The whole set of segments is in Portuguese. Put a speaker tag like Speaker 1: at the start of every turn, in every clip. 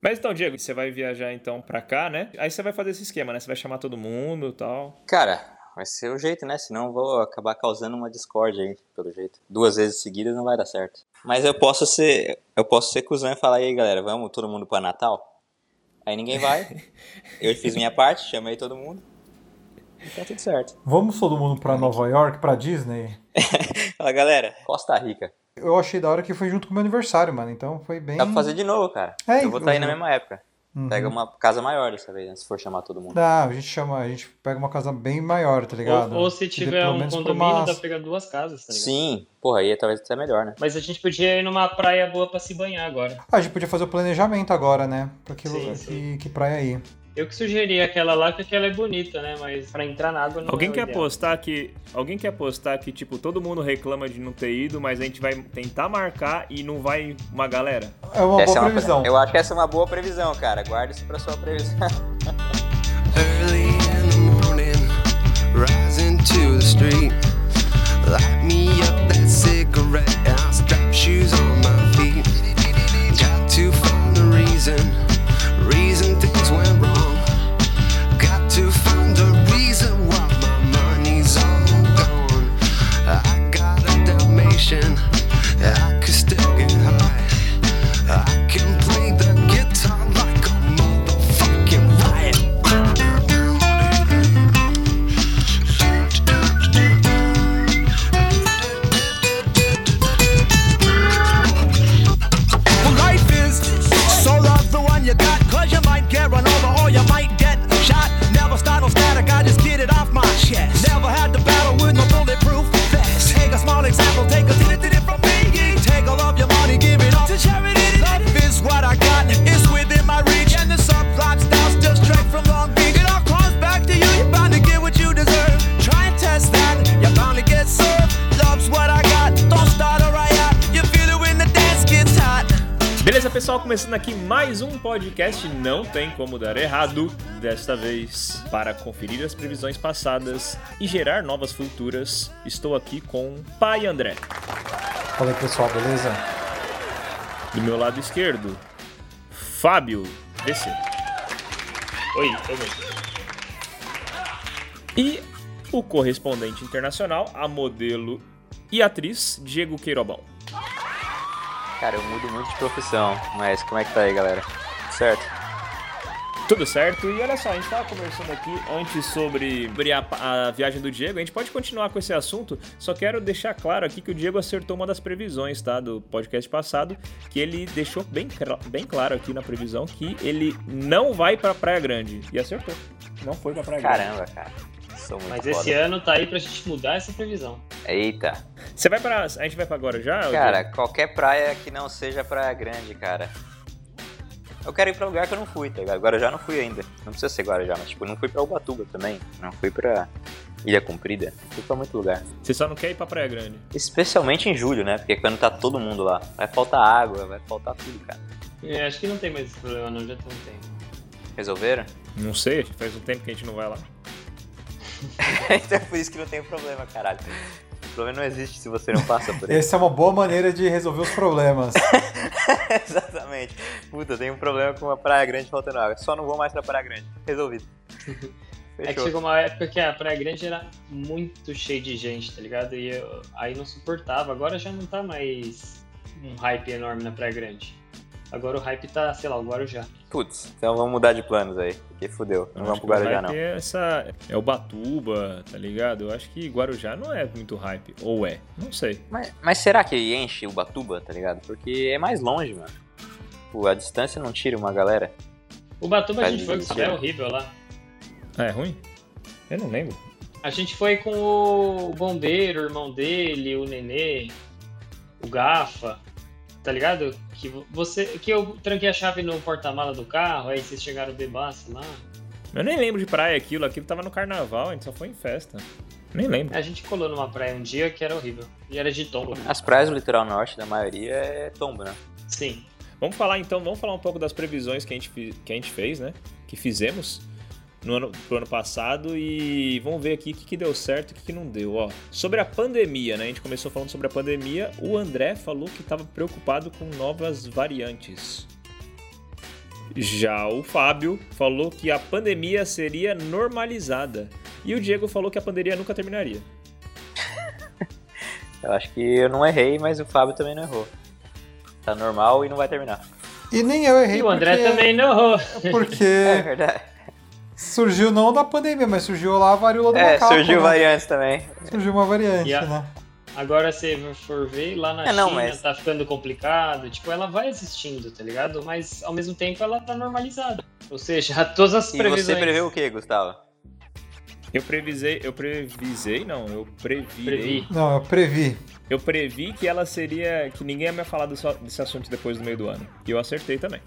Speaker 1: Mas então, Diego, você vai viajar então pra cá, né? Aí você vai fazer esse esquema, né? Você vai chamar todo mundo e tal.
Speaker 2: Cara, vai ser o jeito, né? Senão eu vou acabar causando uma discórdia aí, pelo jeito. Duas vezes seguidas não vai dar certo. Mas eu posso ser, eu posso ser cuzão e falar, e aí, galera, vamos todo mundo pra Natal? Aí ninguém vai. eu fiz minha parte, chamei todo mundo. E tá tudo certo.
Speaker 3: Vamos todo mundo pra Nova York, pra Disney?
Speaker 2: Fala, galera, Costa Rica.
Speaker 3: Eu achei da hora que foi junto com o meu aniversário, mano. Então foi bem.
Speaker 2: Dá pra fazer de novo, cara.
Speaker 3: É,
Speaker 2: eu vou estar aí na
Speaker 3: eu-
Speaker 2: mesma época.
Speaker 3: Uhum.
Speaker 2: Pega uma casa maior dessa vez, né? Se for chamar todo mundo.
Speaker 3: Dá, a gente chama, a gente pega uma casa bem maior, tá ligado?
Speaker 4: Ou, ou
Speaker 3: Que
Speaker 4: se
Speaker 3: dê
Speaker 4: tiver
Speaker 3: pelo
Speaker 4: um
Speaker 3: menos pra
Speaker 4: condomínio,
Speaker 3: uma-
Speaker 4: dá pra pegar duas casas, tá ligado?
Speaker 2: Sim, porra, aí talvez até melhor, né?
Speaker 4: Mas a gente podia ir numa praia boa pra se banhar agora.
Speaker 3: Ah, a gente podia fazer o planejamento agora, né? Pra que,
Speaker 4: Sim,
Speaker 3: que-
Speaker 4: sim.
Speaker 3: que praia aí.
Speaker 4: Eu que sugeri aquela lá, porque ela é bonita, né? Mas pra entrar na água não é
Speaker 1: Alguém
Speaker 4: o
Speaker 1: quer
Speaker 4: ideal.
Speaker 1: apostar que. Alguém quer apostar que, tipo, todo mundo reclama de não ter ido, mas a gente vai tentar marcar e não vai uma galera?
Speaker 3: É uma
Speaker 2: Essa é
Speaker 3: boa
Speaker 2: uma-
Speaker 3: previsão.
Speaker 2: Eu acho que essa é uma boa previsão, cara. Guarda isso pra sua previsão.
Speaker 5: Early in the morning, rising to the street. Light me up that cigarette and I'll strap shoes on my feet. Got to find the reason, reason things went wrong. Got to find the reason why my money's all gone. I got a Dalmatian, I could still get high. I can play the guitar like a motherfucking riot.
Speaker 6: Well, life is. So love the one you got, cause you might get run over or you might get shot. Never start no static, I just get it off my chest. Never had to battle with no bulletproof vest. Take a small example, take a little bit from me. Take all of your money, give it all to charity. Love is what I got, it's within my reach. And the subplot starts just straight from Long Beach. It all comes back to you, you're bound to get what you deserve. Try and test that, you're bound to get served. Love's what I got, don't start a riot. You feel it when the dance gets hot.
Speaker 1: Beleza, pessoal, começando aqui mais um podcast Não Tem Como Dar Errado. Desta vez, para conferir as previsões passadas e gerar novas futuras, estou aqui com Pai André.
Speaker 3: Fala aí, pessoal, beleza?
Speaker 1: Do meu lado esquerdo, Fábio DC.
Speaker 4: Oi, tô bem.
Speaker 1: E o correspondente internacional, a modelo e atriz, Diego Queirobão.
Speaker 2: Cara, eu mudo muito de profissão, mas como é que tá aí, galera? Certo?
Speaker 4: Tá
Speaker 1: Tudo certo? E olha só, a gente tava conversando aqui antes sobre, sobre a, a viagem do Diego. A gente pode continuar com esse assunto, só quero deixar claro aqui que o Diego acertou uma das previsões, tá? Do podcast passado, que ele deixou bem, cra- bem claro aqui na previsão que ele não vai pra Praia Grande. E acertou. Não foi pra Praia Grande.
Speaker 2: Caramba, cara. Sou muito
Speaker 4: Mas
Speaker 2: foda.
Speaker 4: esse Tá ano tá aí pra gente mudar essa previsão.
Speaker 2: Eita.
Speaker 1: Você vai pra. A gente vai pra agora já? ô
Speaker 2: Cara,
Speaker 1: Diego?
Speaker 2: qualquer praia que não seja praia grande, cara. Eu quero ir pra lugar que eu não fui, tá ligado? Agora já não fui ainda. Não precisa ser Guarujá, mas tipo, não fui pra Ubatuba também. Não fui pra Ilha Comprida. Fui pra muito lugar.
Speaker 1: Você só não quer ir pra Praia Grande.
Speaker 2: Especialmente em julho, né? Porque é quando tá todo mundo lá. Vai faltar água, vai faltar tudo, cara.
Speaker 4: É, acho que não tem mais esse problema, não, já tem um tempo.
Speaker 2: Resolveram?
Speaker 1: Não sei, faz um tempo que a gente não vai lá.
Speaker 2: então é por isso que não tem problema, caralho. O problema não existe se você não passa por ele.
Speaker 3: Essa é uma boa maneira de resolver os problemas.
Speaker 2: Exatamente. Puta, tem um problema com uma praia grande faltando água. Só não vou mais pra praia grande. Resolvido.
Speaker 4: É que
Speaker 2: Fechou.
Speaker 4: chegou uma época que a Praia Grande era muito cheia de gente, tá ligado? E eu- aí não suportava. Agora já não tá mais um hype enorme na Praia Grande. Agora o hype tá, sei lá, o Guarujá.
Speaker 2: Putz, então vamos mudar de planos aí. Porque fudeu. Não vamos pro Guarujá, não.
Speaker 1: Essa... É o Batuba, tá ligado? Eu acho que Guarujá não é muito hype. Ou é? Não sei.
Speaker 2: Mas, mas será que enche o Batuba, tá ligado? Porque é mais longe, mano. Pô, a distância não tira uma galera.
Speaker 4: O Batuba a gente
Speaker 2: Tá
Speaker 4: foi com
Speaker 2: difícil.
Speaker 4: o é horrível lá.
Speaker 1: Ah, é ruim? Eu não lembro.
Speaker 4: A gente foi com o bombeiro, o irmão dele, o nenê, o gafa, tá ligado? Que vo- você que eu tranquei a chave no porta-mala do carro, aí vocês chegaram bebaço lá.
Speaker 1: Eu nem lembro de praia aquilo. Aquilo tava no carnaval, a gente só foi em festa. Nem lembro.
Speaker 4: A gente colou numa praia um dia que era horrível. E era de tombo.
Speaker 2: As praias do litoral norte, da maioria, é tombo, né?
Speaker 4: Sim.
Speaker 1: Vamos falar então, vamos falar um pouco das previsões que a gente, fi- que a gente fez, né? Que fizemos no ano, pro ano passado e vamos ver aqui o que, que deu certo e o que, que não deu. Ó, sobre a pandemia, né? A gente começou falando sobre a pandemia. O André falou que estava preocupado com novas variantes. Já o Fábio falou que a pandemia seria normalizada. E o Diego falou que a pandemia nunca terminaria.
Speaker 2: Eu acho que eu não errei, mas o Fábio também não errou. Tá normal e não vai terminar.
Speaker 3: E nem eu errei.
Speaker 4: E o André
Speaker 3: É, porque-
Speaker 4: também não.
Speaker 2: É
Speaker 3: Porque
Speaker 2: verdade.
Speaker 3: surgiu não da pandemia, mas surgiu lá a varíola do
Speaker 2: É,
Speaker 3: macaco.
Speaker 2: surgiu
Speaker 3: né?
Speaker 2: variantes também.
Speaker 3: Surgiu uma variante,
Speaker 4: Yeah.
Speaker 3: né?
Speaker 4: Agora, se for ver, lá na
Speaker 2: É, não,
Speaker 4: China
Speaker 2: mas-
Speaker 4: tá ficando complicado. Tipo, ela vai existindo, tá ligado? Mas, ao mesmo tempo, ela tá normalizada. Ou seja, todas as
Speaker 2: E
Speaker 4: previsões...
Speaker 2: você prevê o que, Gustavo?
Speaker 1: Eu previsei, eu previsei, não, eu previ.
Speaker 4: Previ.
Speaker 3: Não, eu previ.
Speaker 1: Eu previ que ela seria. que ninguém ia me falar desse, desse assunto depois do meio do ano. E eu acertei também.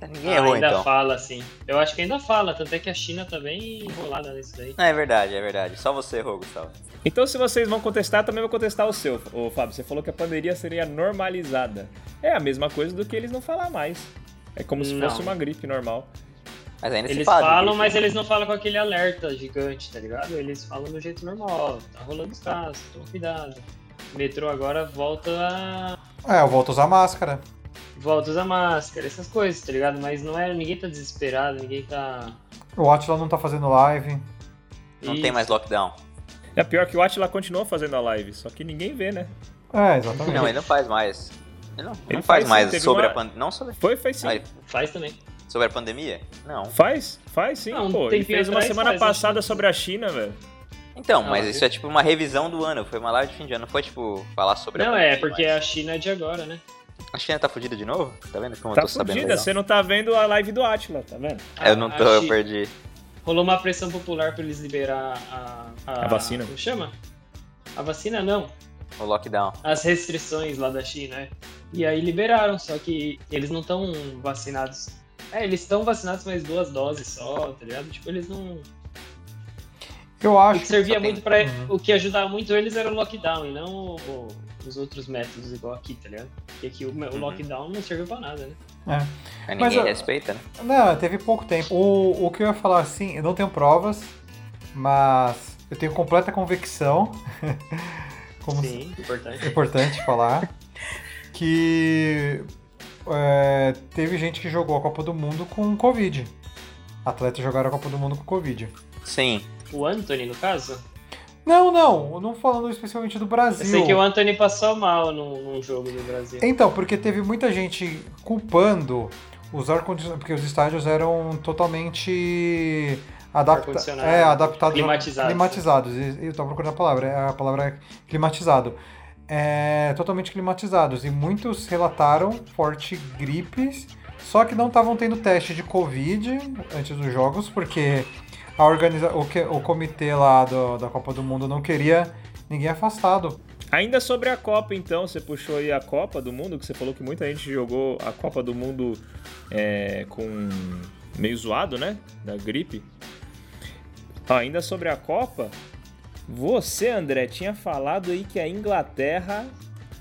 Speaker 2: Ninguém
Speaker 4: Ah,
Speaker 2: errou,
Speaker 4: ainda
Speaker 2: então.
Speaker 4: fala, sim. Eu acho que ainda fala, tanto é que a China tá bem enrolada nisso daí.
Speaker 2: Ah, é verdade, é verdade. Só você errou, Gustavo.
Speaker 1: Então, se vocês vão contestar, também vou contestar o seu, ô Fábio. Você falou que a pandemia seria normalizada. É a mesma coisa do que eles não falar mais. É como se
Speaker 4: Não.
Speaker 1: fosse uma gripe normal.
Speaker 2: Mas ainda se
Speaker 4: Eles
Speaker 2: fala. de
Speaker 4: falam,
Speaker 2: gripe.
Speaker 4: mas eles não falam com aquele alerta gigante, tá ligado? Eles falam do jeito normal, ó, tá rolando os casos, toma cuidado. Metrô agora volta a...
Speaker 3: É, eu volto a usar máscara.
Speaker 4: volta a usar máscara, essas coisas, tá ligado? Mas não é, ninguém tá desesperado, ninguém tá...
Speaker 3: O Atila não tá fazendo live.
Speaker 2: Não
Speaker 4: Ih,
Speaker 2: tem mais lockdown.
Speaker 1: É pior que o Atila continuou fazendo a live, só que ninguém vê, né?
Speaker 3: É, exatamente.
Speaker 2: Não, ele não faz mais. Ele não,
Speaker 1: Ele
Speaker 2: não faz,
Speaker 1: faz, sim,
Speaker 2: mais
Speaker 1: teve
Speaker 2: sobre
Speaker 1: uma-
Speaker 2: a pandemia. Não sobre...
Speaker 1: Foi, faz sim.
Speaker 2: Ah, ele-
Speaker 4: Faz também.
Speaker 2: sobre a pandemia? Não.
Speaker 1: Faz? Faz sim,
Speaker 4: Não, um
Speaker 1: pô. Ele
Speaker 4: tempinho
Speaker 1: fez uma
Speaker 4: atrás
Speaker 1: semana
Speaker 4: faz,
Speaker 1: passada
Speaker 4: acho que-
Speaker 1: sobre a China, velho.
Speaker 2: Então,
Speaker 4: Ah,
Speaker 2: mas
Speaker 4: mas
Speaker 2: isso é tipo uma revisão do ano. Foi uma live de fim de ano. Não foi tipo falar sobre a
Speaker 4: Não,
Speaker 2: pandemia.
Speaker 4: é, porque
Speaker 2: mas-
Speaker 4: a China é de agora, né?
Speaker 2: A China tá fudida de novo? Tá vendo como eu
Speaker 1: Tá
Speaker 2: tô sabendo?
Speaker 1: fudida,
Speaker 2: legal?
Speaker 1: você não tá vendo a live do Atila, tá vendo?
Speaker 2: Eu não
Speaker 4: A-
Speaker 2: tô,
Speaker 4: a
Speaker 2: eu
Speaker 4: Chi-
Speaker 2: perdi.
Speaker 4: Rolou uma pressão popular pra eles liberar a...
Speaker 1: A vacina.
Speaker 4: Como chama? A vacina não,
Speaker 2: O lockdown.
Speaker 4: as restrições lá da China, né? E aí liberaram, só que eles não estão vacinados. É, eles estão vacinados, mas duas doses só, tá ligado? Tipo, eles não.
Speaker 3: Eu
Speaker 4: O
Speaker 3: acho
Speaker 4: que servia
Speaker 2: só tem-
Speaker 4: muito pra. O que ajudava muito eles era o lockdown e não o- os outros métodos igual aqui, tá ligado? Porque aqui o, o lockdown não serviu pra nada, né?
Speaker 3: É.
Speaker 2: Aí
Speaker 3: Mas
Speaker 2: ninguém
Speaker 3: eu-
Speaker 2: respeita, né?
Speaker 3: Não, teve pouco tempo. O, o que eu ia falar assim, eu não tenho provas, mas eu tenho completa convicção. como se-
Speaker 4: Sim, importante.
Speaker 3: importante falar. Que é, teve gente que jogou a Copa do Mundo com Covid. Atletas jogaram a Copa do Mundo com Covid.
Speaker 2: Sim.
Speaker 4: O Anthony, no caso?
Speaker 3: Não, não, eu não falando especialmente do
Speaker 4: Eu
Speaker 3: Brasil.
Speaker 4: sei que o Anthony passou mal num, num jogo do Brasil.
Speaker 3: Então, porque teve muita gente culpando os ar-condicionados, porque os estádios eram totalmente adapta
Speaker 4: Ar-condicionado,
Speaker 3: é, adaptados.
Speaker 4: climatizados.
Speaker 3: Climatizados, e- eu tava procurando a palavra, é, a palavra é climatizado. É, totalmente climatizados, e muitos relataram forte gripes, só que não estavam tendo teste de Covid antes dos jogos, porque a organiza o, que- o comitê lá do- da Copa do Mundo não queria ninguém afastado.
Speaker 1: Ainda sobre a Copa, então, você puxou aí a Copa do Mundo, que você falou que muita gente jogou a Copa do Mundo é, com meio zoado, né? Da gripe. Ainda sobre a Copa, você, André, tinha falado aí que a Inglaterra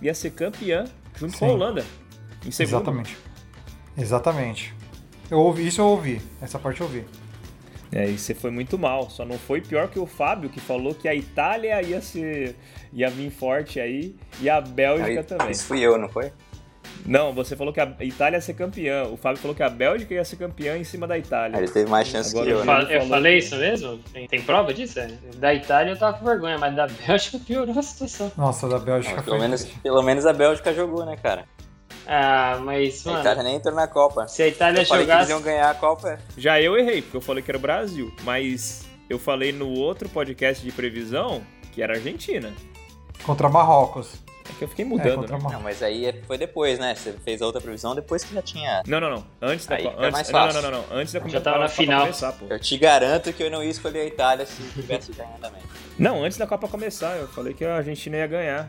Speaker 1: ia ser campeã junto com a
Speaker 3: Sim.
Speaker 1: Holanda. Em segundo.
Speaker 3: Exatamente. Exatamente. Eu ouvi, isso eu ouvi. Essa parte eu ouvi.
Speaker 1: É, e você foi muito mal. Só não foi pior que o Fábio, que falou que a Itália ia ser. ia vir forte aí e a Bélgica
Speaker 2: Aí-
Speaker 1: também.
Speaker 2: Isso fui eu, não foi?
Speaker 1: Não, você falou que a Itália ia ser campeã. O Fábio falou que a Bélgica ia ser campeã em cima da
Speaker 2: Aí
Speaker 1: Itália.
Speaker 2: ele teve mais chance
Speaker 1: Agora
Speaker 2: que eu,
Speaker 4: Eu,
Speaker 1: o
Speaker 2: né?
Speaker 4: fa-
Speaker 1: Ele
Speaker 4: eu
Speaker 1: falou
Speaker 4: falei
Speaker 1: que-
Speaker 4: isso mesmo? Tem, tem prova disso? é? Da Itália eu tava com vergonha, mas da Bélgica piorou a situação.
Speaker 3: Nossa, da Bélgica
Speaker 2: Mas
Speaker 3: foi.
Speaker 2: Ah, pelo, menos,
Speaker 3: triste.
Speaker 2: pelo menos a Bélgica jogou, né, cara?
Speaker 4: Ah, mas,
Speaker 2: A
Speaker 4: mano,
Speaker 2: Itália nem entrou na Copa.
Speaker 4: se a Itália
Speaker 2: eu falei que eles
Speaker 4: né, jogasse.
Speaker 2: iam ganhar a Copa.
Speaker 1: Já eu errei, porque eu falei que era o Brasil. Mas eu falei no outro podcast de previsão que era a Argentina.
Speaker 3: Contra Marrocos.
Speaker 1: É que eu fiquei
Speaker 3: É,
Speaker 1: mudando,
Speaker 3: contra
Speaker 1: né?
Speaker 2: Não,
Speaker 3: Marrocos.
Speaker 2: mas aí é- foi depois, né? Você fez a outra previsão depois que já tinha.
Speaker 1: Não, não, não. Antes da
Speaker 2: Aí
Speaker 1: co-
Speaker 2: fica
Speaker 1: antes-
Speaker 2: mais
Speaker 1: não, não,
Speaker 2: fácil.
Speaker 1: não, não, não. Antes da Copa-
Speaker 4: Já tava na
Speaker 1: Copa
Speaker 4: final.
Speaker 1: começar, pô.
Speaker 2: Eu te garanto que eu não ia escolher a Itália se tivesse ganhando também.
Speaker 1: Não, antes da Copa começar, eu falei que a Argentina ia ganhar.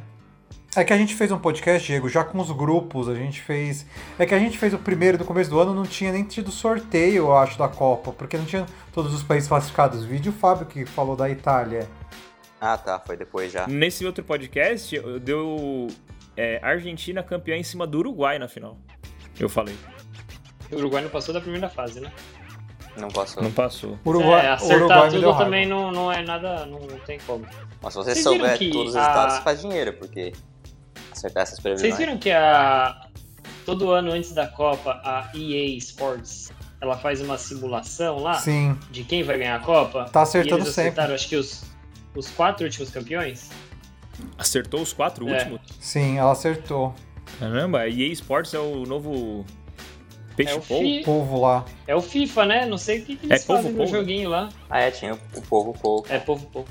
Speaker 3: É que a gente fez um podcast, Diego, já com os grupos, a gente fez. É que a gente fez o primeiro do começo do ano, não tinha nem tido sorteio, eu acho, da Copa, porque não tinha todos os países classificados. Vídeo o Fábio que falou da Itália.
Speaker 2: Ah, tá. Foi depois já.
Speaker 1: Nesse outro podcast, eu deu é, Argentina campeã em cima do Uruguai na final. Eu falei.
Speaker 4: O Uruguai não passou da primeira fase, né?
Speaker 2: Não posso.
Speaker 1: Não passou.
Speaker 3: Uruguai,
Speaker 4: é, acertar
Speaker 3: Uruguai me deu
Speaker 4: tudo
Speaker 3: raiva.
Speaker 4: também não, não é nada. Não tem como.
Speaker 2: Mas se você
Speaker 4: Vocês viram
Speaker 2: souber
Speaker 4: que
Speaker 2: todos os
Speaker 4: a-
Speaker 2: resultados, você faz dinheiro, porque acertar essas previsões.
Speaker 4: Vocês viram que a. Todo ano antes da Copa, a EA Sports ela faz uma simulação lá
Speaker 3: Sim.
Speaker 4: de quem vai ganhar a Copa.
Speaker 3: Tá acertando
Speaker 4: e eles
Speaker 3: sempre.
Speaker 4: acertaram, acho que os, os quatro últimos campeões.
Speaker 1: Acertou os quatro
Speaker 4: É.
Speaker 1: últimos?
Speaker 3: Sim, ela acertou.
Speaker 1: Caramba, a EA Sports é o novo
Speaker 4: É o,
Speaker 1: peixe-pou?
Speaker 4: Fi-
Speaker 3: Povo lá.
Speaker 4: é o FIFA, né? Não sei o que, que eles
Speaker 1: É povo,
Speaker 4: fazem no
Speaker 1: povo, né?
Speaker 4: joguinho lá.
Speaker 2: Ah, é, tinha o povo, o povo.
Speaker 4: É povo, povo.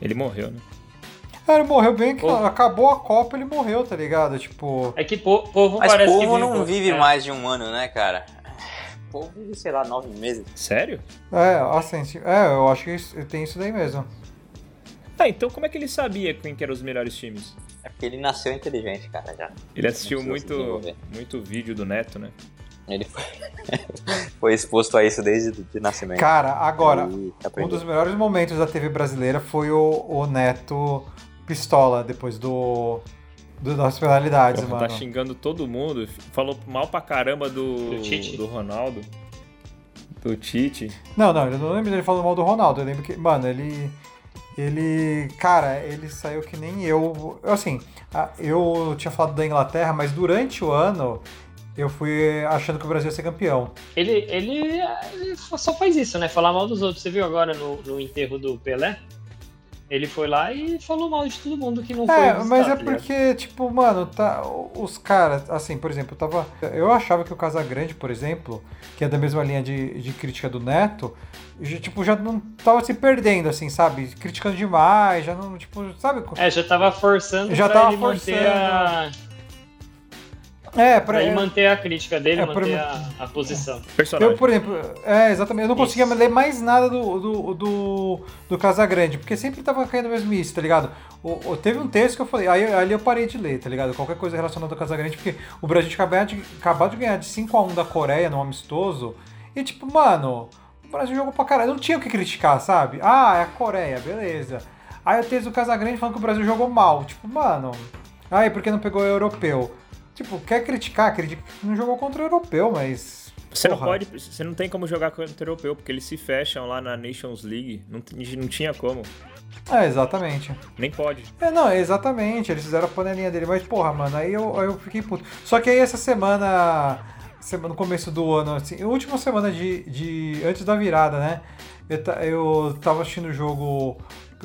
Speaker 1: Ele morreu, né?
Speaker 3: Ah, Ele morreu bem que
Speaker 4: Povo.
Speaker 3: acabou a Copa, ele morreu, tá ligado? Tipo,
Speaker 4: É que po- povo
Speaker 2: Mas
Speaker 4: parece
Speaker 2: povo
Speaker 4: que vive,
Speaker 2: não vive
Speaker 4: é.
Speaker 2: mais de um ano, né, cara? Povo vive, sei lá, nove meses.
Speaker 1: Sério?
Speaker 3: é, assim, se- é, eu acho que isso- tem isso daí mesmo.
Speaker 1: Tá, então como é que ele sabia quem que eram os melhores times?
Speaker 2: É porque ele nasceu inteligente, cara, já.
Speaker 1: Ele assistiu
Speaker 2: Não
Speaker 1: muito,
Speaker 2: precisa se desenvolver.
Speaker 1: muito vídeo do Neto, né?
Speaker 2: Ele foi, foi exposto a isso desde de, de nascimento.
Speaker 3: Cara, agora,
Speaker 2: Ele
Speaker 3: um
Speaker 2: aprendeu.
Speaker 3: dos melhores momentos da TV brasileira foi o, o Neto pistola depois do, do- das penalidades,
Speaker 1: Porra, tá
Speaker 3: mano.
Speaker 1: xingando todo mundo. Falou mal pra caramba do,
Speaker 4: Do Tite.
Speaker 1: do Ronaldo. Do Tite.
Speaker 3: Não, não, eu não lembro dele falando mal do Ronaldo. Eu lembro que, mano, ele. Ele. Cara, ele saiu que nem eu. eu, Assim, a- eu tinha falado da Inglaterra, mas durante o ano eu fui achando que o Brasil ia ser campeão.
Speaker 4: Ele, ele, ele só faz isso, né? Falar mal dos outros. Você viu agora no, no enterro do Pelé? Ele foi lá e falou mal de todo mundo que não foi.
Speaker 3: É,
Speaker 4: visitar,
Speaker 3: mas
Speaker 4: tá
Speaker 3: é
Speaker 4: ligado?
Speaker 3: porque, tipo, mano, tá, os caras, assim, por exemplo, eu tava. Eu achava que o Casagrande, por exemplo, que é da mesma linha de, de crítica do Neto, já, tipo, já não tava se perdendo, assim, sabe? Criticando demais, já não, tipo, sabe?
Speaker 4: É, já tava forçando
Speaker 3: Já
Speaker 4: pra
Speaker 3: tava
Speaker 4: ele manter a,
Speaker 3: É,
Speaker 4: pra
Speaker 3: pra
Speaker 4: ele manter a crítica dele,
Speaker 3: É, pra-
Speaker 4: manter a, a posição.
Speaker 1: Personagem.
Speaker 3: Eu, por exemplo, é, exatamente, eu não
Speaker 4: Isso.
Speaker 3: conseguia ler mais nada do, do, do, do Casagrande, porque sempre tava caindo mesmo isso, tá ligado? O, o- teve um texto que eu falei, aí ali eu parei de ler, tá ligado? Qualquer coisa relacionada ao Casagrande, porque o Brasil tinha acabado de, acabado de ganhar de 5x1 da Coreia num amistoso, e tipo, mano, o Brasil jogou pra caralho, não tinha o que criticar, sabe? Ah, é a Coreia, beleza. Aí o texto do Casagrande falando que o Brasil jogou mal, tipo, mano, aí porque não pegou o europeu? Tipo, quer criticar, critica que não jogou contra o europeu, mas...
Speaker 1: Você não
Speaker 3: porra.
Speaker 1: pode, você não tem como jogar contra o europeu, porque eles se fecham lá na Nations League. Não, t- não tinha como.
Speaker 3: É, exatamente.
Speaker 1: Nem pode.
Speaker 3: É, não, exatamente. Eles fizeram a panelinha dele, mas porra, mano, aí eu, aí eu fiquei puto. Só que aí essa semana, semana, no começo do ano, assim, a última semana de, de. antes da virada, né? Eu, ta- eu tava assistindo o jogo.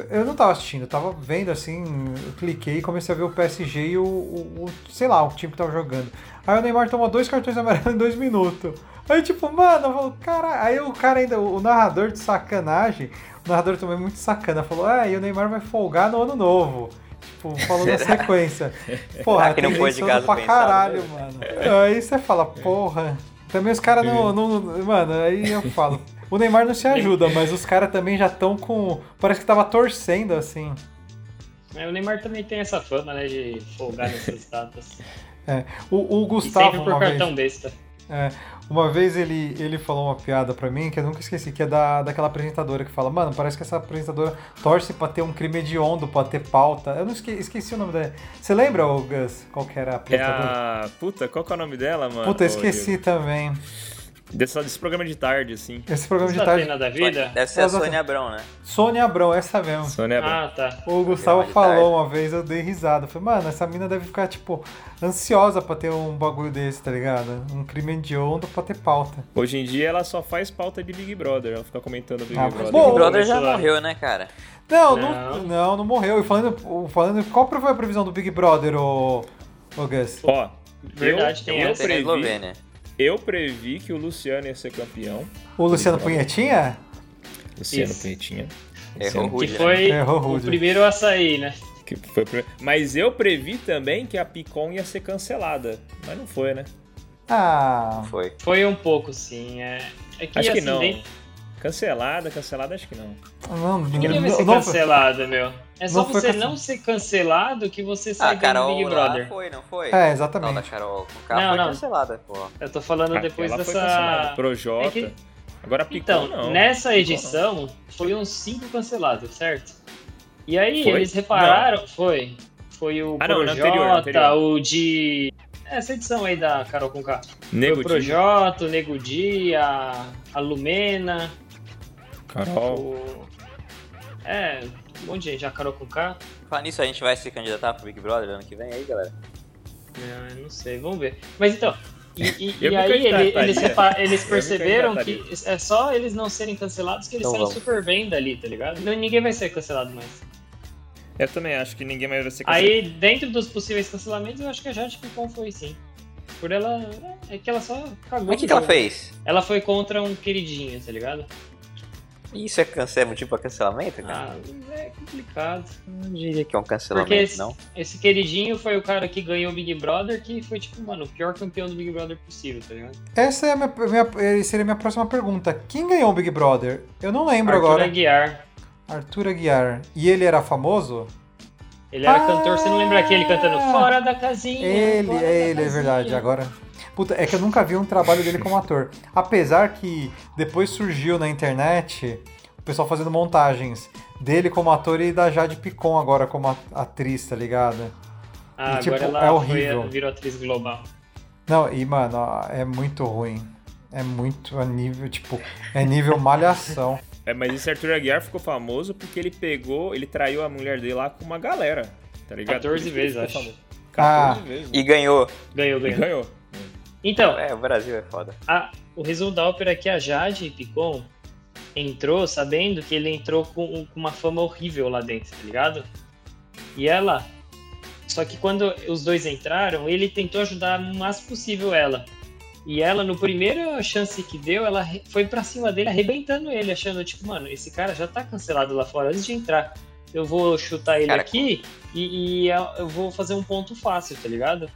Speaker 3: Eu não tava assistindo, eu tava vendo assim, eu cliquei e comecei a ver o PSG e o, o- o- sei lá, o time que tava jogando. Aí o Neymar tomou dois cartões amarelos em dois minutos. Aí tipo, mano, eu falo, cara, aí o cara ainda, o narrador de sacanagem, o narrador também é muito sacana, falou, ah, e o Neymar vai folgar no ano novo. Tipo, falou na sequência. Porra,
Speaker 2: Será que não foi de caso
Speaker 3: tendencioso pra
Speaker 2: pensado né?
Speaker 3: caralho,
Speaker 2: mesmo?
Speaker 3: mano. Aí você fala, porra. Também os caras não, não- não- Mano, aí eu falo. O Neymar não se ajuda, mas os caras também já estão com. Parece que tava torcendo, assim.
Speaker 4: É, o Neymar também tem essa fama, né, de folgar nessas datas.
Speaker 3: É, o, o
Speaker 4: E
Speaker 3: Gustavo,
Speaker 4: sempre por
Speaker 3: uma vez,
Speaker 4: cartão besta.
Speaker 3: é, uma vez ele, ele falou uma piada pra mim que eu nunca esqueci, que é da, daquela apresentadora que fala, mano, parece que essa apresentadora torce pra ter um crime hediondo, pra ter pauta. Eu não esque- esqueci o nome dela. Você lembra, ô Gus, qual que era a
Speaker 1: É
Speaker 3: apresentadora?
Speaker 1: a. Puta, qual que é o nome dela, mano?
Speaker 3: Puta, eu
Speaker 1: Ô,
Speaker 3: esqueci também.
Speaker 1: Diego? Dessa, desse programa de tarde, assim.
Speaker 3: Esse programa de
Speaker 4: Você tá
Speaker 3: tarde.
Speaker 4: tendo da vida?
Speaker 2: Deve ser a
Speaker 3: Exatamente.
Speaker 2: Sônia Abrão, né?
Speaker 3: Sônia Abrão, essa mesmo.
Speaker 1: Sônia Abrão.
Speaker 4: Ah, tá.
Speaker 3: O Gustavo
Speaker 2: É, de tarde.
Speaker 3: falou uma vez, eu dei risada. Eu Falei, mano, essa mina deve ficar, tipo, ansiosa pra ter um bagulho desse, tá ligado? Um crime hediondo pra ter pauta.
Speaker 1: Hoje em dia ela só faz pauta de Big Brother. Ela fica comentando Big
Speaker 3: Ah, mas
Speaker 1: Brother.
Speaker 3: Bom,
Speaker 2: O brother já
Speaker 4: Venezuela.
Speaker 2: morreu, né, cara?
Speaker 3: Não, não,
Speaker 4: Não.
Speaker 3: não, não, morreu. E falando, falando, qual foi a previsão do Big Brother, ô, ô Gus?
Speaker 1: Ó,
Speaker 4: Verdade,
Speaker 1: eu,
Speaker 4: tem
Speaker 1: eu
Speaker 4: essa.
Speaker 1: previ,
Speaker 2: Tem na Eslovênia.
Speaker 1: eu previ que o Luciano ia ser campeão.
Speaker 3: O Luciano Punhetinha?
Speaker 1: Luciano
Speaker 4: Isso.
Speaker 1: Petinha.
Speaker 2: Errou
Speaker 1: Luciano,
Speaker 2: ruim.
Speaker 4: Que
Speaker 2: né?
Speaker 4: foi
Speaker 3: Errou,
Speaker 4: o
Speaker 3: Rudy.
Speaker 4: primeiro a sair, né?
Speaker 1: que foi o primeiro. Mas eu previ também que a Picon ia ser cancelada. Mas não foi, né?
Speaker 3: Ah,
Speaker 2: Foi.
Speaker 4: Foi um pouco, sim. É, é que,
Speaker 1: Acho que
Speaker 4: assim,
Speaker 1: não.
Speaker 4: nem-
Speaker 1: Cancelada, cancelada, acho que não.
Speaker 3: não, não,
Speaker 4: ninguém vai ser
Speaker 3: não-
Speaker 4: cancelado, meu. É só
Speaker 3: não foi
Speaker 4: você
Speaker 3: cancelado.
Speaker 4: não ser cancelado que você
Speaker 2: Ah,
Speaker 4: sai
Speaker 2: a
Speaker 4: do
Speaker 2: Carol
Speaker 4: Big
Speaker 2: lá
Speaker 4: Brother.
Speaker 2: foi, não foi? Não,
Speaker 3: É,
Speaker 2: tá da
Speaker 3: exatamente.
Speaker 2: Carol com
Speaker 4: Não,
Speaker 2: foi
Speaker 4: não.
Speaker 2: cancelada, pô.
Speaker 4: Eu tô falando depois
Speaker 1: Aquela Ah, foi
Speaker 4: dessa.
Speaker 1: cancelada. Projota.
Speaker 4: É que-
Speaker 1: Agora a Picon
Speaker 4: Então,
Speaker 1: não.
Speaker 4: nessa
Speaker 1: Picon
Speaker 4: edição foram cinco cancelados, certo? E aí
Speaker 1: Foi?
Speaker 4: eles repararam, foi. Foi o
Speaker 1: Ah, não, na
Speaker 4: Projota,
Speaker 1: anterior, na anterior.
Speaker 4: o de. Essa edição aí da Carol Conká.
Speaker 1: Nego
Speaker 4: o
Speaker 1: Di,
Speaker 4: Projota, o Nego Di, a, a Lumena,
Speaker 1: Carol.
Speaker 4: o. É, um monte de gente, a Carol Conká.
Speaker 2: Falando nisso, a gente vai se candidatar pro Big Brother ano que vem aí, galera?
Speaker 4: Não, eu não sei, vamos ver. Mas então, E, e-
Speaker 1: Eu
Speaker 4: e
Speaker 1: me
Speaker 4: aí ele-
Speaker 1: candidataria.
Speaker 4: eles, repa- eles
Speaker 1: Eu me
Speaker 4: perceberam que
Speaker 1: candidataria.
Speaker 4: é só eles não serem cancelados que eles
Speaker 2: Então
Speaker 4: saem
Speaker 2: vamos.
Speaker 4: super bem dali, tá ligado? Não- ninguém vai ser cancelado mais.
Speaker 1: Eu também acho que ninguém mais vai ser cancelado.
Speaker 4: Aí, dentro dos possíveis cancelamentos, eu acho que a Jade Picon foi sim. Por ela. É que ela só
Speaker 2: Mas o que,
Speaker 4: cagou. no
Speaker 3: Então.
Speaker 2: que ela
Speaker 4: jogo.
Speaker 2: fez?
Speaker 4: Ela foi contra um queridinho, tá ligado?
Speaker 2: Isso é, cance... é motivo pra cancelamento, cara?
Speaker 4: Ah, é complicado.
Speaker 2: Não diria que é um
Speaker 4: Porque
Speaker 2: cancelamento,
Speaker 4: esse,
Speaker 2: não.
Speaker 4: esse queridinho foi o cara que ganhou o Big Brother, que foi, tipo, mano, o pior campeão do Big Brother possível, tá ligado?
Speaker 3: Essa é a minha, minha- seria a minha próxima pergunta. Quem ganhou o Big Brother? Eu não lembro
Speaker 4: Arthur
Speaker 3: agora.
Speaker 4: Aguiar.
Speaker 3: Arthur Aguiar. E ele era famoso?
Speaker 4: Ele era
Speaker 3: Ah!
Speaker 4: cantor, você não lembra aquele cantando Fora da Casinha?
Speaker 3: Ele,
Speaker 4: fora da
Speaker 3: é ele, é
Speaker 4: casinha"?
Speaker 3: verdade. Agora. Puta, é que eu nunca vi um trabalho dele como ator. Apesar que depois surgiu na internet o pessoal fazendo montagens dele como ator e da Jade Picon agora como a- atriz, tá ligado?
Speaker 4: Ah,
Speaker 3: tipo,
Speaker 4: agora
Speaker 3: é
Speaker 4: ela foi,
Speaker 3: horrível.
Speaker 4: virou atriz global.
Speaker 3: Não, e mano, ó, é muito ruim. É muito a nível, tipo, é nível malhação.
Speaker 1: É, mas esse Arthur Aguiar ficou famoso porque ele pegou, ele traiu a mulher dele lá com uma galera, tá ligado?
Speaker 4: 14
Speaker 1: Por isso que ele
Speaker 4: vezes,
Speaker 1: ficou
Speaker 4: acho.
Speaker 1: famoso. 14
Speaker 3: Ah.
Speaker 1: vezes.
Speaker 2: E ganhou.
Speaker 4: Ganhou,
Speaker 1: E
Speaker 4: ganhou.
Speaker 1: ganhou.
Speaker 4: Então,
Speaker 2: É, o Brasil é foda.
Speaker 4: a- o resumo da ópera é que a Jade Picon entrou sabendo que ele entrou com, com uma fama horrível lá dentro, tá ligado? E ela. Só que quando os dois entraram, ele tentou ajudar o máximo possível ela. E ela, no primeiro chance que deu, ela re- foi pra cima dele, arrebentando ele, achando, tipo, mano, esse cara já tá cancelado lá fora antes de entrar. Eu vou chutar ele
Speaker 2: Cara,
Speaker 4: aqui e, e eu vou fazer um ponto fácil, tá ligado?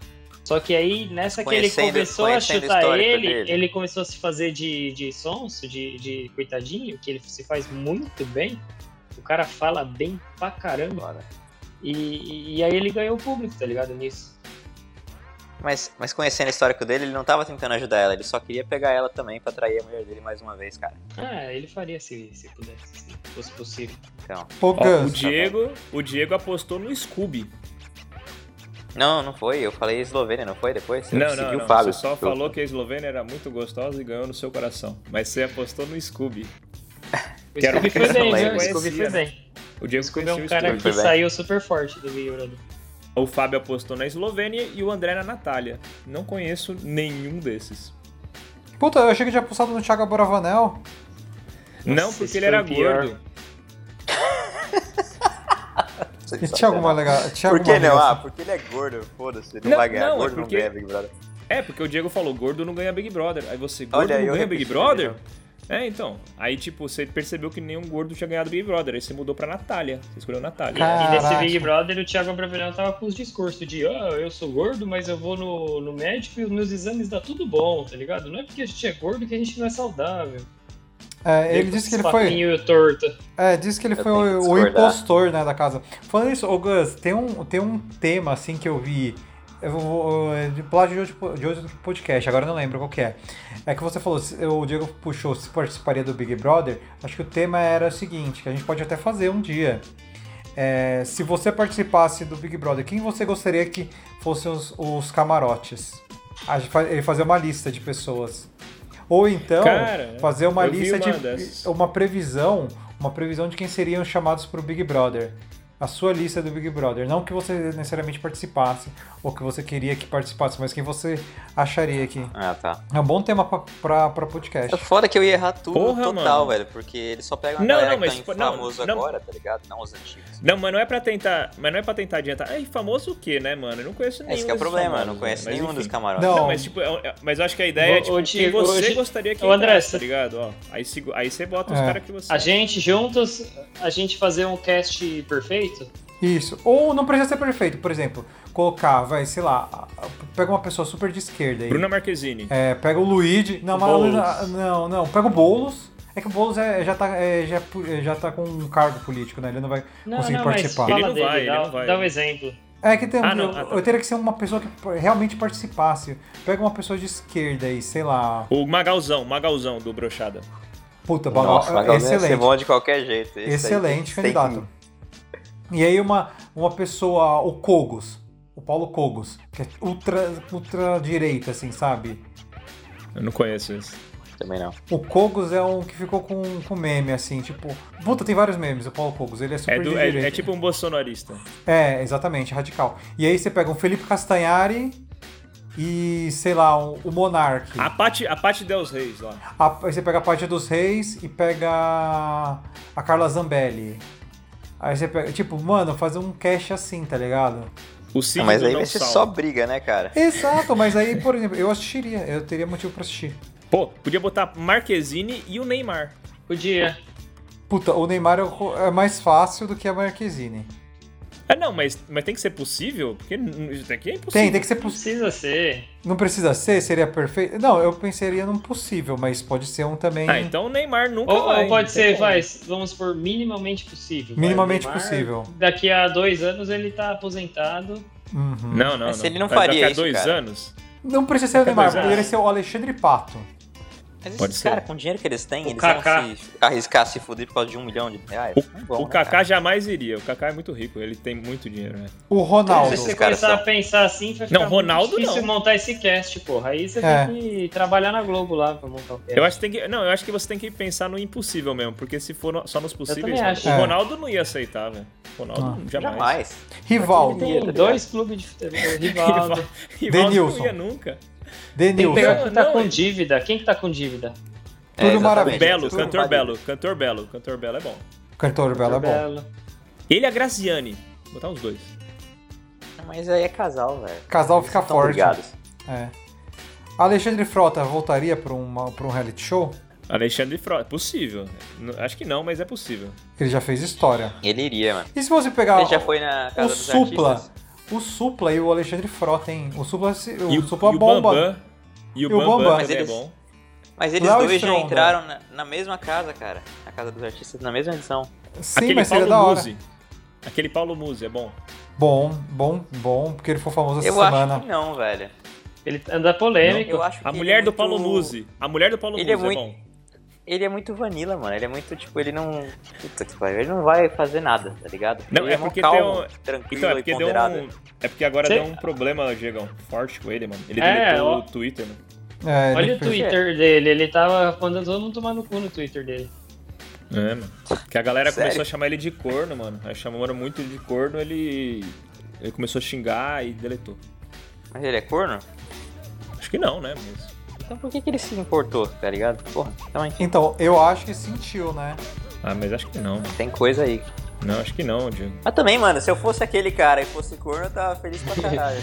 Speaker 4: Só que aí, nessa que ele
Speaker 2: Conhecendo-
Speaker 4: começou a
Speaker 2: conhecendo o
Speaker 4: chutar
Speaker 2: histórico
Speaker 4: ele,
Speaker 2: dele.
Speaker 4: ele começou a se fazer de, de sonso, de, de coitadinho, que ele se faz muito bem. O cara fala bem pra caramba.
Speaker 2: é Foda.
Speaker 4: E, e- e aí ele ganhou o público, tá ligado? Nisso.
Speaker 2: Mas, mas conhecendo o histórico dele, ele não tava tentando ajudar ela, ele só queria pegar ela também pra atrair a mulher dele mais uma vez, cara.
Speaker 1: É.
Speaker 4: Ah, ele faria se, se pudesse, se fosse possível.
Speaker 2: Então.
Speaker 3: Ô,
Speaker 1: Ó, o
Speaker 3: Gus,
Speaker 1: Diego, o Diego apostou no Scooby.
Speaker 2: Não, não foi. Eu falei Eslovênia, não foi depois? Eu
Speaker 1: Não,
Speaker 2: segui
Speaker 1: não,
Speaker 2: o
Speaker 1: não.
Speaker 2: Fábio.
Speaker 1: Você só
Speaker 2: Eu-
Speaker 1: falou que a Eslovênia era muito gostosa e ganhou no seu coração. Mas você apostou no Scooby.
Speaker 4: O
Speaker 1: Quero
Speaker 4: Scooby
Speaker 1: que
Speaker 4: foi
Speaker 1: eu
Speaker 4: bem,
Speaker 2: lembre.
Speaker 4: viu? O Scooby foi
Speaker 1: Conhecia, né?
Speaker 4: bem.
Speaker 1: O
Speaker 4: O
Speaker 1: Diego
Speaker 4: Scooby é
Speaker 1: conheceu
Speaker 4: um
Speaker 1: o
Speaker 4: cara
Speaker 1: Scooby.
Speaker 4: que
Speaker 2: Foi bem.
Speaker 4: saiu super forte do né? Big Brother.
Speaker 1: O Fábio apostou na Eslovênia e o André na Natália. Não conheço nenhum desses.
Speaker 3: Puta, eu achei que tinha pulsado no Thiago Boravanel.
Speaker 1: não,
Speaker 4: esse
Speaker 1: porque ele
Speaker 4: foi
Speaker 1: era
Speaker 4: o pior.
Speaker 1: gordo.
Speaker 3: E tinha alguma legal. Tinha
Speaker 2: Por que
Speaker 3: alguma
Speaker 2: não?
Speaker 3: ligação?
Speaker 2: Ah, porque ele é gordo, foda-se. Ele não,
Speaker 1: Não,
Speaker 2: vai ganhar.
Speaker 1: não, é
Speaker 2: gordo
Speaker 1: porque-
Speaker 2: não ganha Big Brother.
Speaker 1: É, porque o Diego falou, gordo não ganha Big Brother. Aí você, gordo
Speaker 2: Olha,
Speaker 1: não
Speaker 2: eu
Speaker 1: ganha
Speaker 2: repeti,
Speaker 1: Big Brother?
Speaker 2: entendeu?
Speaker 1: É, então. Aí, tipo, você percebeu que nenhum gordo tinha ganhado Big Brother. Aí você mudou pra Natália. Você escolheu Natália.
Speaker 3: Cara,
Speaker 4: E nesse
Speaker 3: Caraca.
Speaker 4: Big Brother, o Thiago Abravanel tava com os discursos de ah, eu sou gordo, mas eu vou no, no médico e os meus exames dá tudo bom, tá ligado? Não é porque a gente é gordo que a gente não é saudável.
Speaker 2: Ah,
Speaker 3: É, ele
Speaker 4: Com
Speaker 3: disse que
Speaker 4: esse
Speaker 3: ele foi.
Speaker 4: papinho torto.
Speaker 3: É, disse que ele
Speaker 2: Eu
Speaker 3: foi
Speaker 2: tenho que
Speaker 3: o, o
Speaker 2: discordar.
Speaker 3: impostor, né, da casa. Falando isso, ô Gus, tem um, tem um tema, assim, que eu vi. Eu vou. é De plágio de outro, po- de outro podcast, agora eu não lembro qual que é. É que você falou, se- o Diego puxou se participaria do Big Brother. Acho que o tema era o seguinte, que a gente pode até fazer um dia. É, se você participasse do Big Brother, quem você gostaria que fossem os, os camarotes? A gente fa- Ele fazer uma lista de pessoas. Ou então,
Speaker 1: Cara,
Speaker 3: fazer uma
Speaker 1: eu vi
Speaker 3: lista
Speaker 1: uma
Speaker 3: de.
Speaker 1: dessas.
Speaker 3: Uma previsão. Uma previsão de quem seriam chamados pro Big Brother. A sua lista do Big Brother. Não que você necessariamente participasse, ou que você queria que participasse, mas quem você acharia que.
Speaker 2: Ah, tá.
Speaker 3: É um bom tema pra, pra, pra podcast.
Speaker 2: É foda que eu ia errar tudo
Speaker 1: Porra,
Speaker 2: total,
Speaker 1: mano.
Speaker 2: velho. Porque ele só pega uma
Speaker 1: Não,
Speaker 2: galera
Speaker 1: não, mas
Speaker 2: que tá
Speaker 1: tipo,
Speaker 2: em
Speaker 1: não,
Speaker 2: famoso
Speaker 1: não.
Speaker 2: agora, tá ligado? Não os antigos.
Speaker 1: Não, mas não é pra tentar. Mas não é pra tentar adiantar. Ei, famoso o quê, né, mano? Eu não conheço nenhum.
Speaker 2: Esse que é o
Speaker 1: desses
Speaker 2: problema, eu
Speaker 1: famosos,
Speaker 2: não conheço
Speaker 1: né? Mas,
Speaker 2: nenhum
Speaker 1: enfim.
Speaker 2: dos camarotes.
Speaker 3: Não.
Speaker 1: Não, mas tipo, é um- é- mas eu acho que a ideia
Speaker 4: Ô,
Speaker 1: é tipo, quem
Speaker 4: ô, Diego,
Speaker 1: você
Speaker 4: ô, Gi-
Speaker 1: gostaria que
Speaker 4: ô, André,
Speaker 1: entrasse,
Speaker 4: você-
Speaker 1: tá ligado? Ó, aí, segu- aí você bota os
Speaker 3: É.
Speaker 1: caras que você.
Speaker 4: A gente, juntos, a gente fazer um cast perfeito?
Speaker 3: Isso. Ou não precisa ser perfeito, por exemplo, colocar, vai, sei lá, a- a- pega uma pessoa super de esquerda aí.
Speaker 1: Bruna Marquezine.
Speaker 3: É, pega o Luigi. Não, mas
Speaker 4: Boulos.
Speaker 3: não, não, não, pega o Boulos. É que o Boulos é- já, tá, é, já, é, já tá com um cargo político, né? Ele não vai
Speaker 4: Não,
Speaker 3: conseguir
Speaker 4: não,
Speaker 3: participar.
Speaker 4: mas fala
Speaker 1: Ele não
Speaker 4: dele,
Speaker 1: vai, ele
Speaker 4: dá,
Speaker 1: não vai.
Speaker 4: dá um exemplo.
Speaker 3: É que tem
Speaker 1: Ah,
Speaker 3: um-
Speaker 1: não, ah, tá.
Speaker 3: eu teria que ser uma pessoa que realmente participasse. Pega uma pessoa de esquerda aí, sei lá.
Speaker 1: O Magalzão, Magalzão do Brochada.
Speaker 3: Puta,
Speaker 2: Nossa,
Speaker 3: Bagal-
Speaker 2: Magalhães ia ser
Speaker 3: excelente.
Speaker 2: bom é de qualquer jeito. Esse aí
Speaker 3: Excelente
Speaker 2: tem que-
Speaker 3: candidato. E aí uma, uma pessoa, o Cogos, o Paulo Cogos, que é ultra, ultra direita, assim, sabe?
Speaker 1: Eu não conheço esse.
Speaker 2: Também não.
Speaker 3: O Cogos é um que ficou com, com meme, assim, tipo... Puta, tem vários memes, o Paulo Cogos, ele é super
Speaker 1: É, do-
Speaker 3: de
Speaker 1: é-
Speaker 3: direita.
Speaker 1: é tipo um bolsonarista.
Speaker 3: É, exatamente, radical. E aí você pega um Felipe Castanhari, e, sei lá, um- o Monark.
Speaker 1: A Paty a Paty Del Reis lá.
Speaker 3: A- aí você pega a Pátia dos Reis e pega a Carla Zambelli. Aí você pega. Tipo, mano, fazer um cash assim, tá ligado?
Speaker 1: O Cid
Speaker 2: Ah, mas
Speaker 1: do
Speaker 2: aí
Speaker 1: Não
Speaker 2: vai ser
Speaker 1: Salva.
Speaker 2: só briga, né, cara?
Speaker 3: Exato, mas aí, por exemplo, eu assistiria, eu teria motivo pra assistir.
Speaker 1: Pô, podia botar Marquezine e o Neymar.
Speaker 4: Podia.
Speaker 3: Puta, o Neymar é o- é mais fácil do que a Marquezine.
Speaker 1: Ah, não, mas, mas tem que ser possível? Porque n- isso daqui é impossível.
Speaker 3: Tem, tem que ser possível.
Speaker 4: Precisa ser.
Speaker 3: Não precisa ser, seria perfeito. Não, eu pensaria num possível, mas pode ser um também
Speaker 1: Ah, então o Neymar nunca
Speaker 4: Ou,
Speaker 1: vai.
Speaker 4: ou pode
Speaker 1: não tem
Speaker 4: ser,
Speaker 1: como.
Speaker 4: vai, vamos por minimamente possível. vai.
Speaker 3: minimamente
Speaker 4: Neymar,
Speaker 3: possível.
Speaker 4: Daqui a dois anos ele tá aposentado.
Speaker 3: Uhum.
Speaker 1: Não, não,
Speaker 2: Mas ele não
Speaker 1: Vai
Speaker 2: faria
Speaker 1: daqui a
Speaker 2: isso,
Speaker 1: dois
Speaker 2: cara.
Speaker 1: anos?
Speaker 3: Não precisa ser o Neymar,
Speaker 1: Mas, ah,
Speaker 3: poderia ser o Alexandre Pato.
Speaker 2: Mas esses
Speaker 1: Pode ser.
Speaker 2: caras, com o dinheiro que eles têm,
Speaker 4: O
Speaker 2: eles
Speaker 4: Kaká.
Speaker 2: vão se arriscar a se fuder por causa de um milhão de reais. Não
Speaker 1: O,
Speaker 2: vão,
Speaker 1: o
Speaker 2: né,
Speaker 1: Kaká
Speaker 2: cara?
Speaker 1: jamais iria. O Kaká é muito rico, ele tem muito dinheiro, né?
Speaker 3: O Ronaldo.
Speaker 4: Se você
Speaker 2: Esses caras
Speaker 4: começar a
Speaker 2: são-
Speaker 4: pensar assim, vai ficar
Speaker 1: Não, Ronaldo
Speaker 4: muito difícil
Speaker 1: não.
Speaker 4: montar esse cast, porra. Aí você
Speaker 3: É.
Speaker 4: tem que trabalhar na Globo lá pra montar o cast.
Speaker 1: Eu acho que tem que. Não, eu acho que você tem que pensar no impossível mesmo, porque se for no- só nos possíveis,
Speaker 4: também
Speaker 1: né?
Speaker 4: acho. Ah,
Speaker 1: o
Speaker 3: É.
Speaker 1: Ronaldo não ia aceitar, velho. O Ronaldo jamais.
Speaker 2: Jamais.
Speaker 3: Rivaldo.
Speaker 4: Tem dois clubes de futebol,
Speaker 1: Rival-
Speaker 4: Rivaldo.
Speaker 1: Rivaldo
Speaker 3: Denilson.
Speaker 1: não ia nunca.
Speaker 4: Tem que pegar
Speaker 3: Denilson.
Speaker 4: quem tá
Speaker 1: Não,
Speaker 4: com
Speaker 1: ele-
Speaker 4: dívida. Quem que tá com dívida?
Speaker 3: Tudo
Speaker 2: É, exatamente.
Speaker 3: maravilhoso.
Speaker 1: Belo,
Speaker 2: Tudo
Speaker 1: cantor
Speaker 2: maravilhoso.
Speaker 1: belo, cantor belo, cantor belo é bom.
Speaker 3: Cantor Belo é bom.
Speaker 4: Belo.
Speaker 1: Ele e a Graziane. Vou botar os dois.
Speaker 2: Mas aí é casal, velho.
Speaker 3: Casal fica
Speaker 2: Tão
Speaker 3: forte.
Speaker 2: brigados.
Speaker 3: É. Alexandre Frota voltaria pra, uma, pra um reality show?
Speaker 1: Alexandre Frota. Possível. N- Acho que não, mas é possível.
Speaker 3: Ele já fez história.
Speaker 2: Ele iria, mano.
Speaker 3: E se você pegar
Speaker 2: Ele já foi na casa
Speaker 3: o
Speaker 2: dos
Speaker 3: Supla?
Speaker 2: artistas.
Speaker 3: O Supla e o Alexandre Frota, hein? O Supla, se- o,
Speaker 1: E, o-
Speaker 3: Supla
Speaker 1: e o
Speaker 3: bomba.
Speaker 1: Bambam. E o
Speaker 3: E o
Speaker 1: Bambam,
Speaker 3: Bambam.
Speaker 1: também é
Speaker 2: Mas
Speaker 1: bom.
Speaker 2: Mas eles
Speaker 3: Léo
Speaker 2: dois já
Speaker 3: Stronda.
Speaker 2: entraram na, na mesma casa, cara. Na casa dos artistas, na mesma edição.
Speaker 3: Sim,
Speaker 1: Aquele
Speaker 3: mas seria
Speaker 1: Paulo
Speaker 3: da hora.
Speaker 1: Musi. Aquele Paulo Musi é bom.
Speaker 3: Bom, bom, bom, porque ele foi famoso essa
Speaker 2: Eu
Speaker 3: semana.
Speaker 2: acho que não, velho.
Speaker 4: Ele anda polêmico.
Speaker 2: Eu acho
Speaker 1: A
Speaker 2: que
Speaker 1: mulher
Speaker 2: ele é
Speaker 1: do Paulo
Speaker 2: muito-
Speaker 1: Musi. A mulher do Paulo
Speaker 2: Ele
Speaker 1: Musi
Speaker 2: é
Speaker 1: é,
Speaker 2: muito-
Speaker 1: bom.
Speaker 2: Ele é muito vanilla, mano. Ele é muito, tipo, ele não. Puta que pariu. Ele não vai fazer nada, tá ligado?
Speaker 1: Não,
Speaker 2: ele
Speaker 1: é
Speaker 2: mó
Speaker 1: porque
Speaker 2: calmo,
Speaker 1: tem um-
Speaker 2: tranquilo
Speaker 1: Então, é
Speaker 2: e
Speaker 1: porque deu
Speaker 2: ponderado.
Speaker 1: um. É porque agora
Speaker 4: Cê-
Speaker 1: deu um problema, Diegão, forte com ele, mano. Ele
Speaker 4: É,
Speaker 1: deletou
Speaker 4: ó.
Speaker 1: o Twitter, mano.
Speaker 3: É, ele
Speaker 4: Olha o
Speaker 3: fez-
Speaker 4: Twitter dele, ele tava mandando todo mundo tomar no cu no Twitter dele.
Speaker 1: É, mano. Porque a galera
Speaker 2: Sério?
Speaker 1: começou a chamar ele de corno, mano. Aí chamaram muito de corno, ele. Ele começou a xingar e deletou.
Speaker 2: Mas ele é corno?
Speaker 1: Acho que não, né? Mas.
Speaker 2: Então por que, que ele se importou, tá ligado? Porra, então enfim,
Speaker 3: Então, eu acho que sentiu, né?
Speaker 1: Ah, mas acho que não.
Speaker 2: tem coisa aí.
Speaker 1: Não, acho que não, Diego.
Speaker 2: Mas também, mano, se eu fosse aquele cara e fosse corno, eu tava feliz pra caralho.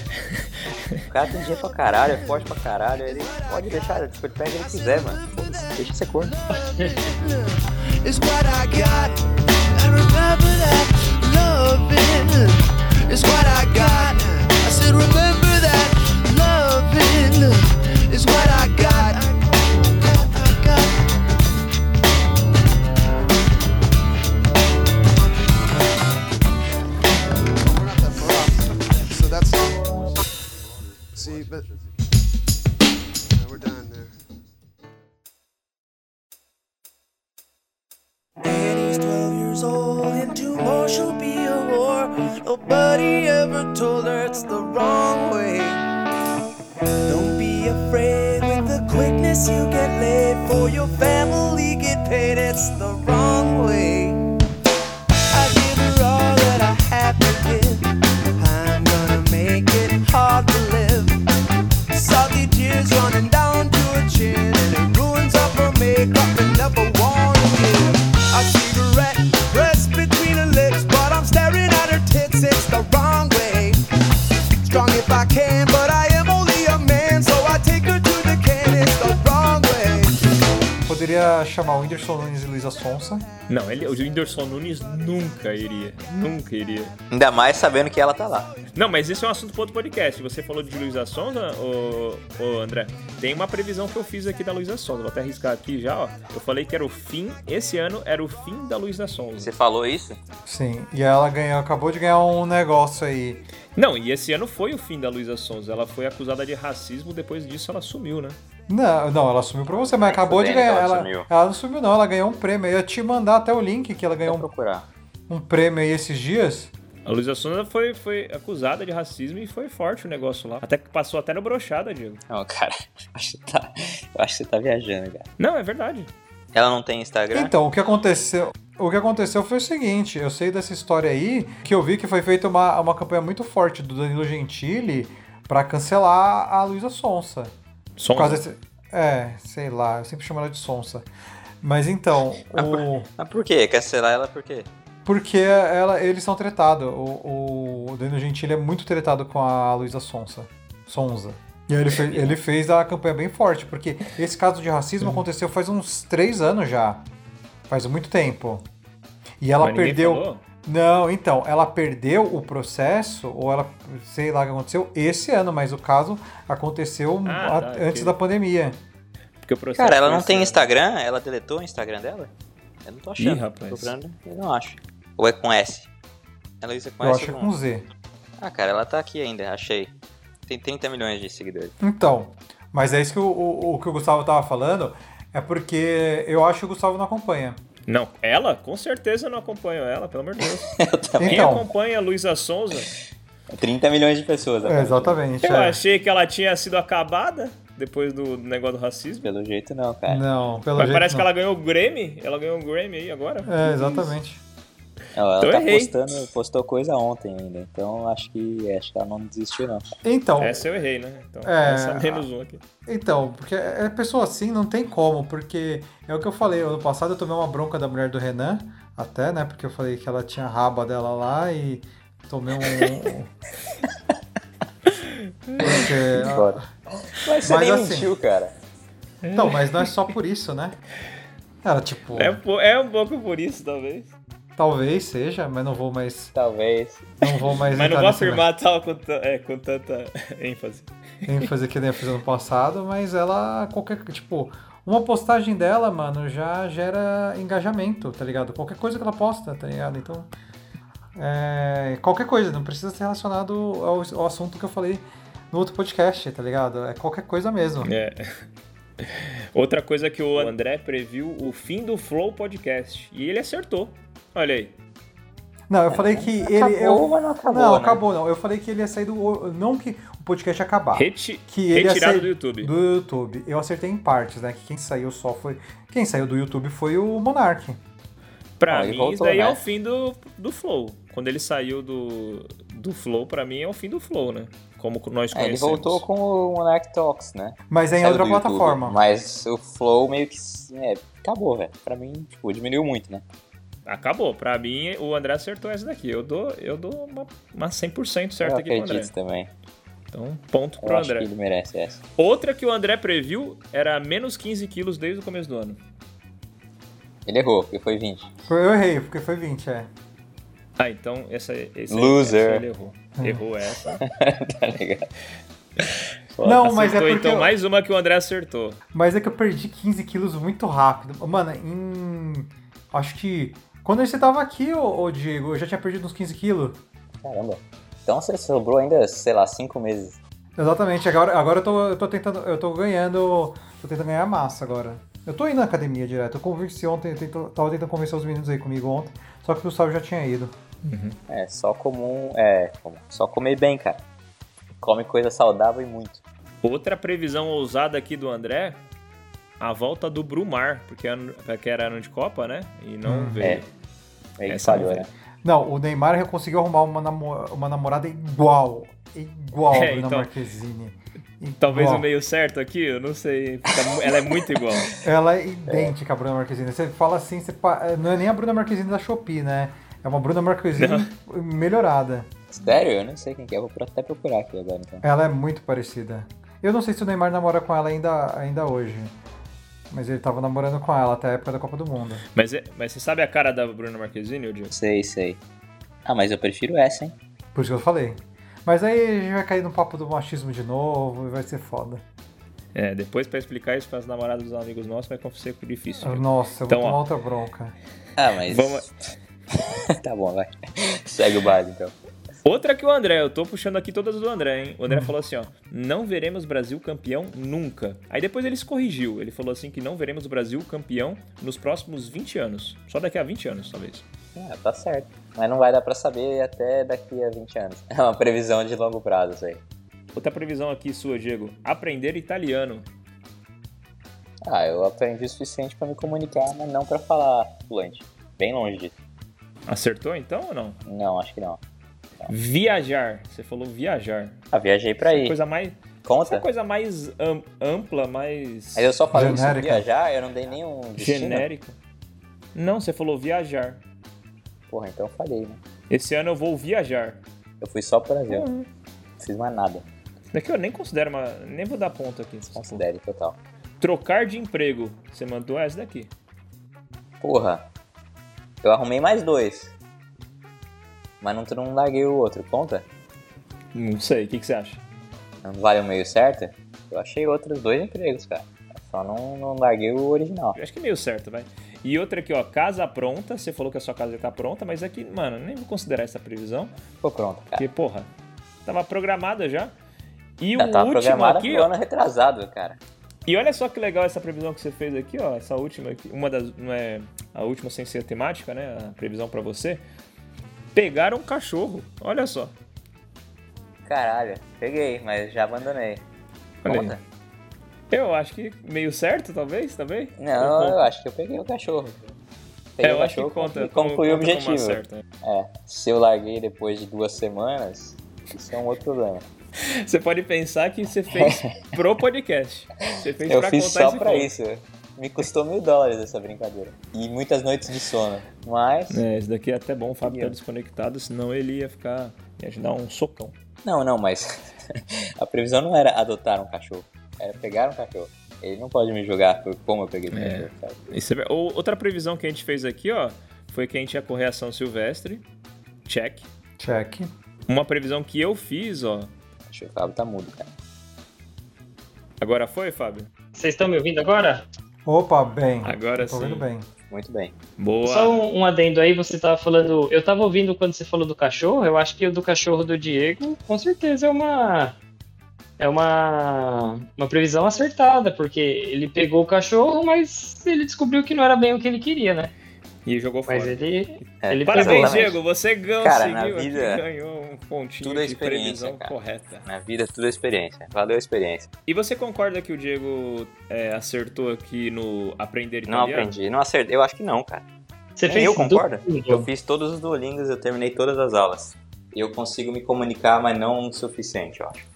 Speaker 2: o cara tem dinheiro pra caralho, é forte pra caralho. Ele pode deixar, tipo, ele pega o que ele quiser, mano. Pô, deixa ser corno.
Speaker 5: It's what I got. And remember that loving is what I got. I said, remember that loving is what I got. I got. So that's see, but yeah, we're done there. And he's 12 years old, and tomorrow she'll be a whore. Nobody ever told her it's the wrong way. Don't be afraid with the quickness you get laid. For your family get paid, it's the wrong way. I give her all that I have to give. I'm gonna make it hard to live. Salty tears running down to her chin, and it ruins up her makeup and never worn again. A cigarette rests between her lips, but I'm staring at her tits. It's the wrong way. Strong if I can, but I am only a man, so I take her to the can. It's the wrong way.
Speaker 3: Poderia chamar o Whindersson Nunes e Luísa Sonsa.
Speaker 1: Não, ele, o Whindersson Nunes nunca iria. Nunca iria.
Speaker 2: Ainda mais sabendo que ela tá lá.
Speaker 1: Não, mas esse é um assunto para outro podcast. Você falou de Luísa Sonza, ô, ô, André. Tem uma previsão que eu fiz aqui da Luísa Sonza. Vou até arriscar aqui já, ó. Eu falei que era o fim, esse ano era o fim da Luísa Sonza.
Speaker 2: Você falou isso?
Speaker 3: Sim, e ela ganhou, acabou de ganhar um negócio aí.
Speaker 1: Não, e esse ano foi o fim da Luísa Sonza. Ela foi acusada de racismo, depois disso ela sumiu, né?
Speaker 3: Não, não, ela sumiu pra você, mas acabou de
Speaker 2: fudendo É que então
Speaker 3: ganhar.
Speaker 2: ela
Speaker 3: Ela,
Speaker 2: sumiu.
Speaker 3: ela não sumiu, não, ela ganhou um prêmio. Eu ia te mandar até o link que ela
Speaker 2: Vou
Speaker 3: ganhou
Speaker 2: procurar.
Speaker 3: um, um prêmio aí esses dias.
Speaker 1: A Luísa Sonza foi, foi acusada de racismo e foi forte o negócio lá. Até que passou até no brochada, Diego.
Speaker 2: Não, cara, acho que tá, eu acho que você tá viajando, cara.
Speaker 1: Não, é verdade.
Speaker 2: Ela não tem Instagram?
Speaker 3: Então, o que aconteceu. O que aconteceu foi o seguinte, eu sei dessa história aí, que eu vi que foi feita uma, uma campanha muito forte do Danilo Gentili pra cancelar a Luísa Sonsa.
Speaker 1: Som.
Speaker 3: Por causa desse... É, sei lá, eu sempre chamo ela de Sonsa. Mas então,
Speaker 1: É
Speaker 3: o...
Speaker 2: Mas por quê? Cancelar ela por quê?
Speaker 3: porque ela, eles são tretados. O, o Danilo Gentili é muito tretado com a Luísa Sonsa. Sonza. E aí ele, fe- ele fez a campanha bem forte, porque esse caso de racismo
Speaker 1: Hum.
Speaker 3: aconteceu faz uns três anos já. Faz muito tempo. E ela
Speaker 1: Mas ninguém
Speaker 3: perdeu.
Speaker 1: falou?
Speaker 3: Não, então, ela perdeu o processo, ou ela, sei lá o que aconteceu, esse ano, mas o caso aconteceu
Speaker 1: Ah,
Speaker 3: a-
Speaker 1: tá,
Speaker 3: antes
Speaker 1: ok.
Speaker 3: da pandemia.
Speaker 1: Porque o processo
Speaker 2: Cara, ela
Speaker 1: foi
Speaker 2: não tem
Speaker 1: assim.
Speaker 2: Instagram? Ela deletou o Instagram dela? Eu não tô achando.
Speaker 1: Ih, rapaz.
Speaker 2: Tô procurando, eu não acho. Ou é com S? A Luísa com
Speaker 3: Eu
Speaker 2: S
Speaker 3: acho que é
Speaker 2: ou
Speaker 3: com Z.
Speaker 2: Ah, cara, ela tá aqui ainda, achei. Tem 30 milhões de seguidores.
Speaker 3: Então, mas é isso que o, o, o que o Gustavo tava falando, é porque eu acho que o Gustavo não acompanha.
Speaker 1: Não, ela? Com certeza eu não acompanho ela, pelo amor de Deus. Quem
Speaker 3: Então,
Speaker 1: acompanha a Luísa Sonza?
Speaker 2: 30 milhões de pessoas,
Speaker 3: é,
Speaker 2: rapaz.
Speaker 3: exatamente.
Speaker 1: Eu
Speaker 3: é.
Speaker 1: achei que ela tinha sido acabada depois do negócio do racismo.
Speaker 2: Pelo jeito não, cara.
Speaker 3: Não, pelo
Speaker 1: Mas
Speaker 3: jeito
Speaker 1: parece que
Speaker 3: não.
Speaker 1: ela ganhou o Grammy. Ela ganhou o Grammy aí agora.
Speaker 3: É, exatamente.
Speaker 2: Ela
Speaker 1: Então
Speaker 2: tá
Speaker 1: errei.
Speaker 2: postando, postou coisa ontem ainda, então acho que acho que ela não desistiu não.
Speaker 3: Então,
Speaker 1: Essa eu errei, né? Então,
Speaker 3: É.
Speaker 1: essa menos um aqui.
Speaker 3: Então, porque é é pessoa assim não tem como, porque é o que eu falei, ano passado eu tomei uma bronca da mulher do Renan, até, né? Porque eu falei que ela tinha a raba dela lá e tomei um. Porque- ah,
Speaker 2: Bora. Mas você
Speaker 3: Mas
Speaker 2: nem
Speaker 3: assim-
Speaker 2: mentiu, cara.
Speaker 3: Então, mas não é só por isso, né? Cara, tipo,
Speaker 1: É, po- é um pouco por isso, talvez.
Speaker 3: talvez seja, mas não vou mais.
Speaker 2: Talvez.
Speaker 3: Não vou mais.
Speaker 1: Mas não
Speaker 3: entrar
Speaker 1: vou
Speaker 3: tá nesse
Speaker 1: afirmar tal com, ta- é, com tanta ênfase.
Speaker 3: ênfase que nem eu fiz ano passado, mas ela, qualquer, tipo, uma postagem dela, mano, já gera engajamento, tá ligado? Qualquer coisa que ela posta, tá ligado? Então, é, qualquer coisa, não precisa ser relacionado ao, ao assunto que eu falei no outro podcast, tá ligado? É qualquer coisa mesmo.
Speaker 1: É. Outra coisa que o André previu o fim do Flow Podcast. E ele acertou. Olha aí.
Speaker 3: Não, eu falei que ele...
Speaker 2: Acabou,
Speaker 3: eu,
Speaker 2: mas não acabou,
Speaker 3: Não,
Speaker 2: né?
Speaker 3: acabou não. Eu falei que ele ia sair do... Não que o podcast ia acabar.
Speaker 1: Reti-
Speaker 3: que Ah. ele
Speaker 1: retirado
Speaker 3: acei-
Speaker 1: do YouTube.
Speaker 3: Do YouTube. Eu acertei em partes, né? Que quem saiu só foi... Quem saiu do YouTube foi o Monark.
Speaker 1: Pra
Speaker 2: Ah, ele
Speaker 1: mim,
Speaker 2: voltou,
Speaker 1: isso daí é
Speaker 2: né?
Speaker 1: o fim do, do Flow. Quando ele saiu do, do Flow, pra mim é o fim do Flow, né? Como nós
Speaker 2: É, ele
Speaker 1: conhecemos.
Speaker 2: voltou com o Monarch Talks, né?
Speaker 3: Mas é em
Speaker 2: Saiu
Speaker 3: outra
Speaker 2: do YouTube,
Speaker 3: plataforma.
Speaker 2: mas o Flow meio que é, acabou, velho. Pra mim, tipo, diminuiu muito, né?
Speaker 1: Acabou. Pra mim, o André acertou essa daqui. Eu dou, eu dou uma, uma 100% certa
Speaker 2: eu
Speaker 1: aqui pro André.
Speaker 2: acredito também.
Speaker 1: Então, ponto
Speaker 2: Eu
Speaker 1: pro
Speaker 2: acho
Speaker 1: André.
Speaker 2: que ele merece essa.
Speaker 1: Outra que o André previu era menos 15 quilos desde o começo do ano.
Speaker 2: Ele errou, porque foi 20.
Speaker 3: Eu errei, porque foi 20, é.
Speaker 1: Ah, então essa, esse
Speaker 2: Loser.
Speaker 1: essa ele errou. Errou essa.
Speaker 2: tá ligado?
Speaker 3: Não, mas é
Speaker 1: Acertou,
Speaker 3: porque.
Speaker 1: então
Speaker 3: eu-
Speaker 1: mais uma que o André acertou.
Speaker 3: Mas é que eu perdi 15 quilos muito rápido. Mano, em. Acho que. Quando você tava aqui, ô, ô Diego, eu já tinha perdido uns 15 quilos.
Speaker 2: Caramba. Então você sobrou ainda, sei lá, 5 meses.
Speaker 3: Exatamente, agora, agora eu, tô, eu tô tentando. Eu tô ganhando. Tô tentando ganhar massa agora. Eu tô indo na academia direto. Eu convenci ontem, eu tento- tava tentando convencer os meninos aí comigo ontem. Só que o Gustavo já tinha ido.
Speaker 2: É, só comum. É, comum. só comer bem, cara. Come coisa saudável e muito.
Speaker 1: Outra previsão ousada aqui do André, a volta do Brumar, porque é ano- porque era ano de Copa, né? E não
Speaker 2: É.
Speaker 1: veio.
Speaker 2: Aí que
Speaker 1: Essa
Speaker 2: falhou,
Speaker 1: não
Speaker 2: né?
Speaker 3: Não, o Neymar já conseguiu arrumar uma, namo- uma namorada igual. Igual
Speaker 1: É,
Speaker 3: a Bruna
Speaker 1: então.
Speaker 3: Marquezine.
Speaker 1: Talvez
Speaker 3: Igual.
Speaker 1: o meio certo aqui, eu não sei. fica mu- Ela é muito igual.
Speaker 3: Ela é idêntica à Bruna Marquezine. Você fala assim, você pa- não é nem a Bruna Marquezine da Shopee, né? É uma Bruna Marquezine melhorada.
Speaker 2: Sério? Eu não sei quem que é. Eu vou até procurar aqui agora, então.
Speaker 3: Ela é muito parecida. Eu não sei se o Neymar namora com ela ainda, ainda hoje. Mas ele tava namorando com ela até a época da Copa do Mundo.
Speaker 1: Mas, é- mas você sabe a cara da Bruna Marquezine, ô Diego?
Speaker 2: Sei, sei. Ah, mas eu prefiro essa, hein?
Speaker 3: Por isso que eu falei. Mas aí a gente vai cair no papo do machismo de novo e vai ser foda.
Speaker 1: É, depois pra explicar isso pras namoradas dos amigos nossos vai ser difícil.
Speaker 3: Ah, Nossa, eu
Speaker 1: Então,
Speaker 3: vou tomar
Speaker 1: ó.
Speaker 3: outra bronca.
Speaker 2: Ah, mas.
Speaker 1: Vamos-
Speaker 2: tá bom, vai. Segue o baile, então.
Speaker 1: Outra que o André, eu tô puxando aqui todas do André, hein? O André falou assim, ó, não veremos Brasil campeão nunca. Aí depois ele se corrigiu, ele falou assim que não veremos o Brasil campeão nos próximos 20 anos. Só daqui a 20 anos, talvez.
Speaker 2: Ah, tá certo. Mas não vai dar pra saber até daqui a 20 anos. É uma previsão de longo prazo, isso aí.
Speaker 1: Outra previsão aqui sua, Diego, aprender italiano.
Speaker 2: Ah, eu aprendi o suficiente pra me comunicar, mas não pra falar fluente. Bem longe disso.
Speaker 1: Acertou então ou não?
Speaker 2: Não, acho que não.
Speaker 1: Viajar. Você falou viajar.
Speaker 2: Ah, viajei pra aí.
Speaker 1: Coisa mais. Essa é
Speaker 2: Conta.
Speaker 1: a coisa mais am- ampla, mais
Speaker 2: Aí eu só falei sobre
Speaker 3: Genérica.
Speaker 2: viajar, eu não dei nenhum destino.
Speaker 1: genérica. Não, você falou viajar.
Speaker 2: Porra, então eu falei, né?
Speaker 1: Esse ano eu vou viajar.
Speaker 2: Eu fui só pro Brasil.
Speaker 1: Uhum.
Speaker 2: Não fiz mais nada.
Speaker 1: Daqui eu nem considero uma. Nem vou dar ponto aqui. se for.
Speaker 2: Considere total.
Speaker 1: Trocar de emprego. Você mandou essa daqui.
Speaker 2: Porra. Eu arrumei mais dois. Mas não, não larguei o outro. Conta?
Speaker 1: Não sei, o que, que você acha?
Speaker 2: Não vale o meio certo? Eu achei outros dois empregos, cara. Só não, não larguei o original.
Speaker 1: Eu acho que é meio certo, vai. E outra aqui, ó, casa pronta. Você falou que a sua casa já tá pronta, mas aqui, mano, nem vou considerar essa previsão.
Speaker 2: Ficou pronto, cara.
Speaker 1: Porque, porra, tava programada já. E
Speaker 2: Já
Speaker 1: o
Speaker 2: tava né?
Speaker 1: último
Speaker 2: programado
Speaker 1: aqui,
Speaker 2: pro
Speaker 1: ó,
Speaker 2: ano retrasado, cara.
Speaker 1: E olha só que legal essa previsão que você fez aqui, ó. Essa última aqui, uma das. Não é a última sem ser temática, né? A previsão pra você. Pegaram um cachorro. Olha só.
Speaker 2: Caralho, peguei, mas já abandonei.
Speaker 1: Olha aí.
Speaker 2: Conta?
Speaker 1: Eu acho que meio certo, talvez, também.
Speaker 2: Não,
Speaker 1: Ou
Speaker 2: eu
Speaker 1: conta?
Speaker 2: acho que eu peguei o cachorro. Peguei
Speaker 1: É,
Speaker 2: o
Speaker 1: eu acho
Speaker 2: cachorro
Speaker 1: que conta.
Speaker 2: e concluí o
Speaker 1: conta como
Speaker 2: objetivo.
Speaker 1: acerto, né?
Speaker 2: É, se eu larguei depois de duas semanas, isso é um outro problema.
Speaker 1: Você pode pensar que você fez pro podcast. Você fez
Speaker 2: Eu
Speaker 1: pra
Speaker 2: fiz
Speaker 1: contar
Speaker 2: só
Speaker 1: esse
Speaker 2: pra
Speaker 1: ponto.
Speaker 2: isso. Me custou mil dólares essa brincadeira. E muitas noites de sono. Mas.
Speaker 1: É, esse daqui é até bom, o Fábio tá desconectado, senão ele ia ficar. ia te dar um socão.
Speaker 2: Não, não, mas. a previsão não era adotar um cachorro. Era pegar um cachorro. Ele não pode me julgar por como eu peguei o
Speaker 1: É.
Speaker 2: cachorro, sabe?
Speaker 1: Isso é ver- Ou- Outra previsão que a gente fez aqui, ó, foi que a gente ia correr a São Silvestre. Check.
Speaker 3: Check.
Speaker 1: Uma previsão que eu fiz, ó.
Speaker 2: Acho que o Fábio tá mudo, cara.
Speaker 1: Agora foi, Fábio?
Speaker 4: Vocês estão me ouvindo agora?
Speaker 3: Opa, bem.
Speaker 1: Agora
Speaker 3: Tô
Speaker 1: sim.
Speaker 3: ouvindo bem.
Speaker 2: Muito bem.
Speaker 1: Boa.
Speaker 4: Só um, um adendo aí, você tava falando. Eu tava ouvindo quando você falou do cachorro, eu acho que o do cachorro do Diego, com certeza é uma. É uma, uma previsão acertada, porque ele pegou o cachorro, mas ele descobriu que não era bem o que ele queria, né?
Speaker 1: E jogou
Speaker 4: Mas
Speaker 1: fora.
Speaker 4: ele.
Speaker 2: É,
Speaker 4: ele
Speaker 1: Parabéns,
Speaker 2: exatamente.
Speaker 1: Diego. Você ganhou,
Speaker 2: Cara, na vida,
Speaker 1: ganhou um pontinho
Speaker 2: tudo é
Speaker 1: de
Speaker 2: experiência,
Speaker 1: previsão
Speaker 2: cara.
Speaker 1: correta.
Speaker 2: Na vida tudo é experiência. Valeu a experiência.
Speaker 1: E você concorda que o Diego é, acertou aqui no Aprender
Speaker 2: Não
Speaker 1: Italiano?
Speaker 2: aprendi. Não acertei. Eu acho que não, cara.
Speaker 1: É,
Speaker 4: Você
Speaker 2: Nem
Speaker 4: fez
Speaker 2: eu concordo.
Speaker 4: Duolingo?
Speaker 2: Eu fiz todos os Duolingos, eu terminei todas as aulas. Eu consigo me comunicar, mas não o suficiente, eu acho.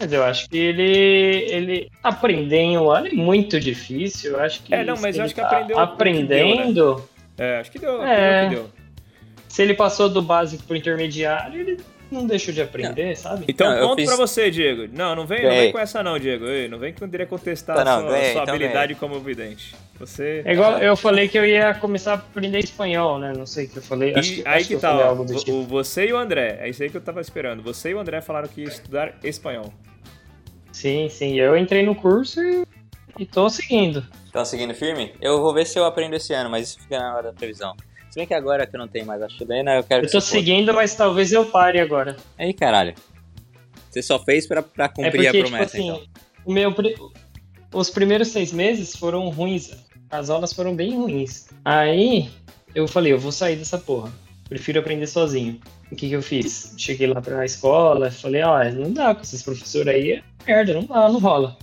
Speaker 4: Mas eu acho que ele, ele aprender em um ano é muito difícil. Eu acho que
Speaker 1: É, não, mas
Speaker 4: se
Speaker 1: eu
Speaker 4: ele
Speaker 1: acho que
Speaker 4: tá
Speaker 1: aprendeu né? o que
Speaker 4: aprendendo.
Speaker 1: É, acho que deu. deu,
Speaker 4: É.
Speaker 1: que deu.
Speaker 4: Se ele passou do básico pro intermediário, ele não deixou de aprender, sabe?
Speaker 1: Então,
Speaker 2: Não, eu
Speaker 1: ponto
Speaker 2: fiz-
Speaker 1: pra você, Diego. Não, não vem, não
Speaker 2: Ganhei.
Speaker 1: vem com essa não, Diego. Ei, não vem que eu poderia contestar
Speaker 2: Tá,
Speaker 1: a
Speaker 2: não,
Speaker 1: sua,
Speaker 2: ganhei,
Speaker 1: sua
Speaker 2: então
Speaker 1: habilidade como vidente. Você...
Speaker 4: É igual eu falei que eu ia começar a aprender espanhol, né? Não sei o que eu falei. acho
Speaker 1: E
Speaker 4: que,
Speaker 1: aí
Speaker 4: acho
Speaker 1: que
Speaker 4: eu
Speaker 1: tá,
Speaker 4: falei
Speaker 1: ó,
Speaker 4: algo do
Speaker 1: vo-
Speaker 4: tipo.
Speaker 1: o- você e o André, é isso aí que eu tava esperando. Você e o André falaram que ia estudar espanhol.
Speaker 4: Sim, sim. Eu entrei no curso e, e tô seguindo.
Speaker 2: Estão Tá seguindo firme? Eu vou ver se eu aprendo esse ano, mas isso fica na hora da previsão. Se bem que agora que eu não tenho mais a chilena, eu quero
Speaker 4: Eu
Speaker 2: que
Speaker 4: tô
Speaker 2: se foda.
Speaker 4: seguindo, mas talvez eu pare agora.
Speaker 2: Aí, caralho. Você só fez pra, pra
Speaker 4: É
Speaker 2: cumprir
Speaker 4: porque,
Speaker 2: a promessa,
Speaker 4: tipo assim,
Speaker 2: então.
Speaker 4: o meu pri- os primeiros seis meses foram ruins. As aulas foram bem ruins. Aí eu falei, eu vou sair dessa porra. Prefiro aprender sozinho. O que, que eu fiz? Cheguei lá pra escola, falei, ó, não dá com esses professores aí, é merda, não dá, não rola.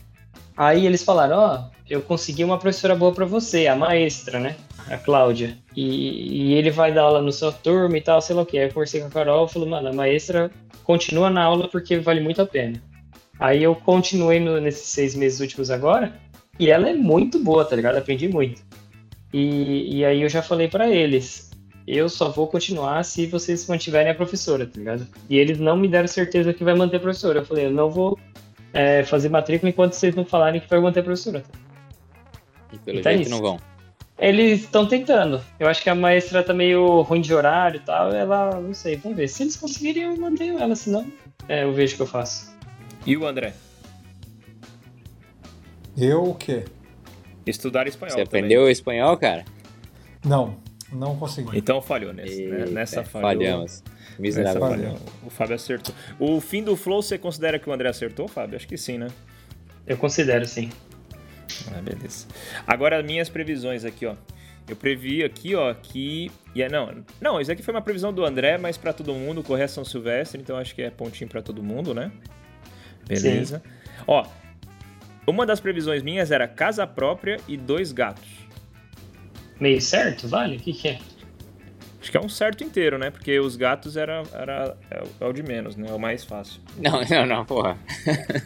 Speaker 4: Aí eles falaram, ó, eu consegui uma professora boa pra você, a maestra, né? A Cláudia. E, e ele vai dar aula no seu turma e tal, sei lá o que. Aí eu conversei com a Carol, falou, mano, a maestra continua na aula porque vale muito a pena. Aí eu continuei no- nesses seis meses últimos agora, e ela é muito boa, tá ligado? Aprendi muito. E, e aí eu já falei pra eles, eu só vou continuar se vocês mantiverem a professora, tá ligado? E eles não me deram certeza que vai manter a professora. Eu falei, eu não vou é, fazer matrícula enquanto vocês não falarem que vai manter a professora.
Speaker 2: E pelo
Speaker 4: então é
Speaker 2: jeito
Speaker 4: isso.
Speaker 2: não vão.
Speaker 4: Eles estão tentando. Eu acho que a maestra tá meio ruim de horário e tal. Ela, não sei, vamos ver. Se eles conseguirem, eu mantenho ela, senão é, eu vejo o que eu faço.
Speaker 1: E o André?
Speaker 3: Eu o quê?
Speaker 1: Estudar espanhol.
Speaker 2: Você
Speaker 1: também.
Speaker 2: aprendeu o espanhol, cara?
Speaker 3: Não, não consegui.
Speaker 1: Então falhou nesse, né?
Speaker 2: Eita,
Speaker 1: nessa falhou.
Speaker 2: falhamos.
Speaker 1: Nessa
Speaker 2: Miserável.
Speaker 3: Falhou.
Speaker 1: falhou. O Fábio acertou. O fim do flow, você considera que o André acertou, Fábio? Acho que sim, né?
Speaker 4: Eu considero, assim. sim.
Speaker 1: Ah, beleza. Agora, minhas previsões aqui, ó. Eu previ aqui, ó, que. e é- não, não, isso aqui foi uma previsão do André, mas pra todo mundo, correção silvestre, então acho que é pontinho pra todo mundo, né? Beleza. Ó, uma das previsões minhas era casa própria e dois gatos.
Speaker 4: Meio certo, vale? O que, que é?
Speaker 1: Acho que é um certo inteiro, né? Porque os gatos era, era, é o- é o de menos, né? É o mais fácil.
Speaker 2: Não, não, não, porra.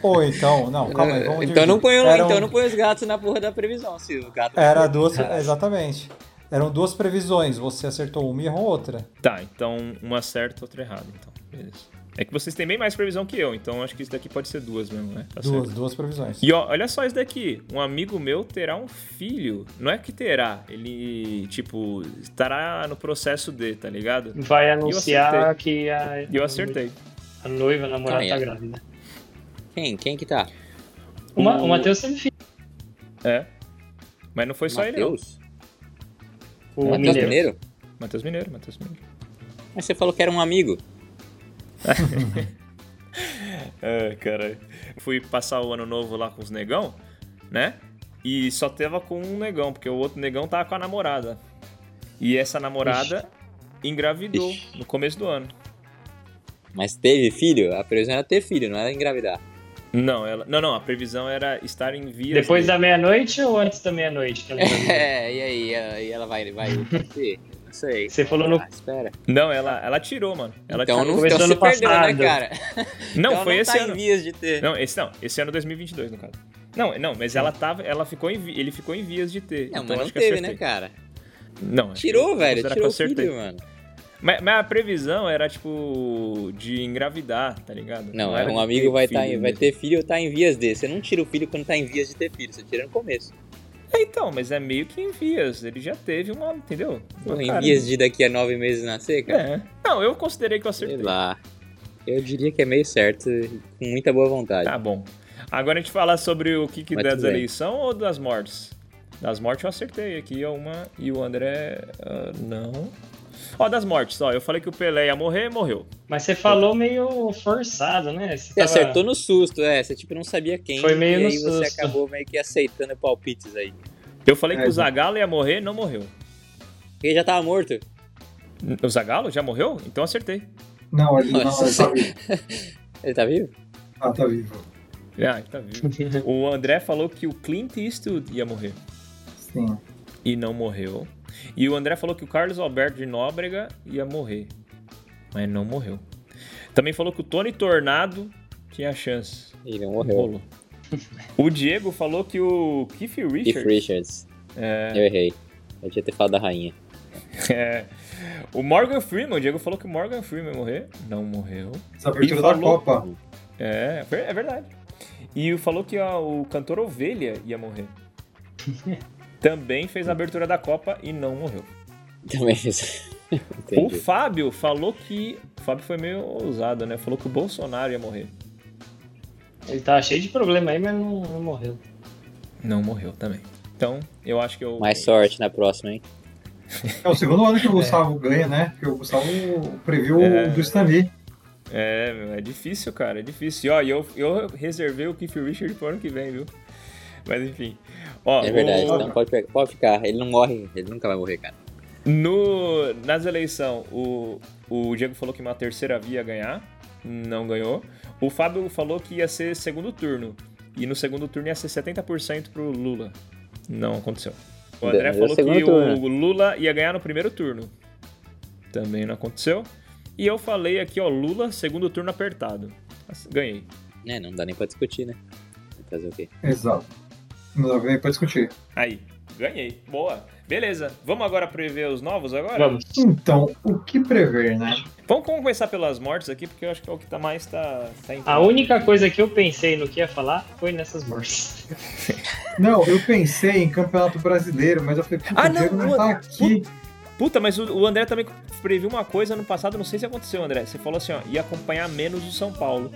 Speaker 3: Ou então, não, calma aí, vamos
Speaker 2: então, não
Speaker 3: dividir.
Speaker 2: põe,
Speaker 3: Eram-
Speaker 2: então não põe um. os gatos na porra da previsão, se o gato.
Speaker 3: Era duas,
Speaker 1: Ah.
Speaker 3: exatamente. Eram duas previsões, você acertou uma e errou outra.
Speaker 1: Tá, então uma certa, outra errada, então. Beleza. É que vocês têm bem mais previsão que eu, então acho que isso daqui pode ser duas mesmo, né? Tá
Speaker 3: Duas,
Speaker 1: certo.
Speaker 3: duas previsões.
Speaker 1: E ó, olha só isso daqui. Um amigo meu terá um filho. Não é que terá, ele, tipo, estará no processo de, tá ligado?
Speaker 4: Vai anunciar
Speaker 1: acertei.
Speaker 4: que a,
Speaker 1: E eu acertei.
Speaker 4: a noiva, a namorada
Speaker 2: Ah, é.
Speaker 4: tá grávida.
Speaker 2: Quem? Quem que tá?
Speaker 4: O, Ma- o
Speaker 1: O-
Speaker 4: Matheus sempre fica.
Speaker 1: É. Mas não foi só ele, não.
Speaker 2: Matheus?
Speaker 4: O
Speaker 2: Matheus
Speaker 4: Mineiro.
Speaker 2: Mineiro?
Speaker 1: Matheus Mineiro, Matheus Mineiro.
Speaker 2: Mas você falou que era um amigo.
Speaker 1: É, cara. Fui passar o ano novo lá com os negão, né? E só tava com um negão, porque o outro negão tava com a namorada. E essa namorada engravidou
Speaker 2: Ixi.
Speaker 1: no começo do ano.
Speaker 2: Mas teve filho? A previsão era ter filho, não era engravidar.
Speaker 1: Não, ela. Não, não, a previsão era estar em vias.
Speaker 4: Depois
Speaker 1: de-
Speaker 4: da meia-noite ou antes da meia-noite? que ela engravidou?
Speaker 2: É, e aí? ela- E ela vai. vai ter? não sei.
Speaker 4: Você falou no-
Speaker 2: Ah, espera.
Speaker 1: Não, ela, ela tirou, mano. Ela
Speaker 2: então
Speaker 1: tirou.
Speaker 2: não
Speaker 4: Começou
Speaker 2: então você
Speaker 4: ano
Speaker 2: perdeu, né,
Speaker 4: passado.
Speaker 2: cara?
Speaker 1: Não,
Speaker 2: Então
Speaker 1: foi
Speaker 2: não
Speaker 1: esse
Speaker 2: tá
Speaker 1: ano.
Speaker 2: em vias de ter.
Speaker 1: Não, esse não. Esse ano é 2022, no caso. Não, não, mas ela tava, ela ficou em, vi- ele ficou em vias de ter.
Speaker 2: Não,
Speaker 1: então acho
Speaker 2: mas não
Speaker 1: que
Speaker 2: teve,
Speaker 1: acertei.
Speaker 2: né, cara?
Speaker 1: Não. acho que
Speaker 2: Tirou,
Speaker 1: eu-
Speaker 2: velho.
Speaker 1: será que
Speaker 2: Tirou
Speaker 1: eu
Speaker 2: o
Speaker 1: acertei?
Speaker 2: filho, mano.
Speaker 1: Mas, mas a previsão era, tipo, de engravidar, tá ligado?
Speaker 2: Não,
Speaker 1: era
Speaker 2: um
Speaker 1: de
Speaker 2: amigo vai,
Speaker 1: filho né?
Speaker 2: tá em- vai
Speaker 1: mesmo.
Speaker 2: ter filho ou tá em vias de. Você não tira o filho quando tá em vias de ter filho, você tira no começo.
Speaker 1: É, então, mas é meio que em vias. Ele já teve uma, entendeu? Uma
Speaker 2: Porra, em
Speaker 1: cara. né?
Speaker 2: vias de daqui a nove meses nascer, cara?
Speaker 1: É. Não, eu considerei que eu
Speaker 2: Sei
Speaker 1: acertei.
Speaker 2: lá. Eu diria que é meio certo, com muita boa vontade.
Speaker 1: Tá bom. Agora a gente falar sobre o que, que
Speaker 2: Mas
Speaker 1: der
Speaker 2: tudo
Speaker 1: da
Speaker 2: bem.
Speaker 1: eleição ou das mortes? Das mortes eu acertei aqui, é uma e o André. ah, não. Ó, das mortes, ó. Eu falei que o Pelé ia morrer, morreu.
Speaker 4: Mas você falou meio forçado, né?
Speaker 2: Você acertou no susto, é. Você tipo não sabia quem.
Speaker 4: Foi meio
Speaker 2: e
Speaker 4: no
Speaker 2: aí você
Speaker 4: susto.
Speaker 2: acabou meio que aceitando palpites aí.
Speaker 1: Eu falei
Speaker 3: É,
Speaker 1: que o Zagalo ia morrer, não morreu.
Speaker 2: Ele já tava morto.
Speaker 1: O Zagalo já morreu? Então acertei.
Speaker 7: Não, ele não,
Speaker 2: Nossa.
Speaker 7: ele tá vivo.
Speaker 2: Ele tá vivo?
Speaker 7: Ah, tá vivo.
Speaker 1: Ah, tá vivo. O André falou que o Clint Eastwood ia morrer
Speaker 7: Sim.
Speaker 1: e não morreu. E o André falou que o Carlos Alberto de Nóbrega ia morrer, mas não morreu. Também falou que o Tony Tornado tinha chance.
Speaker 2: Ele não morreu.
Speaker 1: Rolo. O Diego falou que o Keith
Speaker 2: Keith
Speaker 1: Richards.
Speaker 2: Richards.
Speaker 1: É,
Speaker 2: Eu errei. Eu tinha ter falado da rainha.
Speaker 1: é. o Morgan Freeman. O Diego falou que o Morgan Freeman ia morrer. Não morreu.
Speaker 7: Essa abertura
Speaker 1: E
Speaker 3: tá
Speaker 7: da
Speaker 1: falou-
Speaker 7: Copa.
Speaker 1: É, é ver- é verdade. E falou que ó, o cantor Ovelha ia morrer. Também fez a abertura da Copa e não morreu.
Speaker 2: Também fez.
Speaker 1: O
Speaker 2: Entendi.
Speaker 1: Fábio falou que. O Fábio foi meio ousado, né? Falou que o Bolsonaro ia morrer.
Speaker 4: Ele tava cheio de problema aí, mas não, não morreu.
Speaker 1: Não morreu também. Então, eu acho que eu.
Speaker 2: Mais sorte na próxima, hein?
Speaker 7: É o segundo ano que o Gustavo ganha, né? Porque o Gustavo previu o do Stanley.
Speaker 1: É, meu, é difícil, cara, é difícil. E, ó, e eu, eu reservei o Keith Richard pro ano que vem, viu? Mas enfim. Ó,
Speaker 4: Tá
Speaker 2: É verdade.
Speaker 1: o-
Speaker 2: Então pode, pegar- pode ficar. Ele não morre. Ele nunca vai morrer, cara.
Speaker 1: no, nas eleições, o, o Diego falou que uma terceira via ia ganhar, não ganhou. O Fábio falou que ia ser segundo turno, e no segundo turno ia ser 70% pro Lula. Não aconteceu. O André
Speaker 2: Deu
Speaker 1: falou
Speaker 2: segundo
Speaker 1: que
Speaker 2: turno.
Speaker 1: o Lula ia ganhar no primeiro turno. Também não aconteceu. E eu falei aqui, ó, Lula, segundo turno apertado. Ganhei.
Speaker 2: É, não dá nem pra discutir, né? Fazer o quê?
Speaker 7: Exato. Não dá bem pra discutir.
Speaker 1: Aí, ganhei. Boa. Beleza. Vamos agora prever os novos agora?
Speaker 4: Vamos.
Speaker 7: Então, o que prever, né?
Speaker 1: Vamos começar pelas mortes aqui, porque eu acho que é o que tá mais tá, tá em
Speaker 4: A única coisa que eu pensei no que ia falar foi nessas mortes.
Speaker 7: Não, eu pensei em Campeonato Brasileiro, mas eu falei, puta, o
Speaker 1: Ah,
Speaker 7: Diego
Speaker 1: não,
Speaker 7: não tá
Speaker 1: não,
Speaker 7: aqui.
Speaker 1: Puta, mas o, o André também previu uma coisa no passado, não sei se aconteceu, André. Você falou assim, ó, ia acompanhar menos o São Paulo.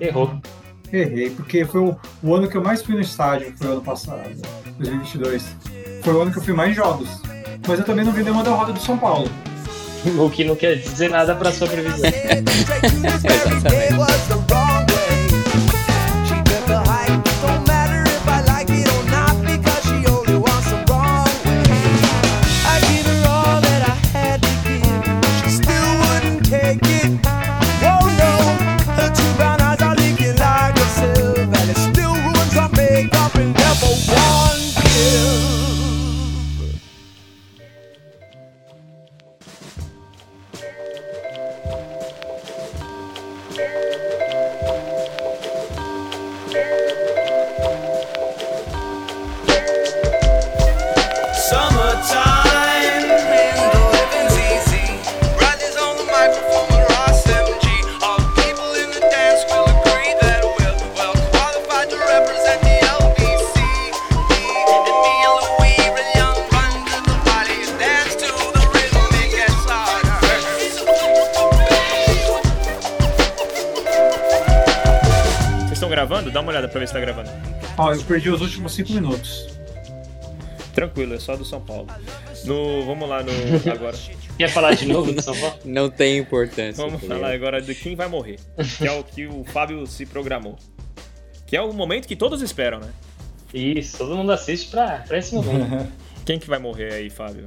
Speaker 4: Errou.
Speaker 7: Errei, porque foi o, o ano que eu mais fui no estádio, foi o ano passado, 2022. Foi o ano que eu fui mais em jogos. Mas eu também não vi nenhuma derrota do São Paulo.
Speaker 4: O que não quer dizer nada pra sua previsão.
Speaker 1: gravando, dá uma olhada pra ver se tá gravando.
Speaker 7: Ó, eu perdi os últimos 5 minutos.
Speaker 1: Tranquilo, é só do São Paulo. No, vamos lá no agora.
Speaker 4: Quer falar de novo do São Paulo?
Speaker 2: Não tem importância.
Speaker 1: Vamos
Speaker 2: entendeu?
Speaker 1: falar agora de quem vai morrer, que é o que o Fábio se programou. Que é o momento que todos esperam, né?
Speaker 4: Isso, todo mundo assiste pra, pra esse momento.
Speaker 1: Quem que vai morrer aí, Fábio?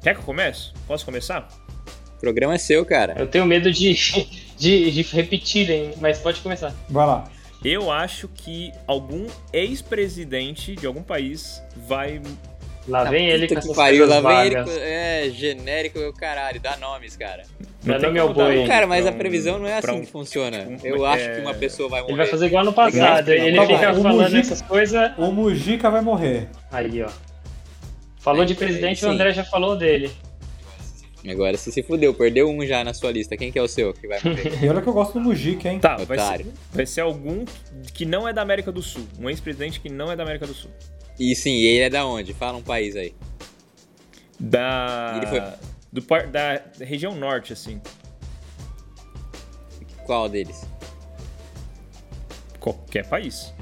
Speaker 1: Quer que eu comece? Posso começar?
Speaker 2: O programa é seu, cara.
Speaker 4: Eu tenho medo de, de, de repetirem, mas pode começar.
Speaker 7: Vai lá.
Speaker 1: Eu acho que algum ex-presidente de algum país vai.
Speaker 4: Lá vem ele com
Speaker 2: Puta que
Speaker 4: essas
Speaker 2: pariu,
Speaker 4: coisas
Speaker 2: lá vem ele.
Speaker 4: vagas.
Speaker 2: com- É, genérico é o caralho, dá nomes, cara.
Speaker 1: Não
Speaker 4: Meu
Speaker 1: tem
Speaker 4: nome é o
Speaker 1: como dar
Speaker 4: Boi.
Speaker 1: nome
Speaker 2: Cara, mas
Speaker 1: pra
Speaker 2: a
Speaker 1: um-
Speaker 2: previsão não é
Speaker 1: pra
Speaker 2: assim
Speaker 1: um-
Speaker 2: que funciona.
Speaker 1: tipo,
Speaker 2: Eu
Speaker 1: é-
Speaker 2: acho que uma pessoa vai morrer.
Speaker 4: Ele vai fazer igual no passado.
Speaker 1: Legal.
Speaker 4: Ele
Speaker 1: Tá bom.
Speaker 4: fica
Speaker 7: O
Speaker 4: falando
Speaker 7: Mujica-
Speaker 4: essas coisas.
Speaker 7: O Mujica vai morrer.
Speaker 4: Aí, ó. Falou de presidente,
Speaker 2: Sim.
Speaker 4: o André já falou dele.
Speaker 2: Agora, se se fudeu, perdeu um já na sua lista. Quem que é o seu que vai morrer?
Speaker 7: E olha que eu gosto do Mujica, hein?
Speaker 1: Tá, vai ser,
Speaker 2: Otário.
Speaker 1: vai ser algum que não é da América do Sul. Um ex-presidente que não é da América do Sul.
Speaker 2: e sim, ele é da onde? Fala um país aí.
Speaker 1: Da.
Speaker 2: Ele foi-
Speaker 1: do par- da região norte, assim.
Speaker 2: Qual deles?
Speaker 1: Qualquer país.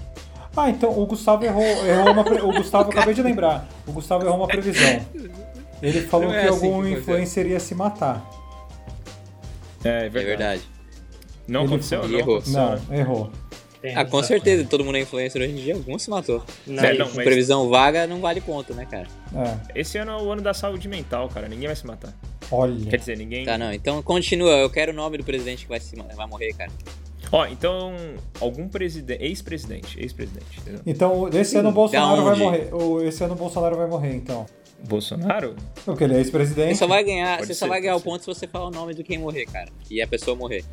Speaker 7: Ah, então o Gustavo errou, errou uma. pre- O Gustavo, eu acabei de lembrar. O Gustavo errou uma previsão. Ele falou
Speaker 2: Não é
Speaker 7: que algum
Speaker 2: assim que funciona.
Speaker 7: influencer ia se matar.
Speaker 1: É, é verdade.
Speaker 2: É verdade.
Speaker 1: Não
Speaker 7: Ele-
Speaker 1: aconteceu?
Speaker 2: ele
Speaker 1: Não
Speaker 2: errou.
Speaker 1: aconteceu.
Speaker 7: Não,
Speaker 1: né?
Speaker 7: errou.
Speaker 4: Tem
Speaker 2: Ah, com
Speaker 4: razão.
Speaker 2: certeza, todo mundo é influencer hoje em dia, algum se matou.
Speaker 4: Não,
Speaker 1: É,
Speaker 4: isso.
Speaker 1: né? não, mas-
Speaker 2: Previsão vaga não vale ponto, né, cara?
Speaker 7: É.
Speaker 1: Esse ano é o ano da saúde mental, cara. Ninguém vai se matar. Quer
Speaker 7: Olha.
Speaker 1: dizer, ninguém.
Speaker 2: Tá, não. Então continua, eu quero o nome do presidente que vai, se, vai morrer, cara.
Speaker 1: Ó, então, algum presidente. Ex-presidente. Ex-presidente. entendeu?
Speaker 7: Então, esse ano o Bolsonaro vai
Speaker 2: onde?
Speaker 7: morrer. O- Esse ano o Bolsonaro vai morrer, então.
Speaker 1: Bolsonaro?
Speaker 7: Porque ele é
Speaker 2: Você
Speaker 7: ex-presidente.
Speaker 2: só vai ganhar,
Speaker 1: Pode
Speaker 2: você só
Speaker 1: ser,
Speaker 2: vai ganhar o
Speaker 1: pode
Speaker 2: ponto se você falar o nome de quem morrer, cara. E a pessoa morrer.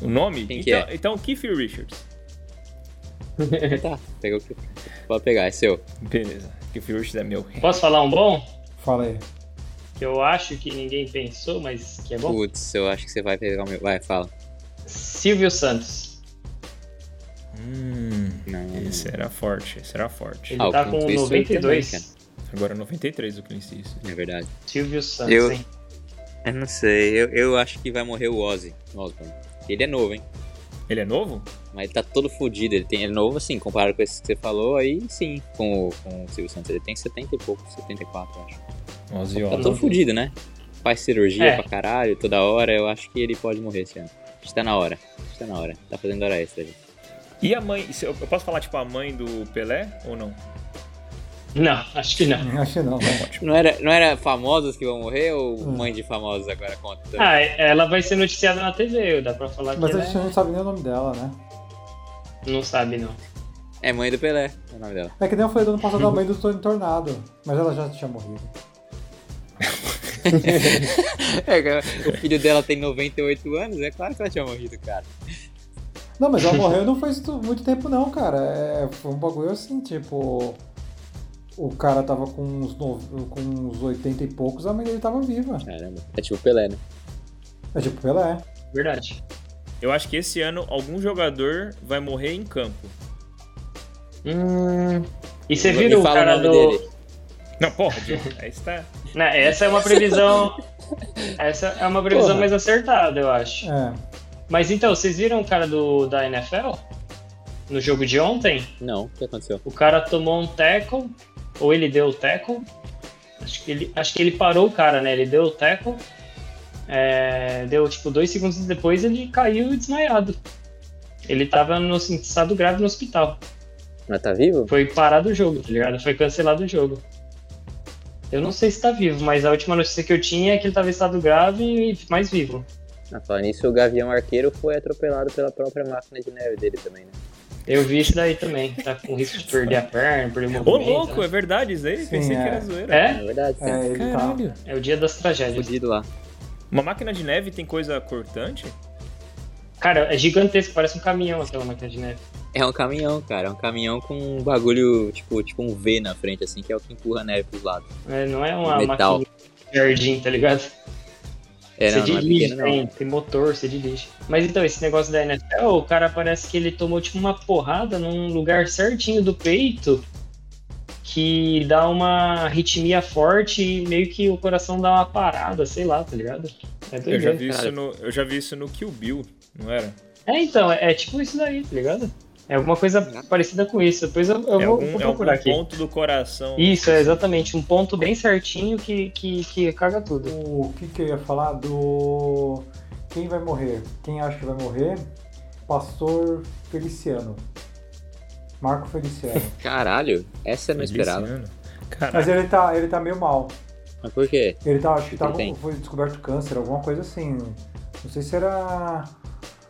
Speaker 1: O nome?
Speaker 2: Quem que
Speaker 1: então,
Speaker 4: é?
Speaker 1: então, Keith Richards.
Speaker 2: Tá, pega o que. Pode pegar, é seu.
Speaker 1: Beleza. Keith Richards é meu.
Speaker 4: Posso falar um bom?
Speaker 7: Fala aí.
Speaker 4: Que eu acho que ninguém pensou, mas que é bom.
Speaker 2: Putz, eu acho que você vai pegar o meu. Vai, fala.
Speaker 4: Silvio Santos.
Speaker 1: Hum.
Speaker 2: Não, não, não.
Speaker 1: Esse era forte, esse era forte.
Speaker 4: Ele
Speaker 2: Ah, o
Speaker 4: tá
Speaker 2: Clint
Speaker 4: com
Speaker 2: Eastwood
Speaker 4: 92.
Speaker 2: também,
Speaker 1: Agora é 93 o Clint Eastwood.
Speaker 2: É verdade.
Speaker 4: Silvio Santos,
Speaker 2: Eu-
Speaker 4: hein?
Speaker 2: Eu não sei, eu, eu acho que vai morrer o Ozzy Osbourne. Ele é novo, hein?
Speaker 1: Ele é novo?
Speaker 2: Mas ele tá todo fudido. Ele, tem, ele é novo, assim, comparado com esse que você falou, aí sim, com, o- com o Silvio Santos. Ele tem 70 e pouco, 74, eu acho.
Speaker 1: Ozzy
Speaker 2: Tá
Speaker 1: Osbourne.
Speaker 2: todo fudido, né? Faz cirurgia
Speaker 4: É.
Speaker 2: pra caralho, toda hora. Eu acho que ele pode morrer esse ano. Acho que tá na hora. Acho que tá na hora. Tá fazendo hora extra ali.
Speaker 1: E a mãe? se Eu eu posso falar, tipo, a mãe do Pelé ou não?
Speaker 4: Não, acho que não.
Speaker 7: Acho que não. né?
Speaker 2: Não era, não era famosos que vão morrer ou mãe de famosos agora conta? também?
Speaker 4: Ah, ela vai ser noticiada na TV, dá pra falar
Speaker 7: Mas
Speaker 4: que
Speaker 7: a
Speaker 4: ela
Speaker 7: gente não sabe nem o nome dela, né?
Speaker 4: não sabe, não.
Speaker 2: É mãe do Pelé, é o nome dela.
Speaker 7: É que nem eu falei do ano passado a mãe do Tony Tornado. Mas ela já tinha morrido.
Speaker 2: É, cara, o filho dela tem 98 anos, é claro que ela tinha morrido, cara.
Speaker 7: Não, mas ela morreu não faz tu- muito tempo não, cara. É, foi um bagulho assim, tipo. O cara tava com uns, no, com uns 80 e poucos, a mãe dele tava viva.
Speaker 2: Caramba. É tipo o Pelé, né?
Speaker 7: É tipo Pelé.
Speaker 4: Verdade.
Speaker 1: Eu acho que esse ano algum jogador vai morrer em campo.
Speaker 4: E você
Speaker 2: E
Speaker 4: viu o
Speaker 2: Hum. fala
Speaker 4: cara
Speaker 2: nome
Speaker 4: do.
Speaker 2: dele.
Speaker 1: Não, porra, Diego. Aí está.
Speaker 4: Não, essa é uma previsão. essa é uma previsão
Speaker 2: Porra.
Speaker 4: mais acertada, eu acho.
Speaker 7: É.
Speaker 4: Mas então, vocês viram o cara do, da NFL? No jogo de ontem?
Speaker 2: Não, o que aconteceu?
Speaker 4: O cara tomou um tackle, ou ele deu o tackle. Acho que ele, acho que ele parou o cara, né? Ele deu o tackle. é, deu tipo dois segundos depois ele caiu desmaiado. Ele tava no em estado grave no hospital.
Speaker 2: Mas tá vivo?
Speaker 4: Foi parado o jogo, tá ligado? Foi cancelado o jogo. Eu não sei se tá vivo, mas a última notícia que eu tinha é que ele tava em estado grave e mais vivo.
Speaker 2: Ah, falando nisso, o Gavião Arqueiro foi atropelado pela própria máquina de neve dele também, né?
Speaker 4: Eu vi isso daí também. Tá com risco de perder a perna, perder o
Speaker 1: Ô,
Speaker 4: movimento.
Speaker 1: louco, é
Speaker 4: né?
Speaker 1: verdade isso aí?
Speaker 7: Sim,
Speaker 1: Pensei que
Speaker 7: é.
Speaker 1: era zoeira.
Speaker 4: É?
Speaker 2: É verdade, tá
Speaker 7: É, ele tá.
Speaker 1: Caralho.
Speaker 4: É o dia das tragédias.
Speaker 2: fudido lá.
Speaker 1: Uma máquina de neve tem coisa cortante?
Speaker 4: Cara, é gigantesco, parece um caminhão aquela máquina de neve.
Speaker 2: É um caminhão, cara. É um caminhão com um bagulho, tipo, tipo um V na frente, assim, que é o que empurra a neve pros lados.
Speaker 4: É, não é uma
Speaker 2: Metal.
Speaker 4: máquina de jardim, tá ligado?
Speaker 2: É,
Speaker 4: você
Speaker 2: não, não é
Speaker 4: dirige,
Speaker 2: pequeno,
Speaker 4: né?
Speaker 2: não.
Speaker 4: tem, tem motor, você dirige. Mas então, esse negócio da NFL, o cara parece que ele tomou tipo uma porrada num lugar certinho do peito que dá uma ritmia forte e meio que o coração dá uma parada, sei lá, tá ligado? É
Speaker 1: Eu já,
Speaker 4: doideira.
Speaker 1: vi isso
Speaker 2: cara.
Speaker 1: no, eu já vi isso no Kill Bill, não era?
Speaker 4: É, então, é, é tipo isso daí, tá ligado? É alguma coisa parecida com isso. Depois eu, eu
Speaker 1: é
Speaker 4: vou,
Speaker 1: algum,
Speaker 4: vou
Speaker 1: é
Speaker 4: procurar
Speaker 1: algum
Speaker 4: aqui.
Speaker 1: ponto do coração.
Speaker 4: Isso, é exatamente. Um ponto bem certinho que, que, que caga tudo.
Speaker 3: O que, que eu ia falar do. Quem vai morrer? Quem acha que vai morrer? Pastor Feliciano. Marco Feliciano.
Speaker 2: Caralho, essa eu não esperava.
Speaker 1: Feliciano. Caralho.
Speaker 3: Mas ele tá, ele tá meio mal.
Speaker 2: Mas por quê?
Speaker 3: Ele tá, acho que
Speaker 2: Ele
Speaker 3: tava,
Speaker 2: tem.
Speaker 3: foi descoberto câncer, alguma coisa assim. Não sei se era.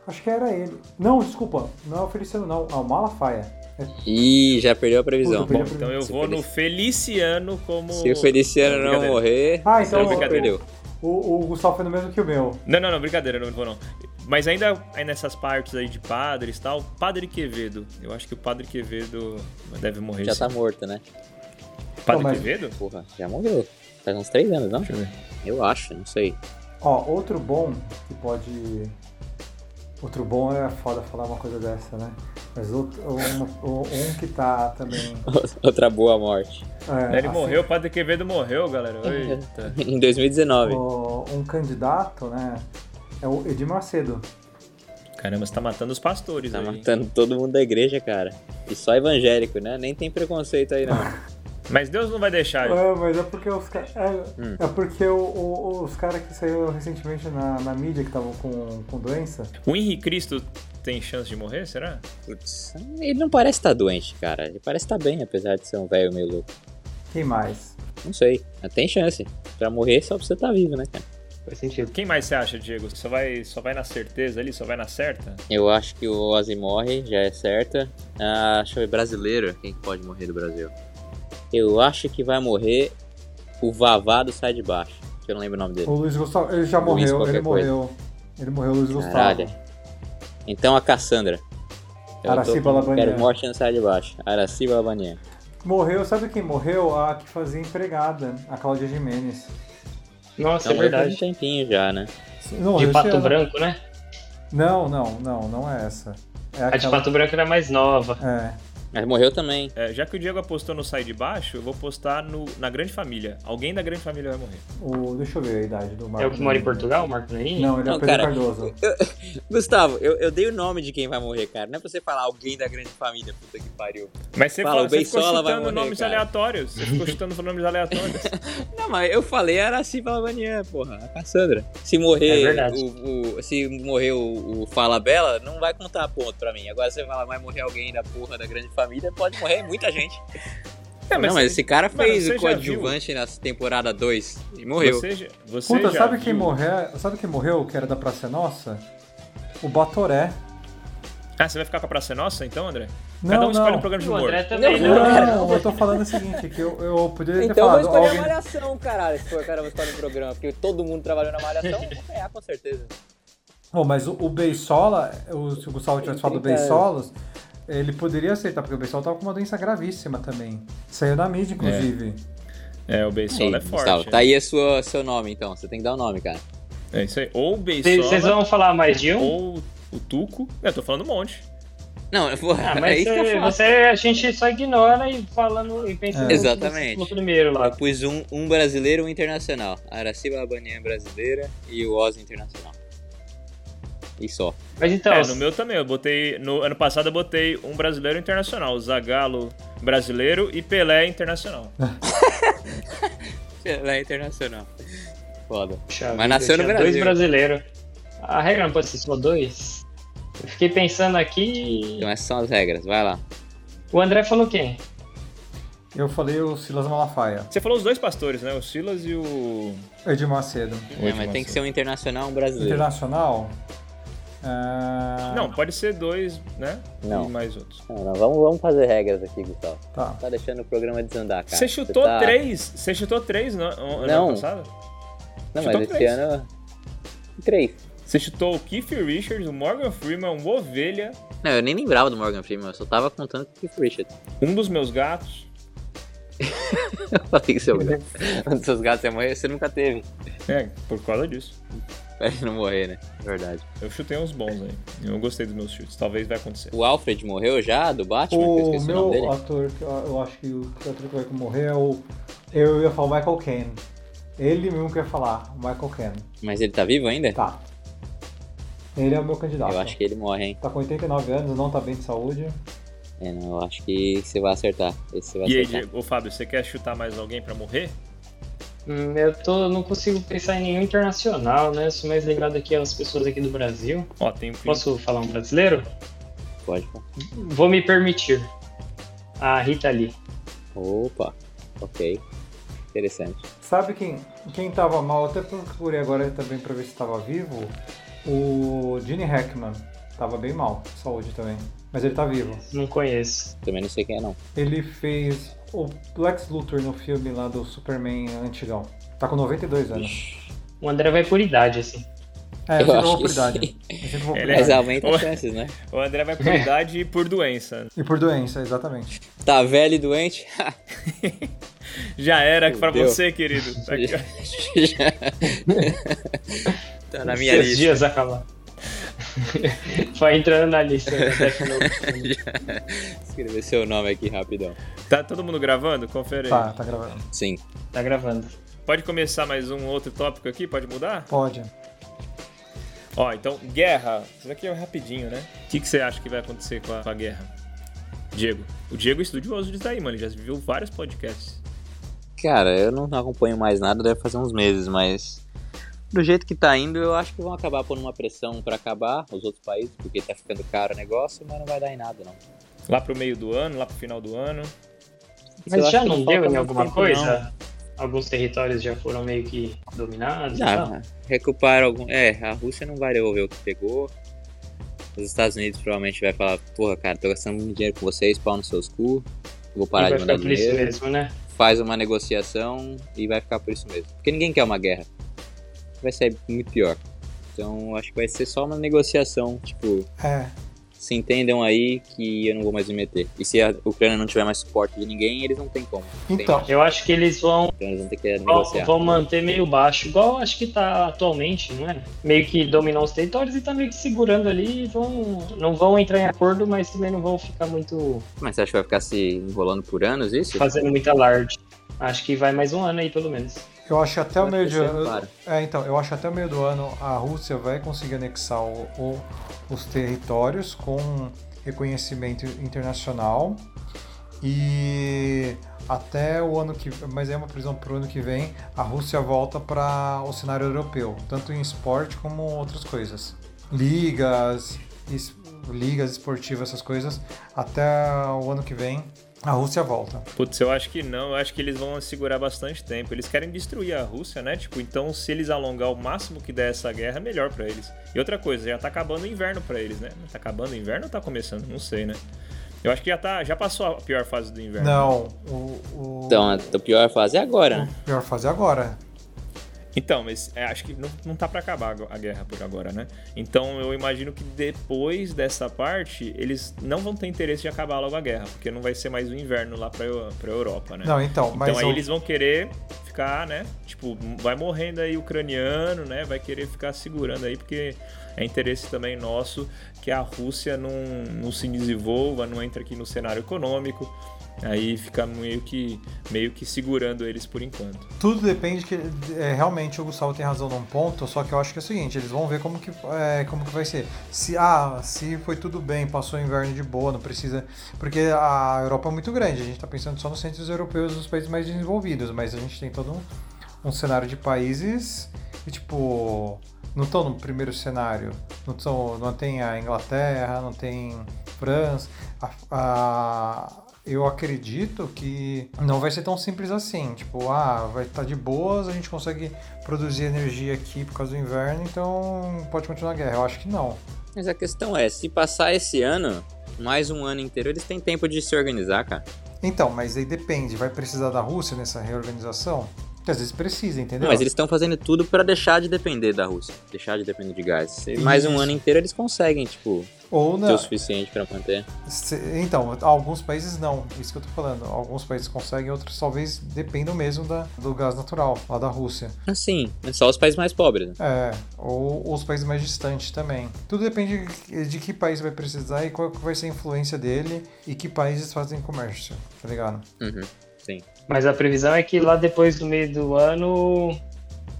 Speaker 3: Acho que era ele. Não, desculpa. Não é o Feliciano, não. É o Malafaia. É
Speaker 2: Ih, já perdeu a previsão.
Speaker 3: Puta,
Speaker 1: Bom, então eu vou no Feliciano como.
Speaker 2: Se o Feliciano não
Speaker 1: Brincadeira.
Speaker 2: morrer,
Speaker 3: Ah, então-
Speaker 2: você perdeu.
Speaker 3: O, o Gustavo foi no mesmo que o meu.
Speaker 1: Não, não, não, brincadeira, não vou não. Mas ainda aí nessas partes aí de padres e tal, Padre Quevedo. Eu acho que o Padre Quevedo deve morrer.
Speaker 2: Já
Speaker 1: sim.
Speaker 2: tá morto, né?
Speaker 1: Padre
Speaker 3: Não, mas-
Speaker 1: Quevedo?
Speaker 2: Porra, já morreu. Faz uns três anos, não?
Speaker 1: Deixa eu ver.
Speaker 2: Eu acho, não sei.
Speaker 3: Ó, outro bom que pode. Outro bom é foda falar uma coisa dessa, né? Mas outro, um, um- um que tá também.
Speaker 2: Outra boa morte.
Speaker 3: é,
Speaker 1: Ele
Speaker 3: assim,
Speaker 1: morreu, o Padre Quevedo morreu, galera.
Speaker 2: Tá
Speaker 1: Eita.
Speaker 2: Em 2019.
Speaker 3: o- um candidato, né? É o Edir Macedo.
Speaker 1: Caramba, você tá matando os pastores
Speaker 2: Tá
Speaker 1: aí. hein?
Speaker 2: matando todo mundo da igreja, cara. E só evangélico, né? Nem tem preconceito aí, não.
Speaker 1: Mas Deus não vai deixar.
Speaker 3: É, mas é porque os caras. É,
Speaker 1: Hum.
Speaker 3: é porque o- o- os caras que saiu recentemente na, na mídia que estavam com, com doença.
Speaker 1: O Henrique Cristo tem chance de morrer, será?
Speaker 2: Putz, ele não parece estar doente, cara. Ele parece estar bem, apesar de ser um velho meio louco.
Speaker 3: Quem mais?
Speaker 2: Não sei. Mas tem chance. Pra morrer, só pra você estar vivo, né, cara?
Speaker 4: Faz sentido.
Speaker 1: Quem mais você acha, Diego? Só vai, só vai na certeza ali? Só vai na certa?
Speaker 2: Eu acho que o Ozzy morre, já é certa. Ah, deixa eu ver, brasileiro. Quem que pode morrer do Brasil? Eu acho que vai morrer o Vavá do Sai de Baixo. Que eu não lembro o nome dele.
Speaker 3: O Luiz Gustavo. Ele já
Speaker 2: Luiz
Speaker 3: morreu,
Speaker 2: qualquer
Speaker 3: ele
Speaker 2: coisa.
Speaker 3: morreu. Ele morreu, Luiz Gustavo.
Speaker 2: Caralho. Então a Cassandra. Eu
Speaker 3: Araciba
Speaker 2: tô-
Speaker 3: Labanian.
Speaker 2: Quero morte no Sai de Baixo. Araciba Labanian.
Speaker 3: Morreu, sabe quem morreu? A que fazia empregada, a Cláudia Jimenez.
Speaker 4: Nossa,
Speaker 2: Não,
Speaker 4: é
Speaker 2: mas faz um
Speaker 4: verdade.
Speaker 2: tempinho já, né?
Speaker 3: Não,
Speaker 4: De
Speaker 3: esse
Speaker 4: Pato
Speaker 3: era-
Speaker 4: Branco, né?
Speaker 3: Não, não, não, não é essa. É
Speaker 4: A de
Speaker 3: aquela.
Speaker 4: Pato Branco era mais nova.
Speaker 3: É.
Speaker 2: Mas morreu também.
Speaker 1: É, já que o Diego apostou no Sai de Baixo, eu vou postar no, na Grande Família. Alguém da Grande Família vai morrer.
Speaker 3: O, deixa eu ver a idade do Marco.
Speaker 4: É o que mora em
Speaker 3: Nanini.
Speaker 4: Portugal, Marco Nanini?
Speaker 3: Não, ele é
Speaker 2: Não,
Speaker 3: Pedro
Speaker 2: Então, cara.
Speaker 3: Cardoso.
Speaker 2: Gustavo, eu, eu dei o nome de quem vai morrer, cara. Não é pra você falar alguém da grande família, puta que pariu.
Speaker 1: Mas você,
Speaker 2: Fala,
Speaker 1: fala,
Speaker 2: o
Speaker 1: você ficou
Speaker 2: Beisola vai
Speaker 1: chutando
Speaker 2: morrer,
Speaker 1: nomes
Speaker 2: cara.
Speaker 1: aleatórios. Você ficou chutando nomes aleatórios.
Speaker 2: Não, mas eu falei Araciba Labanian, porra. A Cassandra. Se
Speaker 4: É
Speaker 2: morrer,
Speaker 4: verdade.
Speaker 2: o, o- se morrer o, o Fala Bela, não vai contar ponto pra mim. Agora você fala, vai morrer alguém da porra da grande família, pode morrer muita gente.
Speaker 1: É,
Speaker 2: não, mas esse cara
Speaker 1: Mano,
Speaker 2: fez
Speaker 1: você
Speaker 2: o
Speaker 1: já
Speaker 2: coadjuvante na temporada 2 e morreu.
Speaker 1: Você, já- você
Speaker 3: Puta,
Speaker 1: já
Speaker 3: sabe
Speaker 1: viu-
Speaker 3: quem morreu? Sabe quem morreu que era da Praça é Nossa? O Batoré.
Speaker 1: Ah, você vai ficar com a Praça é Nossa então, André?
Speaker 3: Não,
Speaker 1: Cada um escolhe
Speaker 3: não.
Speaker 1: um programa de
Speaker 4: O
Speaker 1: humor.
Speaker 4: André também, né?
Speaker 2: Não,
Speaker 4: não.
Speaker 3: Não, eu tô falando o seguinte, que eu, eu poderia ter
Speaker 2: Então eu vou
Speaker 3: falado.
Speaker 2: escolher a
Speaker 3: Alguém...
Speaker 2: Malhação, caralho, se for o cara vai escolher um programa, porque todo mundo trabalhou na Malhação, vou ganhar com certeza.
Speaker 3: Oh, mas o, o Beisola, o- se o Gustavo tivesse falado do
Speaker 2: 30
Speaker 3: Beisolas, ele poderia aceitar, porque o Beisola tava com uma doença gravíssima também. Saiu na mídia, inclusive.
Speaker 1: É, o Beisola é forte.
Speaker 2: Gustavo, tá aí a sua, seu nome, então. Você tem que dar o nome, cara.
Speaker 1: É isso aí. Ou o Beisola,
Speaker 4: Vocês vão falar mais de um?
Speaker 1: ou o Tuco. Eu tô falando um monte.
Speaker 2: Não, eu vou.
Speaker 4: Ah,
Speaker 2: é
Speaker 4: mas
Speaker 2: isso que
Speaker 4: você,
Speaker 2: eu faço.
Speaker 4: você- a gente só ignora e falando e pensa no-
Speaker 2: Exatamente.
Speaker 4: no primeiro
Speaker 2: Eu
Speaker 4: lá.
Speaker 2: pus um, um brasileiro e um internacional. A Araciba Labanian é brasileira e o Oz é internacional. E só.
Speaker 4: Mas então,
Speaker 1: é, no meu também. Eu botei. No ano passado eu botei um brasileiro internacional. Zagallo brasileiro e Pelé internacional.
Speaker 2: Ela é internacional. Foda.
Speaker 4: Puxa
Speaker 2: Mas
Speaker 4: vida,
Speaker 2: nasceu no
Speaker 4: tinha
Speaker 2: Brasil.
Speaker 4: Dois brasileiros. A regra não pode ser só dois? Eu fiquei pensando aqui.
Speaker 2: Então essas são as regras, vai lá.
Speaker 4: O André falou quem?
Speaker 3: Eu falei o Silas Malafaia,
Speaker 1: Você falou os dois pastores, né? O Silas e o.
Speaker 3: Edir Macedo.
Speaker 2: É, mas tem que ser um internacional e um brasileiro.
Speaker 3: Internacional? Ah,
Speaker 1: Não, pode ser dois, né?
Speaker 2: Não.
Speaker 1: E mais outros.
Speaker 2: Não, não, vamos, vamos fazer regras aqui, Gustavo.
Speaker 3: Tá.
Speaker 2: Tá deixando o programa desandar, cara.
Speaker 1: Você chutou
Speaker 2: tá-
Speaker 1: três? Você chutou três no, no
Speaker 2: Não.
Speaker 1: ano passado?
Speaker 2: Não,
Speaker 1: chutou
Speaker 2: mas esse
Speaker 1: três.
Speaker 2: ano. Três.
Speaker 1: Você chutou o Keith Richards, o Morgan Freeman, o Ovelha,
Speaker 2: Não, eu nem lembrava do Morgan Freeman, eu só tava contando com o Keith Richards.
Speaker 1: um dos meus gatos.
Speaker 2: Eu falei que seu gato. Um dos seus gatos ia morrer, você nunca teve.
Speaker 1: É, por causa disso.
Speaker 2: Pra ele não morrer, né? Verdade.
Speaker 1: Eu chutei uns bons aí. Eu gostei dos meus chutes. Talvez vai acontecer.
Speaker 2: O Alfred morreu já, do Batman? que eu
Speaker 3: O
Speaker 2: esqueci o nome
Speaker 3: meu
Speaker 2: dele.
Speaker 3: ator, que eu- eu acho que o que o ator que vai morrer é o. Eu ia falar o Michael Caine. Ele mesmo que ia falar, o Michael Caine.
Speaker 2: Mas ele tá vivo ainda?
Speaker 3: Tá.
Speaker 8: Ele é o meu candidato.
Speaker 2: tá Eu acho que ele morre, hein?
Speaker 8: Tá com 89 anos, não tá bem de saúde.
Speaker 2: É, não, eu acho que você vai acertar. Esse você vai
Speaker 1: E aí,
Speaker 2: acertar.
Speaker 1: Diego, ô, Fábio, você quer chutar mais alguém pra morrer?
Speaker 4: Hum, eu tô, não consigo pensar em nenhum internacional, né? Sou mais ligado aqui às pessoas aqui do Brasil.
Speaker 1: Ó, tem um filme.
Speaker 4: Posso falar um brasileiro?
Speaker 2: Pode falar.
Speaker 4: Vou me permitir. A Rita Lee.
Speaker 2: Opa, ok. Interessante.
Speaker 3: Sabe quem, quem tava mal? Até procurei agora também pra ver se tava vivo. O Gene Hackman. Tava bem mal, de saúde também. Mas ele tá vivo.
Speaker 4: Não conheço.
Speaker 2: Também não sei quem é, não.
Speaker 3: Ele fez o Lex Luthor no filme lá do Superman antigão. Tá com 92 anos.
Speaker 4: O André vai por idade, assim.
Speaker 3: É, eu
Speaker 2: Eu
Speaker 3: sempre
Speaker 2: acho
Speaker 3: vou
Speaker 2: que
Speaker 3: por idade.
Speaker 2: sim.
Speaker 3: Eu sempre vou por
Speaker 1: Ele é-
Speaker 2: Mas
Speaker 3: idade.
Speaker 2: aumenta as chances, né?
Speaker 1: O André vai por idade e por doença.
Speaker 3: E por doença, exatamente.
Speaker 2: Tá velho e doente?
Speaker 1: Já era pra
Speaker 2: Fudeu.
Speaker 1: você, querido. Aqui, ó.
Speaker 2: tá na minha
Speaker 4: Seus
Speaker 2: lista.
Speaker 4: dias acabaram. Foi entrando na lista. né?
Speaker 2: Escrever seu nome aqui rapidão.
Speaker 1: Tá todo mundo gravando? Confere aí.
Speaker 3: Tá, tá gravando.
Speaker 2: Sim.
Speaker 4: Tá gravando.
Speaker 1: Pode começar mais um outro tópico aqui? Pode mudar?
Speaker 3: Pode.
Speaker 1: Ó, então, guerra. Isso daqui é rapidinho, né? O que, que você acha que vai acontecer com a, com a guerra? Diego. O Diego é estudioso disso daí, mano. Ele já viu vários podcasts.
Speaker 2: Cara, eu não acompanho mais nada, deve fazer uns meses, mas do jeito que tá indo, eu acho que vão acabar pondo uma pressão pra acabar os outros países, porque tá ficando caro o negócio, mas não vai dar em nada, não.
Speaker 1: Lá pro meio do ano, lá pro final do ano.
Speaker 4: Mas
Speaker 2: Eu
Speaker 4: já
Speaker 2: acho que
Speaker 4: não
Speaker 2: não
Speaker 4: deu
Speaker 2: falta
Speaker 4: em
Speaker 2: muito
Speaker 4: alguma
Speaker 2: tempo,
Speaker 4: coisa? Alguns territórios já foram meio que dominados e tal?
Speaker 2: Já, recuperar algum. É, a Rússia não vai devolver o que pegou. Os Estados Unidos provavelmente vai falar, porra, cara, tô gastando muito dinheiro com vocês, pau nos seus cu. Vou parar
Speaker 4: vai
Speaker 2: de
Speaker 4: ficar
Speaker 2: mandar
Speaker 4: por isso
Speaker 2: dinheiro.
Speaker 4: mesmo, né?
Speaker 2: Faz uma negociação e vai ficar por isso mesmo. Porque ninguém quer uma guerra. Vai sair muito pior. Então acho que vai ser só uma negociação, tipo,
Speaker 3: É.
Speaker 2: se entendam aí que eu não vou mais me meter. E se a Ucrânia não tiver mais suporte de ninguém, eles não tem como. Não tem
Speaker 3: Então,
Speaker 2: mais.
Speaker 4: Eu acho que eles vão,
Speaker 2: Então eles vão ter que
Speaker 4: vão,
Speaker 2: negociar.
Speaker 4: vão manter meio baixo, igual acho que tá atualmente, não é? Meio que dominar os territórios e tá meio que segurando ali e vão. Não vão entrar em acordo, mas também não vão ficar muito.
Speaker 2: Mas você acha que vai ficar se enrolando por anos isso?
Speaker 4: fazendo muito alarde. Acho que vai mais um ano aí, pelo menos.
Speaker 3: eu acho que até o
Speaker 2: Vai
Speaker 3: meio de
Speaker 2: crescer,
Speaker 3: ano.
Speaker 2: claro.
Speaker 3: É, então, eu acho que até o meio do ano a Rússia vai conseguir anexar o- o- os territórios com reconhecimento internacional. E até o ano que mas é uma previsão para o ano que vem, a Rússia volta para o cenário europeu, tanto em esporte como outras coisas. Ligas, es- ligas esportivas, essas coisas, até o ano que vem a Rússia volta.
Speaker 1: Putz, eu acho que não. Eu acho que eles vão segurar bastante tempo. Eles querem destruir a Rússia, né? Tipo, então se eles alongar o máximo que der essa guerra, melhor pra eles. E outra coisa, já tá acabando o inverno pra eles, né? Tá acabando o inverno ou tá começando? Não sei, né? Eu acho que já tá, já passou a pior fase do inverno.
Speaker 3: Não, o, o
Speaker 2: Então, a a pior fase é agora, né?
Speaker 3: pior fase é agora.
Speaker 1: Então, mas é, acho que não, não tá pra acabar ago- a guerra por agora, né? Então eu imagino que depois dessa parte, eles não vão ter interesse de acabar logo a guerra, porque não vai ser mais o inverno lá pra, Eu- pra Europa, né?
Speaker 3: Não, então, mas
Speaker 1: então aí
Speaker 3: o-
Speaker 1: eles vão querer ficar, né? Tipo, vai morrendo aí ucraniano, né? Vai querer ficar segurando aí, porque é interesse também nosso que a Rússia não, não se desenvolva, não entre aqui no cenário econômico. Aí fica meio que, meio que segurando eles por enquanto.
Speaker 3: Tudo depende que é, realmente o Gustavo tem razão num ponto, só que eu acho que é o seguinte, eles vão ver como que, é, como que vai ser. Se ah, se foi tudo bem, passou o inverno de boa, não precisa, porque a Europa é muito grande, a gente está pensando só nos centros europeus, nos países mais desenvolvidos, mas a gente tem todo um, um cenário de países que tipo não estão no primeiro cenário, não são, não tem a Inglaterra, não tem França, a- a- eu acredito que não vai ser tão simples assim. Tipo, ah, vai estar de boas, a gente consegue produzir energia aqui por causa do inverno, então pode continuar a guerra. Eu acho que não.
Speaker 2: Mas a questão é, se passar esse ano, mais um ano inteiro, eles têm tempo de se organizar, cara.
Speaker 3: Então, mas aí depende, vai precisar da Rússia nessa reorganização? Porque às vezes precisa, entendeu?
Speaker 2: Não, mas eles estão fazendo tudo pra deixar de depender da Rússia, deixar de depender de gás. Se mais um
Speaker 3: Isso.
Speaker 2: ano inteiro eles conseguem, tipo,
Speaker 3: Ou
Speaker 2: ter
Speaker 3: não.
Speaker 2: o suficiente pra manter.
Speaker 3: Se- Então, alguns países não, isso que eu tô falando. Alguns países conseguem, outros talvez dependam mesmo da, do gás natural, lá da Rússia.
Speaker 2: Assim, é só os países mais pobres. né?
Speaker 3: É, ou os países mais distantes também. Tudo depende de que país vai precisar e qual que vai ser a influência dele e que países fazem comércio, tá ligado?
Speaker 2: Uhum.
Speaker 4: Mas a previsão é que lá depois do meio do ano.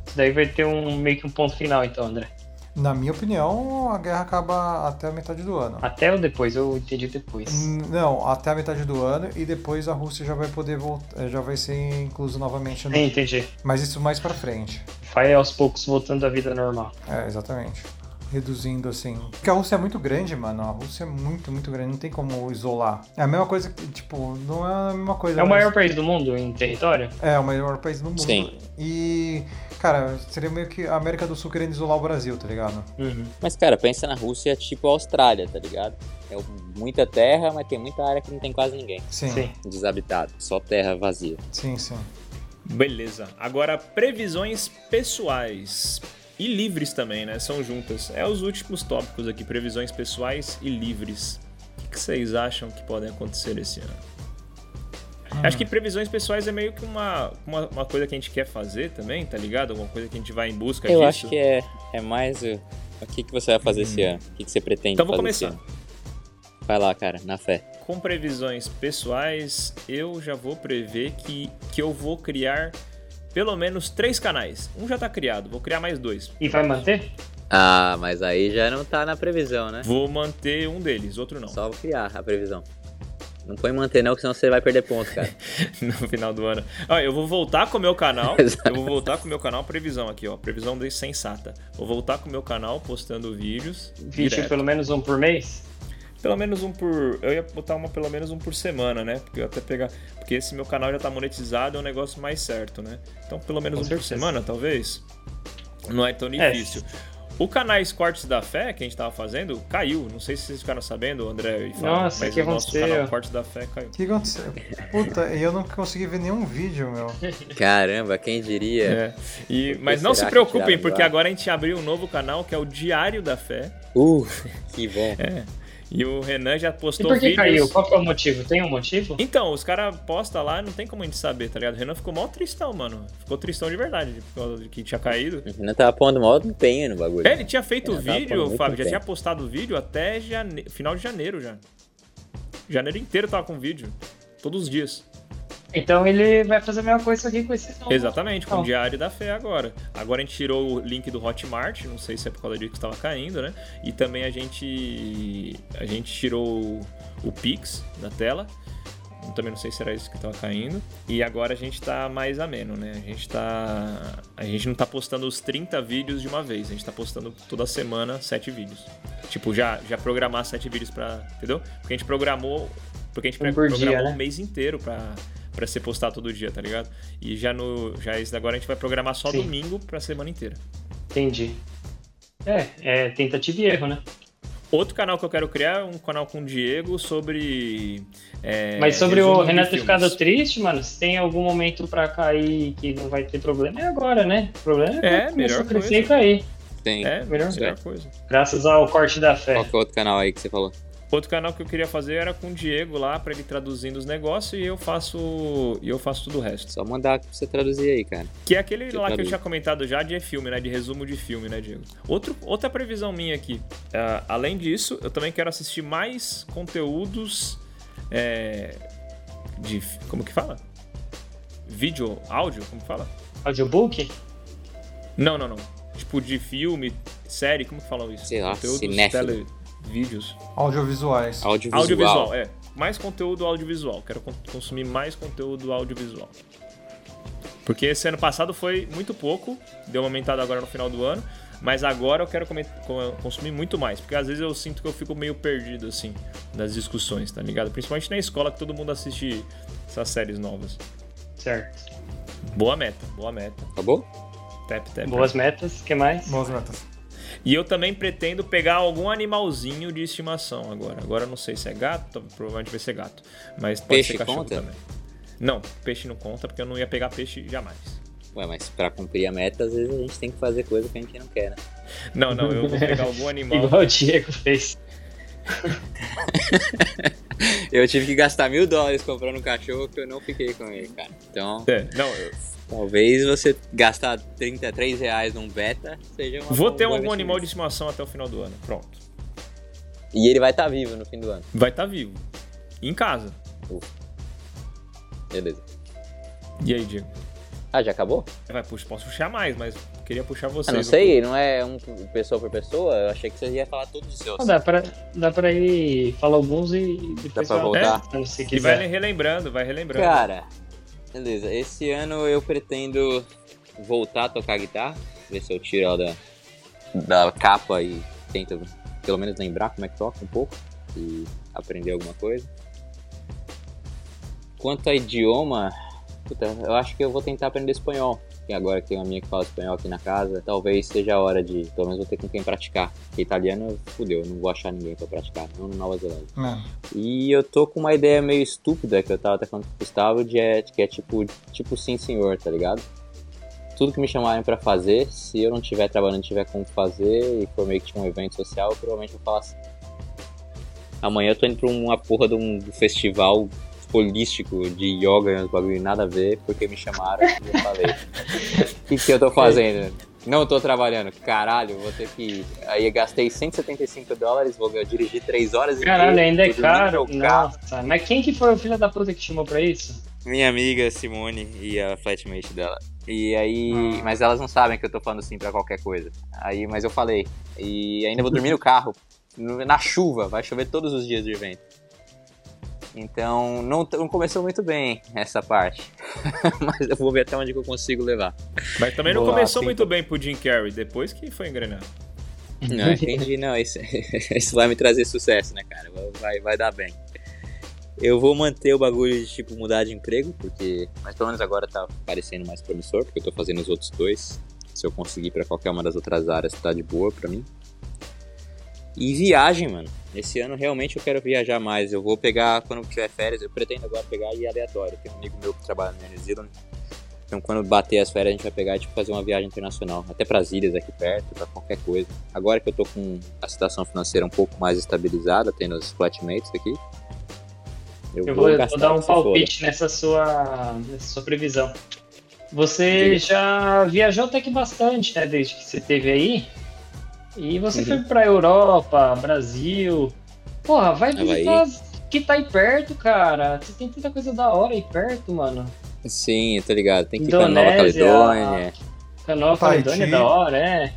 Speaker 4: Isso daí vai ter um meio que um ponto final, então, André.
Speaker 3: Na minha opinião, a guerra acaba até a metade do ano.
Speaker 4: Até ou depois? Eu entendi depois.
Speaker 3: Não, até a metade do ano e depois a Rússia já vai poder voltar, já vai ser incluso novamente. No...
Speaker 4: Sim, entendi.
Speaker 3: Mas isso mais pra frente.
Speaker 4: Vai aos poucos voltando à vida normal.
Speaker 3: É, exatamente. Reduzindo assim. Porque a Rússia é muito grande, mano. A Rússia é muito, muito grande. Não tem como isolar. É a mesma coisa que, tipo, não é a mesma coisa.
Speaker 4: É o
Speaker 3: mas-
Speaker 4: maior país do mundo em território?
Speaker 3: É, o maior país do mundo.
Speaker 9: Sim.
Speaker 3: E, cara, seria meio que a América do Sul querendo isolar o Brasil, tá ligado?
Speaker 4: Uhum.
Speaker 9: Mas, cara, pensa na Rússia tipo a Austrália, tá ligado? É muita terra, mas tem muita área que não tem quase ninguém.
Speaker 3: Sim.
Speaker 4: Sim.
Speaker 9: Desabitado. Só terra vazia.
Speaker 3: Sim, sim.
Speaker 1: Beleza. Agora, previsões pessoais e livres também, né? São juntas. É os últimos tópicos aqui, previsões pessoais e livres. O que vocês acham que podem acontecer esse ano?
Speaker 9: Ah.
Speaker 1: Acho que previsões pessoais é meio que uma, uma, uma coisa que a gente quer fazer também, tá ligado? Alguma coisa que a gente vai em busca
Speaker 9: Eu
Speaker 1: disso. Hum.
Speaker 9: acho que é, é mais o, o que, que você vai fazer esse ano. O que, que você pretende
Speaker 1: Então vou
Speaker 9: fazer
Speaker 1: começar.
Speaker 9: esse ano. Vai lá, cara, na fé.
Speaker 1: Com previsões pessoais, eu já vou prever que, que eu vou criar pelo menos três canais. Um já tá criado, vou criar mais dois.
Speaker 4: E vai manter?
Speaker 9: Ah, mas aí já não tá na previsão, né?
Speaker 1: Vou manter um deles, outro não.
Speaker 9: Só criar a previsão. Não põe manter não, que senão você vai perder ponto, cara.
Speaker 1: no final do ano. Ó, eu vou voltar com o meu canal.
Speaker 9: Exato.
Speaker 1: eu vou voltar com o meu canal, previsão aqui, ó. Previsão de sensata. Vou voltar com o meu canal postando vídeos.
Speaker 4: Vídeo
Speaker 1: direto.
Speaker 4: pelo menos um por mês?
Speaker 1: Pelo menos um por. Eu ia botar uma pelo menos um por semana, né? Porque eu até pegar. Porque esse meu canal já tá monetizado, é um negócio mais certo, né? Então pelo menos
Speaker 4: Com
Speaker 1: um por
Speaker 4: certeza.
Speaker 1: semana, talvez. Não é tão
Speaker 4: É.
Speaker 1: difícil. O canais Cortes da Fé que a gente tava fazendo caiu. Não sei se vocês ficaram sabendo, André e Fábio,
Speaker 4: Nossa,
Speaker 1: mas
Speaker 4: que
Speaker 1: o nosso
Speaker 4: aconteceu?
Speaker 1: canal Cortes da Fé caiu.
Speaker 3: O que aconteceu? Puta, e eu não consegui ver nenhum vídeo, meu.
Speaker 9: Caramba, quem diria?
Speaker 1: É. E,
Speaker 9: Por que
Speaker 1: mas não se
Speaker 9: será que
Speaker 1: preocupem,
Speaker 9: tiraram do
Speaker 1: porque
Speaker 9: ar?
Speaker 1: agora a gente abriu um novo canal que é o Diário da Fé.
Speaker 9: Uh, que bom.
Speaker 1: É. E o Renan já
Speaker 4: E
Speaker 1: postou
Speaker 4: por que
Speaker 1: vídeos.
Speaker 4: caiu? Qual que é o motivo? Tem um motivo?
Speaker 1: Então, os caras postam lá, não tem como a gente saber, tá ligado? O Renan ficou mó tristão, mano. Ficou tristão de verdade, por causa de que tinha caído.
Speaker 9: Não tava pondo mal empenho no bagulho.
Speaker 1: É, ele tinha feito o
Speaker 9: Renan tava
Speaker 1: vídeo,
Speaker 9: falando muito
Speaker 1: Fábio, já
Speaker 9: bem.
Speaker 1: tinha postado o vídeo até jane... final de janeiro já. Janeiro inteiro tava com vídeo. Todos os dias.
Speaker 4: Então ele vai fazer a mesma coisa aqui com esse novo.
Speaker 1: Exatamente, com
Speaker 4: Não.
Speaker 1: o Diário da Fé agora. Agora a gente tirou o link do Hotmart, não sei se é por causa disso que estava caindo, né? E também a gente a gente tirou o Pix da tela. Eu Também não sei se era isso que estava caindo. E agora a gente tá mais ameno, né? A gente tá a gente não tá postando os 30 vídeos de uma vez, a gente tá postando toda semana 7 vídeos. Tipo, já já programar 7 vídeos pra. entendeu? Porque a gente programou porque a gente
Speaker 4: Um por
Speaker 1: programou
Speaker 4: dia, né?
Speaker 1: um mês inteiro pra para ser postado todo dia, tá ligado? E já no já esse agora a gente vai programar só
Speaker 4: Sim.
Speaker 1: domingo pra semana inteira.
Speaker 4: Entendi. É, é tentativa e erro, né?
Speaker 1: Outro canal que eu quero criar é um canal com o Diego sobre. é,
Speaker 4: Mas sobre
Speaker 1: resumo
Speaker 4: o
Speaker 1: de
Speaker 4: Renato ter
Speaker 1: filmes. É,
Speaker 4: ficado triste, mano, se tem algum momento pra cair que não vai ter problema, é agora, né? O problema
Speaker 1: É,
Speaker 4: é, quando começou
Speaker 1: melhor
Speaker 4: a crescer
Speaker 1: coisa.
Speaker 4: e cair.
Speaker 9: Tem.
Speaker 1: É, melhor,
Speaker 4: Melhor.
Speaker 1: melhor coisa.
Speaker 4: Graças ao corte da
Speaker 9: Qual
Speaker 4: fé.
Speaker 9: que é o outro canal aí que você falou?
Speaker 1: Outro canal que eu queria fazer era com o Diego lá pra ele traduzindo os negócios e eu faço e eu faço tudo o resto.
Speaker 9: Só mandar pra você traduzir aí, cara.
Speaker 1: Que é aquele
Speaker 9: Que
Speaker 1: lá que eu
Speaker 9: traduz.
Speaker 1: tinha comentado já de filme, né? De resumo de filme, né, Diego? Outro, outra previsão minha aqui. Ah, além disso, eu também quero assistir mais conteúdos é, de como que fala? Vídeo, áudio, como que fala?
Speaker 4: Audiobook?
Speaker 1: Não, não, não. Tipo, de filme, série, como que falam isso?
Speaker 9: Sei lá,
Speaker 1: Conteúdos,
Speaker 9: cinéfilo.
Speaker 1: vídeos.
Speaker 3: Audiovisuais.
Speaker 9: Audiovisual.
Speaker 1: Audiovisual, é. Mais conteúdo audiovisual. Quero con- consumir mais conteúdo audiovisual. Porque esse ano passado foi muito pouco, deu uma aumentada agora no final do ano, mas agora eu quero come- co- consumir muito mais, porque às vezes eu sinto que eu fico meio perdido, assim, das discussões, tá ligado? Principalmente na escola que todo mundo assiste essas séries novas.
Speaker 4: Certo.
Speaker 1: Boa meta, boa meta.
Speaker 9: Acabou?
Speaker 1: Tap, tap.
Speaker 4: Boas metas, o que mais?
Speaker 3: Boas metas.
Speaker 1: E eu também pretendo pegar algum animalzinho de estimação agora. Agora eu não sei se é gato, provavelmente vai ser gato. Mas pode
Speaker 9: Peixe
Speaker 1: ser cachorro
Speaker 9: conta?
Speaker 1: também. Não, peixe não conta porque eu não ia pegar peixe jamais.
Speaker 9: Ué, mas pra cumprir a meta, às vezes a gente tem que fazer coisa que a gente não quer, né?
Speaker 1: Não, não, eu vou pegar algum animal.
Speaker 4: Igual o Diego fez.
Speaker 9: Eu tive que gastar mil dólares comprando um cachorro que eu não fiquei com ele, cara. Então,
Speaker 1: É, não, eu
Speaker 9: talvez você gastar 33 reais num beta seja uma
Speaker 1: vou
Speaker 9: um
Speaker 1: ter
Speaker 9: bom
Speaker 1: algum animal de
Speaker 9: investimento.
Speaker 1: estimação até o final do ano. Pronto.
Speaker 9: E ele vai
Speaker 2: tá
Speaker 9: estar vivo no fim do ano.
Speaker 1: Vai estar vivo. Em casa.
Speaker 9: Beleza.
Speaker 1: E aí, Diego? É,
Speaker 2: Ah, já acabou?
Speaker 1: Vai, puxa, posso puxar mais, mas queria puxar vocês.
Speaker 2: Ah, não
Speaker 1: um
Speaker 2: sei, não é um por- pessoa por pessoa? Eu achei que você ia falar todos os seus.
Speaker 4: Ah, dá, pra, dá pra ir falar alguns e
Speaker 2: Dá
Speaker 4: depois
Speaker 2: pra
Speaker 4: fala-
Speaker 2: voltar?
Speaker 4: É, se
Speaker 1: E vai
Speaker 4: quiser.
Speaker 1: relembrando, vai relembrando.
Speaker 2: Cara, beleza. Esse ano eu pretendo voltar a tocar guitarra. Ver se eu tiro ela da, da capa e tento pelo menos lembrar como é que toca um pouco e aprender alguma coisa. Quanto a idioma, puta, eu acho que eu vou tentar aprender espanhol. E agora que tem uma minha que fala espanhol aqui na casa, talvez seja a hora de, pelo menos vou ter com quem praticar. Porque italiano, fudeu, eu não vou achar ninguém pra praticar, não na Nova Zelândia.
Speaker 10: É.
Speaker 2: E eu tô com uma ideia meio estúpida que eu tava até falando com o Gustavo, de, é- que é tipo, tipo sim senhor, tá ligado? Tudo que me chamarem pra fazer, se eu não tiver trabalhando, não tiver como fazer, e for meio que tipo um evento social, eu provavelmente vou falar assim. Amanhã eu tô indo pra uma porra de um festival holístico de yoga e uns bagulho nada a ver, porque me chamaram e eu falei. O que, que eu tô fazendo? Não tô trabalhando, caralho, vou ter que. ir. Aí eu gastei 175 dólares, vou dirigir 3 horas e
Speaker 4: Caralho,
Speaker 2: meia,
Speaker 4: ainda é
Speaker 2: vou dormir no
Speaker 4: caro.
Speaker 2: meu carro.
Speaker 4: Nossa, mas quem que foi o filho da puta que te chamou pra isso?
Speaker 2: Minha amiga Simone e a flatmate dela. E aí. Mas elas não sabem que eu tô falando sim pra qualquer coisa. Aí, mas eu falei. E ainda vou dormir no carro. no- Na chuva. Vai chover todos os dias de evento. Então, não, t- não começou muito bem essa parte. mas eu vou ver até onde que eu consigo levar.
Speaker 1: Mas também não
Speaker 2: Boa,
Speaker 1: começou
Speaker 2: sim.
Speaker 1: muito bem pro Jim Carrey, depois que foi engrenar.
Speaker 2: Não, entendi, não. Isso, isso vai me trazer sucesso, né, cara? Vai, vai dar bem. Eu vou manter o bagulho de, tipo, mudar de emprego, porque. Mas pelo menos agora tá parecendo mais promissor, porque eu tô fazendo os outros dois. Se eu conseguir pra qualquer uma das outras áreas, tá de boa pra mim. E viagem, mano. Esse ano realmente eu quero viajar mais. Eu vou pegar, quando tiver férias, eu pretendo agora pegar e aleatório. Tem um amigo meu que trabalha no New Zealand. Então quando bater as férias, a gente vai pegar e tipo, fazer uma viagem internacional. Até pras ilhas aqui perto, pra qualquer coisa. Agora que eu tô com a situação financeira um pouco mais estabilizada, tendo os flatmates aqui.
Speaker 4: Eu vou, vou
Speaker 2: gastar
Speaker 4: dar
Speaker 2: o
Speaker 4: um
Speaker 2: que se foda.
Speaker 4: palpite nessa sua, nessa sua previsão. Você
Speaker 2: Diga.
Speaker 4: já viajou até que bastante, né, desde que você esteve aí. E você
Speaker 2: Uhum.
Speaker 4: foi pra Europa, Brasil. Porra, vai
Speaker 2: Havaí.
Speaker 4: visitar as- que tá aí perto, cara. Você tem tanta coisa da hora aí perto, mano.
Speaker 2: Sim, eu tô ligado. Tem que ir pra Nova
Speaker 4: Indonésia.
Speaker 2: Caledônia,
Speaker 4: Canal
Speaker 10: Tahiti.
Speaker 4: Caledônia é da hora, é.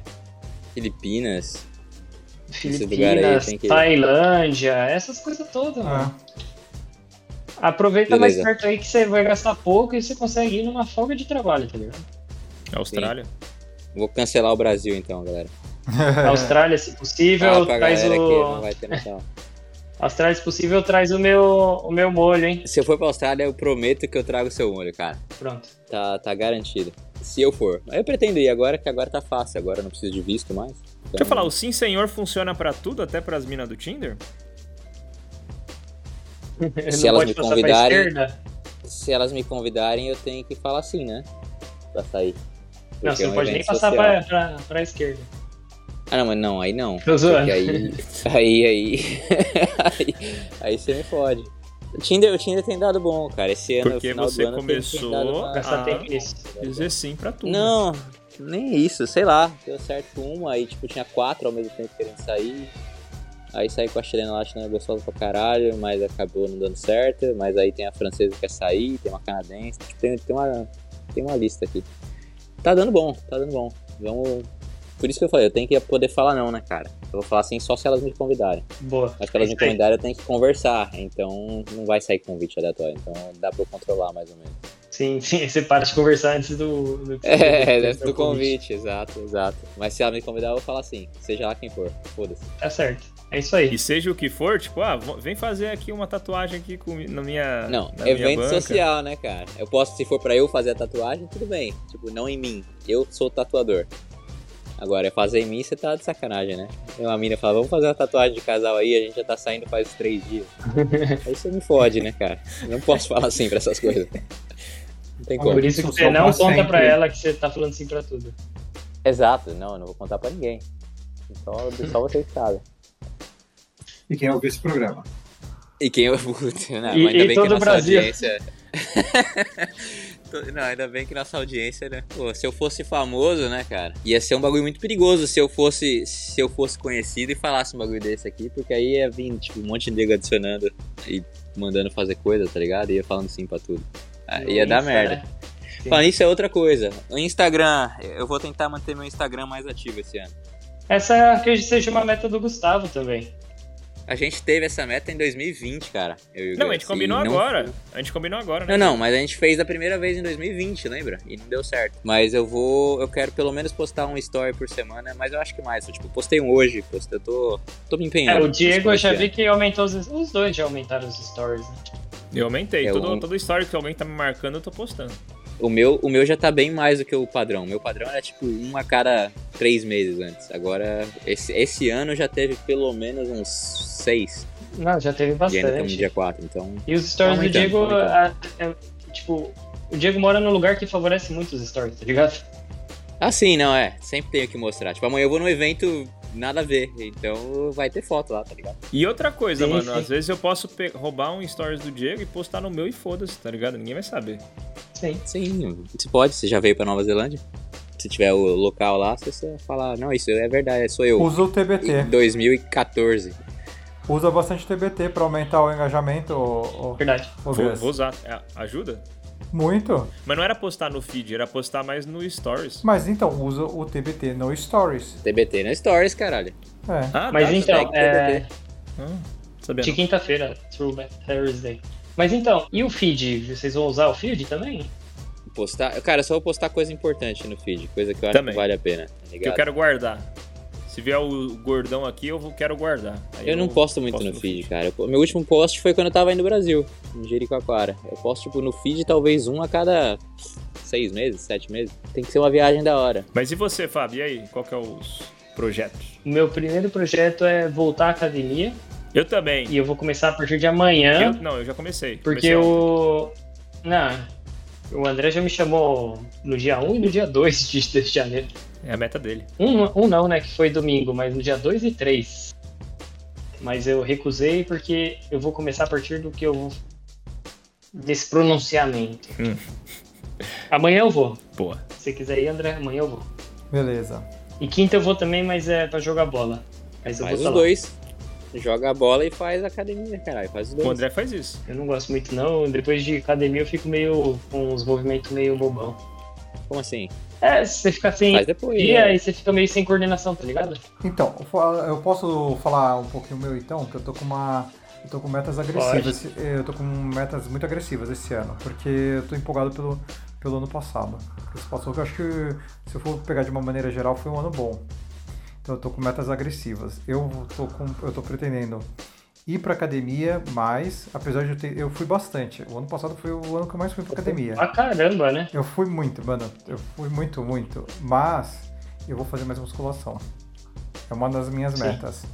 Speaker 2: Filipinas. lugar aí
Speaker 4: Filipinas,
Speaker 2: tem que-
Speaker 4: Tailândia, essas coisas todas,
Speaker 3: Ah.
Speaker 4: mano.
Speaker 3: é.
Speaker 4: Aproveita
Speaker 2: Beleza.
Speaker 4: mais perto aí que você vai gastar pouco e você consegue ir numa folga de trabalho, tá ligado?
Speaker 1: Austrália.
Speaker 2: Vou cancelar o Brasil então, galera.
Speaker 4: É. Austrália, se possível,
Speaker 2: Fala pra
Speaker 4: traz
Speaker 2: galera que
Speaker 1: um.
Speaker 2: não
Speaker 4: o.
Speaker 2: vai ter noção.
Speaker 4: Austrália, se possível, traz o meu, o meu molho, hein?
Speaker 2: Se eu for pra Austrália, eu prometo que eu trago seu molho, cara.
Speaker 4: Pronto.
Speaker 2: Tá, tá garantido. Se eu for. Mas Eu pretendo ir agora, que agora tá fácil. Agora eu não preciso de visto mais. Então,
Speaker 1: Deixa eu falar, o Sim Senhor funciona pra tudo, até pras minas do Tinder?
Speaker 2: Se
Speaker 4: Não
Speaker 2: elas
Speaker 4: pode
Speaker 2: me
Speaker 4: passar pra
Speaker 2: convidarem-
Speaker 4: esquerda?
Speaker 2: Se elas me convidarem, eu tenho que falar sim, né? Pra sair. Porque
Speaker 4: Não, você
Speaker 2: é
Speaker 4: não
Speaker 2: um
Speaker 4: pode nem
Speaker 2: evento
Speaker 4: passar
Speaker 2: social.
Speaker 4: pra, pra, pra esquerda.
Speaker 2: Ah, não, mas não, aí não.
Speaker 4: Tô zoando.
Speaker 2: Porque aí, aí, aí, aí, aí você me fode. O Tinder, o Tinder tem dado bom, cara. Esse ano,
Speaker 1: Porque
Speaker 2: final
Speaker 1: você
Speaker 2: do ano, tem-
Speaker 1: começou
Speaker 2: tem dado uma-
Speaker 4: Gastar
Speaker 1: Ah.
Speaker 4: tempo nisso.
Speaker 1: Dizer sim pra tudo.
Speaker 2: Não, nem isso, sei lá. Deu certo com uma, aí tipo, tinha quatro ao mesmo tempo querendo sair. Aí saí com a chilena lá, achando ela gostosa pra caralho, mas acabou não dando certo. Mas aí tem a francesa que quer sair, tem uma canadense, tipo, tem, tem, uma, tem uma lista aqui. Tá dando bom, tá dando bom. Vamos. Por isso que eu falei, eu tenho que poder falar não, né, cara? Eu vou falar assim só se elas me convidarem.
Speaker 4: Boa.
Speaker 2: Mas se elas me
Speaker 4: É isso aí.
Speaker 2: convidarem, eu tenho que conversar. Então não vai sair convite aleatório. Então dá pra eu controlar mais ou menos.
Speaker 4: Sim, sim, você para de conversar antes do. do
Speaker 2: É, deve
Speaker 4: do
Speaker 2: do convite, exato, exato. Mas se ela me convidar, eu vou falar assim, seja lá quem for, foda-se.
Speaker 4: Tá certo. É isso aí.
Speaker 1: E seja o que for, tipo, ah, vo- vem fazer aqui uma tatuagem aqui com, na minha.
Speaker 2: Não,
Speaker 1: na minha
Speaker 2: evento
Speaker 1: banca.
Speaker 2: social, né, cara? Eu posso, se for pra eu fazer a tatuagem, tudo bem. Tipo, não em mim. Eu sou o tatuador. Agora, fazer em mim, você tá de sacanagem, né? Tem uma mina fala, vamos fazer uma tatuagem de casal aí, a gente já tá saindo faz três dias. aí você me fode, né, cara? Não posso falar assim pra essas coisas. Não tem como.
Speaker 4: Por isso que
Speaker 10: Sou
Speaker 4: você não
Speaker 10: pra
Speaker 4: conta
Speaker 10: sempre.
Speaker 4: pra ela que você tá falando sim pra tudo.
Speaker 2: Exato, não, não vou contar pra ninguém. Só, só vocês sabem.
Speaker 3: E quem ouviu esse programa?
Speaker 2: E quem eu puto, não,
Speaker 4: E-
Speaker 2: mas ainda bem
Speaker 4: e
Speaker 2: que
Speaker 4: todo
Speaker 2: a nossa
Speaker 4: Brasil.
Speaker 2: audiência. To- não, ainda bem que nossa audiência, né? Pô, se eu fosse famoso, né, cara? Ia ser um bagulho muito perigoso se eu fosse, se eu fosse conhecido e falasse um bagulho desse aqui, porque aí ia vir, tipo, um monte de nego adicionando e mandando fazer coisa, tá ligado? Ia falando sim pra tudo. Ah, ia dar
Speaker 4: Isso,
Speaker 2: merda.
Speaker 4: né? Sim.
Speaker 2: Falando isso é outra coisa. O Instagram, eu vou tentar manter meu Instagram mais ativo esse ano.
Speaker 4: Essa acredito que seja uma meta do Gustavo também.
Speaker 2: A gente teve essa meta em 2020, cara. eu e o
Speaker 1: Não, a
Speaker 2: Gus,
Speaker 1: gente combinou
Speaker 2: e não-
Speaker 1: agora. A gente combinou agora, né?
Speaker 2: Não, não, mas a gente fez a primeira vez em 2020, lembra? E não deu certo. Mas eu vou. Eu quero pelo menos postar um story por semana, mas eu acho que mais. Eu, tipo, postei um hoje, postei, eu tô. tô me
Speaker 4: É,
Speaker 2: empenhando.
Speaker 4: o Diego eu já
Speaker 2: Esse
Speaker 4: vi que aumentou os. Os dois já aumentaram os stories, né?
Speaker 1: Eu aumentei.
Speaker 2: É
Speaker 1: todo,
Speaker 2: um-
Speaker 1: todo story que alguém tá me marcando, eu tô postando.
Speaker 2: O meu, o meu já tá bem mais do que o padrão. O meu padrão era tipo um a cada três meses antes. Agora, esse, esse ano já teve pelo menos uns seis.
Speaker 4: Não, Ah, já teve
Speaker 2: E ainda estamos no
Speaker 4: bastante.
Speaker 2: dia quatro, então.
Speaker 4: E os stories
Speaker 2: Tá
Speaker 4: do
Speaker 2: aumentando,
Speaker 4: Diego,
Speaker 2: tá
Speaker 4: a- é, tipo, o Diego mora num lugar que favorece muito os stories, tá ligado?
Speaker 2: Ah, sim, não, é. Sempre tenho que mostrar. Tipo, amanhã eu vou num evento nada a ver. Então vai ter foto lá, tá ligado?
Speaker 1: E outra coisa,
Speaker 4: Sim,
Speaker 1: mano,
Speaker 4: sim.
Speaker 1: às vezes eu posso pe- roubar um stories do Diego e postar no meu e foda-se, tá ligado? Ninguém vai saber.
Speaker 4: Sim.
Speaker 2: Sim, você pode, você já veio pra Nova Zelândia. Se tiver o local lá, você só fala, não, isso é verdade, sou eu.
Speaker 3: Usa o
Speaker 2: Em
Speaker 3: TBT.
Speaker 2: 2014.
Speaker 3: Usa bastante TBT pra aumentar o engajamento, ô, ô,
Speaker 4: Verdade.
Speaker 3: ô
Speaker 1: Vou,
Speaker 3: Gus.
Speaker 1: vou usar. É, ajuda?
Speaker 3: Muito.
Speaker 1: Mas não era postar no feed, era postar mais no stories.
Speaker 3: Mas então, usa o TBT no Stories.
Speaker 2: TBT na né? Stories, caralho.
Speaker 3: É.
Speaker 1: Ah,
Speaker 4: Mas
Speaker 1: tá,
Speaker 4: então,
Speaker 2: hashtag
Speaker 4: é,
Speaker 1: sabia
Speaker 4: de
Speaker 1: não.
Speaker 4: quinta-feira, Throwback Thursday. Mas então, e o feed? Vocês vão usar o feed também?
Speaker 2: Postar, cara, eu só vou postar coisa importante no feed, coisa que eu acho
Speaker 1: Também.
Speaker 2: que vale a pena, tá ligado?
Speaker 1: Que eu quero guardar. Se vier o gordão aqui, eu vou- quero guardar. Aí
Speaker 2: Eu não posto muito no feed, cara. Eu- Meu último post foi quando eu tava aí no Brasil, em Jericoacoara. Eu posto, tipo, no feed talvez um a cada seis meses, sete meses. Tem que ser uma viagem da hora.
Speaker 1: Mas e você, Fábio? E aí? Qual que é os projetos?
Speaker 4: O meu primeiro projeto é voltar à academia
Speaker 1: Eu também.
Speaker 4: e eu vou começar a partir de
Speaker 1: Eu-
Speaker 4: amanhã,
Speaker 1: não, eu já comecei.
Speaker 4: porque
Speaker 1: Comecei ontem.
Speaker 4: o não, o André já me chamou no dia 1 e no dia 2 de de janeiro.
Speaker 1: É a meta dele.
Speaker 4: Um, um não, né, que foi domingo, mas no dia 2 e 3. Mas eu recusei porque eu vou começar a partir do que eu vou desse pronunciamento.
Speaker 1: Hum.
Speaker 4: Amanhã eu vou.
Speaker 1: Boa.
Speaker 4: Se você quiser ir, André, amanhã eu vou.
Speaker 3: Beleza.
Speaker 4: E quinta eu vou também, mas é pra jogar bola. Mas eu
Speaker 2: Faz
Speaker 4: vou
Speaker 2: os
Speaker 4: tá lá.
Speaker 2: dois. Joga a bola e faz academia, caralho. Faz os dois.
Speaker 1: O André faz isso.
Speaker 4: Eu não gosto muito não, depois de academia eu fico meio com uns movimentos meio bobão.
Speaker 2: Como assim?
Speaker 4: É, você fica sem
Speaker 2: Faz depois.
Speaker 4: e
Speaker 2: né?
Speaker 4: aí você fica meio sem coordenação, tá ligado?
Speaker 3: Então, eu fa- eu posso falar um pouquinho o meu então, que eu tô com uma. Eu tô com metas agressivas. eh, Eu tô com metas muito agressivas esse ano, porque eu tô empolgado pelo, pelo ano passado. Esse passou que eu acho que, se eu for pegar de uma maneira geral, foi um ano bom. Então eu tô com metas agressivas. Eu tô, com, eu tô pretendendo ir pra academia mais, apesar de eu ter. Eu fui bastante. O ano passado foi o ano que eu mais fui pra academia.
Speaker 4: Pra caramba, né?
Speaker 3: Eu fui muito, mano. Eu fui muito, muito. Mas eu vou fazer mais musculação. É uma das minhas
Speaker 4: Sim.
Speaker 3: metas.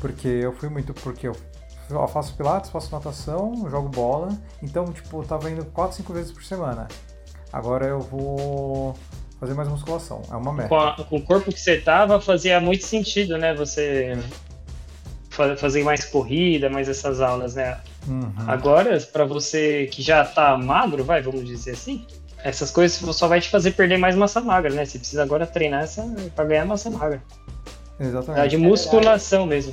Speaker 3: Porque eu fui muito, porque eu eu faço pilates, faço natação, jogo bola. Então, tipo, eu tava indo 4, 5 vezes por semana. Agora eu vou fazer mais musculação. É uma meta.
Speaker 4: Com, a- com o corpo que você tava, fazia muito sentido, né? Você fa- fazer mais corrida, mais essas aulas, né?
Speaker 3: Uhum.
Speaker 4: Agora, pra você que já tá magro, vai, vamos dizer assim, essas coisas só vai te fazer perder mais massa magra, né? Você precisa agora treinar essa para ganhar massa magra. É
Speaker 3: Exatamente.
Speaker 4: de musculação mesmo.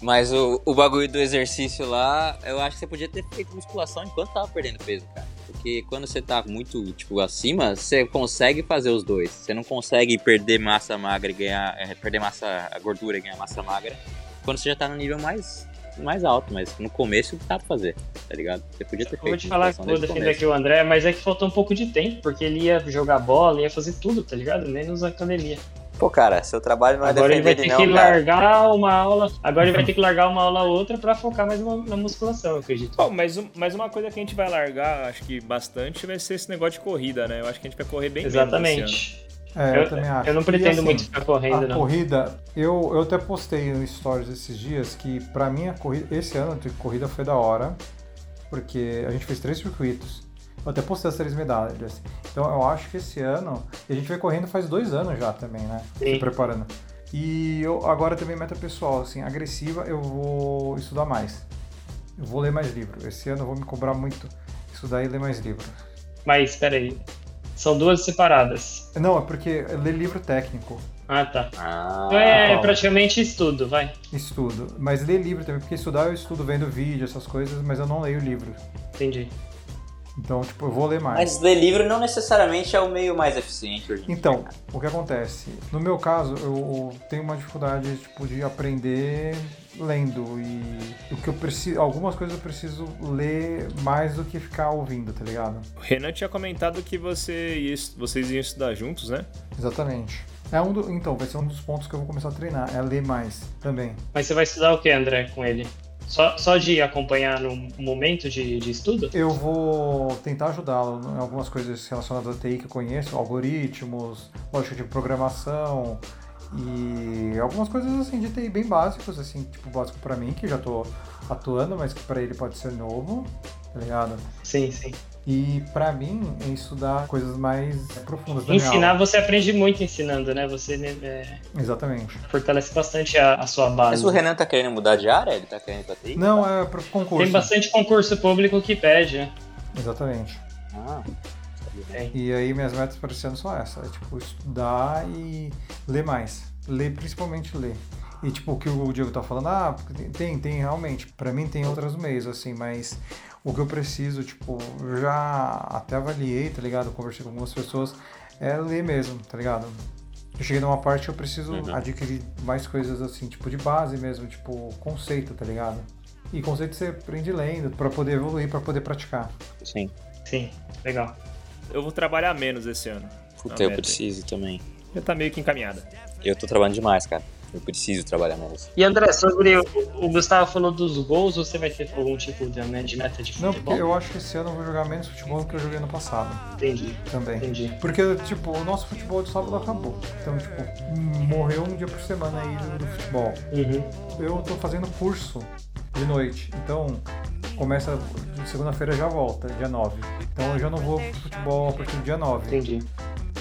Speaker 2: Mas o, o bagulho do exercício lá, eu acho que você podia ter feito musculação enquanto tava perdendo peso, cara. Porque quando você tá muito, tipo, acima, você consegue fazer os dois. Você não consegue perder massa magra e ganhar. é, perder massa a gordura e ganhar massa magra quando você já tá no nível mais, mais alto, mas no começo dá pra fazer, tá ligado? Você podia ter
Speaker 4: Eu
Speaker 2: feito.
Speaker 4: vou te falar que
Speaker 2: musculação
Speaker 4: vou
Speaker 2: desde o
Speaker 4: defender
Speaker 2: começo.
Speaker 4: aqui o André, mas é que faltou um pouco de tempo, porque ele ia jogar bola, ia fazer tudo, tá ligado? Menos a academia.
Speaker 11: Pô, cara, seu trabalho não é
Speaker 4: Agora ele vai
Speaker 11: defender
Speaker 4: ter
Speaker 11: ele
Speaker 2: né,
Speaker 4: que
Speaker 11: não, cara.
Speaker 4: largar uma aula. Agora ele vai ter que largar uma aula ou outra pra focar mais na, na musculação, eu acredito.
Speaker 1: Bom, mas, um- mas uma coisa que a gente vai largar, acho que bastante, vai ser esse negócio de corrida, né? Eu acho que a gente vai correr bem menos esse ano.
Speaker 4: Exatamente.
Speaker 3: É, eu, também acho.
Speaker 4: eu não
Speaker 3: E,
Speaker 4: pretendo
Speaker 3: assim,
Speaker 4: muito ficar correndo,
Speaker 3: A
Speaker 4: não.
Speaker 3: corrida, eu, eu até postei no Stories esses dias que pra mim a corrida, esse ano de corrida foi da hora, porque a gente fez três circuitos. Eu até postei as três medalhas. Então eu acho que esse ano, e a gente vem correndo faz dois anos já também, né?
Speaker 4: Sim.
Speaker 3: Se preparando. E eu agora também meta pessoal, assim, agressiva, eu vou estudar mais. Eu vou ler mais livro. Esse ano eu vou me cobrar muito estudar e ler mais livro.
Speaker 4: Mas, peraí. São duas separadas.
Speaker 3: Não, é porque é ler livro técnico.
Speaker 4: Ah, tá.
Speaker 2: Ah,
Speaker 4: Então é
Speaker 3: Paulo.
Speaker 4: praticamente estudo, vai.
Speaker 3: Estudo. Mas ler livro também, porque estudar eu estudo vendo vídeo, essas coisas, mas eu não leio livro.
Speaker 4: Entendi.
Speaker 3: Então, tipo, eu vou ler mais.
Speaker 2: Mas ler livro não necessariamente é o meio mais eficiente hoje em dia.
Speaker 3: Então, o que acontece? No meu caso, eu tenho uma dificuldade tipo, de aprender lendo e o que eu preciso, algumas coisas eu preciso ler mais do que ficar ouvindo, tá ligado?
Speaker 1: O Renan tinha comentado que você ia es- vocês iam estudar juntos, né?
Speaker 3: Exatamente. É um do, então, vai ser um dos pontos que eu vou começar a treinar, é ler mais também.
Speaker 4: Mas você vai estudar o que, André, com ele? Só, só de acompanhar no momento de, de estudo?
Speaker 3: Eu vou tentar ajudá-lo em algumas coisas relacionadas à TI que eu conheço, algoritmos, lógica de programação e algumas coisas assim de TI bem básicos, assim, tipo básico pra mim, que já tô atuando, mas que pra ele pode ser novo, tá ligado?
Speaker 4: Sim, sim.
Speaker 3: E pra mim é estudar coisas mais profundas da minha
Speaker 4: Ensinar,
Speaker 3: aula.
Speaker 4: você aprende muito ensinando, né? Você né, é,
Speaker 3: Exatamente.
Speaker 4: fortalece bastante a, a sua base.
Speaker 2: Mas o Renan tá querendo mudar de área? Ele tá querendo ir pra TI?
Speaker 3: Não, é pro concurso.
Speaker 4: Tem bastante concurso público que pede, né?
Speaker 3: Exatamente.
Speaker 2: Ah,
Speaker 3: E aí minhas metas para esse ano são essas, é tipo estudar e ler mais, ler principalmente ler. E tipo o que o Diego tá falando, ah, porque tem- tem, tem realmente, para mim tem outras meios assim, mas o que eu preciso, tipo, eu já até avaliei, tá ligado? Conversei com algumas pessoas, é ler mesmo, tá ligado? Eu cheguei numa parte que eu preciso adquirir mais coisas assim, tipo de base mesmo, tipo conceito, tá ligado? E conceito você aprende lendo para poder evoluir, para poder praticar.
Speaker 9: Sim.
Speaker 4: Sim, legal.
Speaker 1: Eu vou trabalhar menos esse ano.
Speaker 9: Puta,
Speaker 2: Então
Speaker 1: Ah,
Speaker 9: eu
Speaker 1: merda.
Speaker 9: preciso também.
Speaker 1: Já tá meio que encaminhada.
Speaker 9: Eu tô trabalhando demais, cara. Eu preciso trabalhar mais.
Speaker 4: E André, sobre o, o Gustavo falou dos gols, você vai ter algum tipo de, né, de meta de
Speaker 3: Não,
Speaker 4: futebol?
Speaker 3: porque eu acho que esse ano eu vou jogar menos futebol do que eu joguei ano passado
Speaker 4: Entendi,
Speaker 3: também.
Speaker 4: entendi.
Speaker 3: Porque, tipo, o nosso futebol de sábado acabou. Então, tipo, morreu um dia por semana aí do- do futebol.
Speaker 4: Uhum.
Speaker 3: Eu tô fazendo curso de noite, então começa segunda-feira já volta, dia 9. Então eu já não vou pro futebol a partir do dia 9.
Speaker 4: Entendi.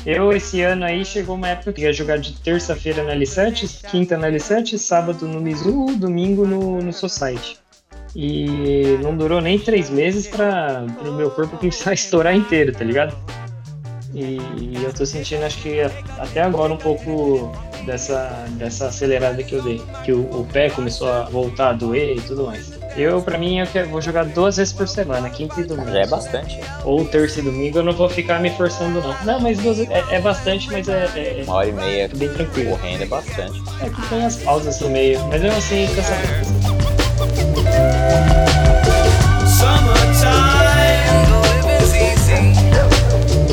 Speaker 4: Eu, esse ano aí, chegou uma época que ia jogar de terça-feira na Lisantes, quinta na Lisantes, sábado no Mizuho, domingo no, no Society. E não durou nem três meses para o meu corpo começar a estourar inteiro, tá ligado? E, e eu tô sentindo, acho que a- até agora, um pouco dessa, dessa acelerada que eu dei. Que o, o pé começou a voltar a doer e tudo mais. Eu, pra mim, eu quero- vou jogar duas vezes por semana, quinta e domingo
Speaker 2: já é bastante.
Speaker 4: ou terça e domingo, eu não vou ficar me forçando, não. Não, mas duas- é, é bastante, mas é, é-
Speaker 2: Uma hora e meia
Speaker 4: é bem tranquilo.
Speaker 2: correndo é bastante.
Speaker 4: É que tem as pausas no meio, mas assim, eu não sei cansar.
Speaker 5: Summertime, the living's easy.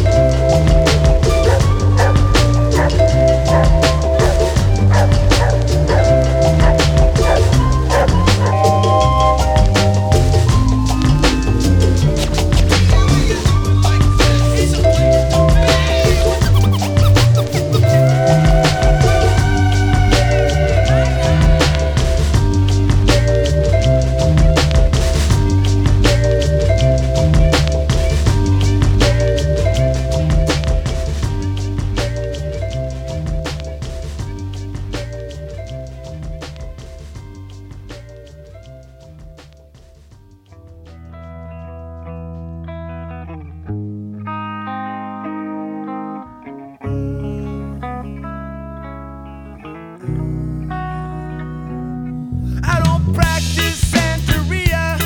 Speaker 5: I don't practice Santeria.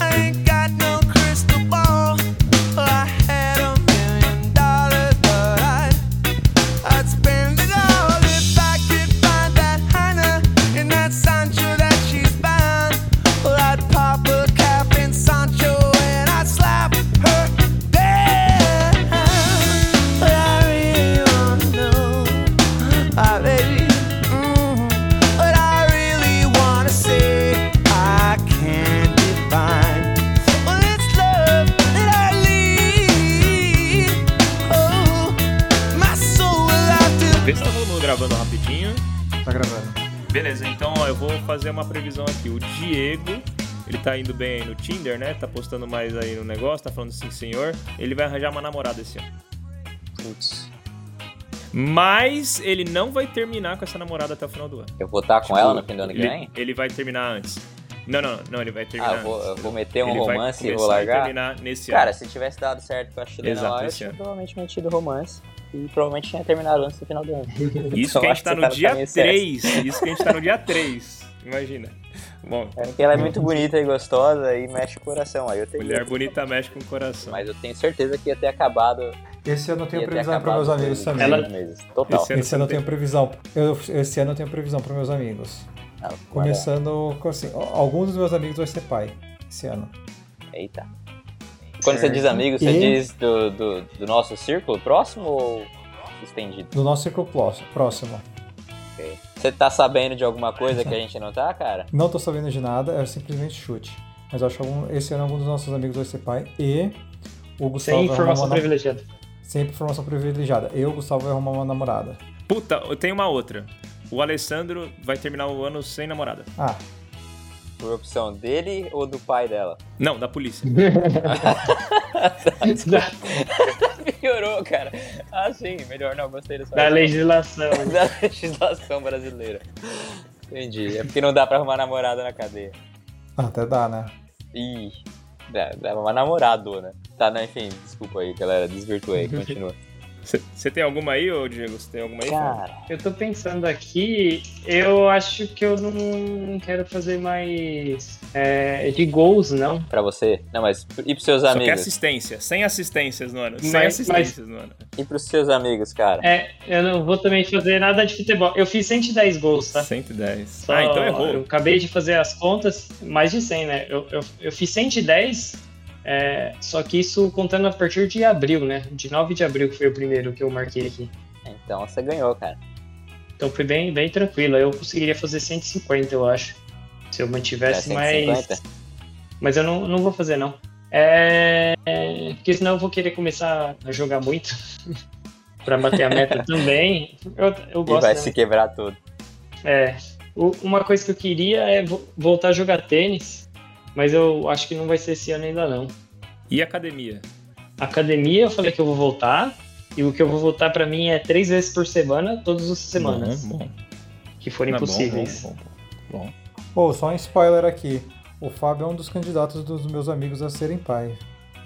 Speaker 5: I ain't got no crystal ball. I had a million dollars, but I I'd spend it all if I could find that Hannah in that Sancho that she's bound. Well, I'd pop a cap in Sancho and I'd slap her down. But I really wanna know. Ah, baby, mm, what I really wanna say, I can't define. Well, it's love that I lead. Oh, my soul will have to
Speaker 1: Vê se tá todo mundo gravando rapidinho.
Speaker 3: Tá gravando.
Speaker 1: Beleza, então ó, eu vou fazer uma previsão aqui. O Diego, ele tá indo bem aí no Tinder, né? Tá postando mais aí no negócio, tá falando assim, senhor. Ele vai arranjar uma namorada esse ano.
Speaker 9: Putz.
Speaker 1: Mas ele não vai terminar com essa namorada até o final do ano.
Speaker 2: Eu vou estar com ela no fim do ano que
Speaker 1: Ele,
Speaker 2: vem?
Speaker 1: ele vai terminar antes. Não, não, não, ele vai terminar
Speaker 2: Ah, eu vou, eu
Speaker 1: antes.
Speaker 2: vou meter um
Speaker 1: ele
Speaker 2: romance
Speaker 1: vai
Speaker 2: e vou
Speaker 1: começar
Speaker 2: largar?
Speaker 1: terminar nesse
Speaker 2: Cara,
Speaker 1: ano.
Speaker 2: se tivesse dado certo com a Chilena
Speaker 1: Exato,
Speaker 2: lá, eu
Speaker 1: esse
Speaker 2: tinha
Speaker 1: ano.
Speaker 2: provavelmente mantido romance e provavelmente tinha terminado antes do final do ano.
Speaker 1: Isso
Speaker 2: eu
Speaker 1: que a
Speaker 2: acho
Speaker 1: gente tá no
Speaker 2: que você tá no
Speaker 1: dia
Speaker 2: caminho certo.
Speaker 1: 3. Isso que a gente tá no dia 3. Imagina. Bom,
Speaker 2: É porque ela é muito bonita e gostosa e mexe o coração. Aí eu tenho.
Speaker 1: mulher bonita mexe com o coração.
Speaker 2: Mas eu tenho certeza que ia ter acabado.
Speaker 3: Esse ano eu tenho
Speaker 2: ia ter
Speaker 3: previsão para
Speaker 2: acabado
Speaker 3: meus amigos
Speaker 2: em
Speaker 3: também.
Speaker 2: seis
Speaker 1: Ela-
Speaker 2: meses. Total.
Speaker 1: Esse ano
Speaker 3: Esse ano eu
Speaker 1: você não
Speaker 3: tenho previsão. Eu, esse ano eu tenho previsão para meus amigos.
Speaker 2: Ah,
Speaker 3: Começando com assim, ó, alguns dos meus amigos vai ser pai esse ano.
Speaker 2: Eita. Quando você diz amigo, você
Speaker 3: E-
Speaker 2: diz do, do, do nosso círculo próximo ou estendido?
Speaker 3: Do nosso círculo pró- próximo.
Speaker 2: Você tá sabendo de alguma coisa que a gente não tá, cara?
Speaker 3: Não tô sabendo de nada, é simplesmente chute. Mas eu acho que algum- esse ano algum dos nossos amigos vai ser pai e o Gustavo
Speaker 4: Sem
Speaker 3: vai
Speaker 4: informação
Speaker 3: arrumar uma, nam-
Speaker 4: privilegiada.
Speaker 3: sempre informação privilegiada. Eu, o Gustavo, vai arrumar uma namorada.
Speaker 1: Puta, eu tenho uma outra. O Alessandro vai terminar o ano sem namorada.
Speaker 3: Ah,
Speaker 2: Por opção dele ou do pai dela?
Speaker 1: Não, da polícia.
Speaker 2: Piorou, cara. Ah, sim, melhor não, gostei dessa.
Speaker 4: da legislação.
Speaker 2: da legislação brasileira. Entendi. É porque não dá pra arrumar namorada na cadeia.
Speaker 3: até dá, né?
Speaker 2: Ih, dá, dá pra arrumar namorado, né? Tá, não, enfim, desculpa aí, galera, desvirtuei, continua.
Speaker 1: Você você tem alguma aí, ô Diego? Você tem alguma aí?
Speaker 2: Cara,
Speaker 4: Eu tô pensando aqui, eu acho que eu não quero fazer mais é, de gols, não.
Speaker 2: pra você. Não, mas e pros seus
Speaker 1: Só quer
Speaker 2: amigos?
Speaker 1: assistência. Sem assistências no ano. Sem
Speaker 4: Né, Mas-
Speaker 1: assistências no ano.
Speaker 2: E pros seus amigos, cara?
Speaker 4: É, eu não vou também fazer nada de futebol. Eu fiz 110 gols, tá?
Speaker 1: 110.
Speaker 4: Só-
Speaker 1: ah, então
Speaker 4: Eu
Speaker 1: errou.
Speaker 4: acabei de fazer as contas, mais de 100, né? Eu, eu, eu fiz 110, é, só que isso contando a partir de abril, né? De 9 de abril que foi o primeiro que eu marquei aqui.
Speaker 1: É.
Speaker 2: Então você ganhou, cara.
Speaker 4: Então foi bem, bem tranquilo. Eu conseguiria fazer 150, eu acho. Se eu mantivesse,
Speaker 2: Já
Speaker 4: mas.
Speaker 2: 150?
Speaker 4: Mas eu não, não vou fazer, não. É, é, Porque senão eu vou querer começar a jogar muito. pra bater a meta também. Eu, eu
Speaker 2: E
Speaker 4: gosto.
Speaker 2: vai
Speaker 4: né?
Speaker 2: se quebrar todo.
Speaker 4: É. O- Uma coisa que eu queria é vo- voltar a jogar tênis. Mas eu acho que não vai ser esse ano ainda, não.
Speaker 1: E academia?
Speaker 4: Academia, eu falei que eu vou voltar. E o que eu vou voltar pra mim é três vezes por semana, todas as semanas.
Speaker 1: Bom, bom.
Speaker 4: Que forem
Speaker 1: Tá bom,
Speaker 4: possíveis.
Speaker 1: bom, bom, bom.
Speaker 3: Ou só um spoiler aqui. O Fábio é um dos candidatos dos meus amigos a serem pai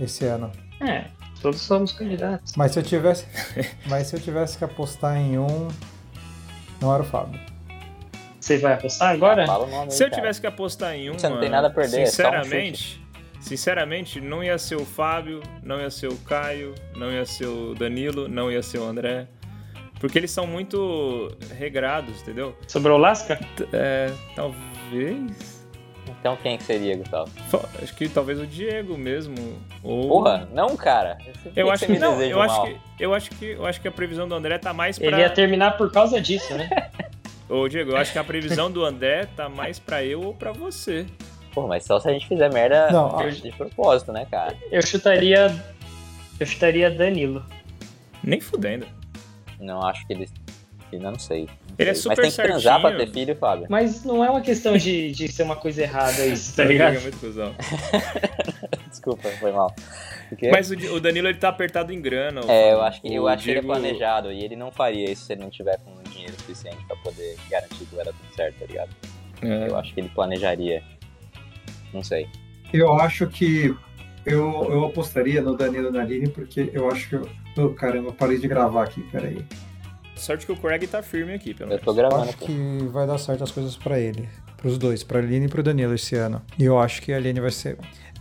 Speaker 3: esse ano.
Speaker 4: É, todos somos candidatos.
Speaker 3: Mas se eu tivesse, mas se eu tivesse que apostar em um, não era o Fábio.
Speaker 4: Você vai apostar agora?
Speaker 2: Fala o nome aí,
Speaker 1: Se eu
Speaker 2: cara.
Speaker 1: tivesse que apostar em uma.
Speaker 2: Você não tem nada a perder, é só um
Speaker 1: Sinceramente. Sinceramente, não ia ser o Fábio, não ia ser o Caio, não ia ser o Danilo, não ia ser o André. Porque eles são muito regrados, entendeu?
Speaker 4: Sobrou o Lasca?
Speaker 1: T- é, talvez.
Speaker 2: Então quem que seria, Gustavo?
Speaker 1: Fa- Acho que talvez o Diego mesmo. Ou...
Speaker 2: Porra, não, cara. Por que
Speaker 1: Eu
Speaker 2: que
Speaker 1: acho
Speaker 2: você
Speaker 1: que
Speaker 2: me
Speaker 1: não,
Speaker 2: deseja um
Speaker 1: eu acho
Speaker 2: mal? é
Speaker 1: que, eu acho que eu acho que a previsão do André tá mais pra.
Speaker 4: Ele ia terminar por causa disso, né?
Speaker 1: Ô, Diego, eu acho que a previsão do André tá mais pra eu ou pra você.
Speaker 2: Pô, mas só se a gente fizer merda
Speaker 3: Não,
Speaker 2: de- de propósito, né, cara?
Speaker 4: Eu chutaria. Eu chutaria Danilo.
Speaker 1: Nem fudendo.
Speaker 2: Não acho que eles. Ainda não sei.
Speaker 1: Ele é
Speaker 2: Mas
Speaker 1: super
Speaker 2: tem que transar pra ter
Speaker 1: certinho.
Speaker 2: filho, Fábio.
Speaker 4: Mas não é uma questão de, de ser uma coisa errada isso, tá ligado?
Speaker 1: É muito cuzão.
Speaker 2: Desculpa, foi mal. Porque-
Speaker 1: Mas o, Di- o Danilo ele tá apertado em grana.
Speaker 2: É, eu acho que, eu
Speaker 1: O
Speaker 2: acho que ele é
Speaker 1: Diego-
Speaker 2: planejado e ele não faria isso se ele não tiver com dinheiro suficiente pra poder garantir que vai dar tudo certo, tá ligado?
Speaker 1: É.
Speaker 2: Eu acho que ele planejaria. Não sei.
Speaker 12: Eu acho que eu, eu apostaria no Danilo Nalini, porque eu acho que. Eu... Ô, caramba, eu parei de gravar aqui, peraí.
Speaker 1: Sorte que o Craig tá firme aqui, pelo
Speaker 2: Eu
Speaker 1: menos.
Speaker 2: tô
Speaker 3: Eu
Speaker 2: gravando,
Speaker 3: acho
Speaker 2: pô.
Speaker 3: que vai dar certo as coisas pra ele, pros dois, pra Aline e pro Danilo esse ano. E eu acho que a Aline vai ser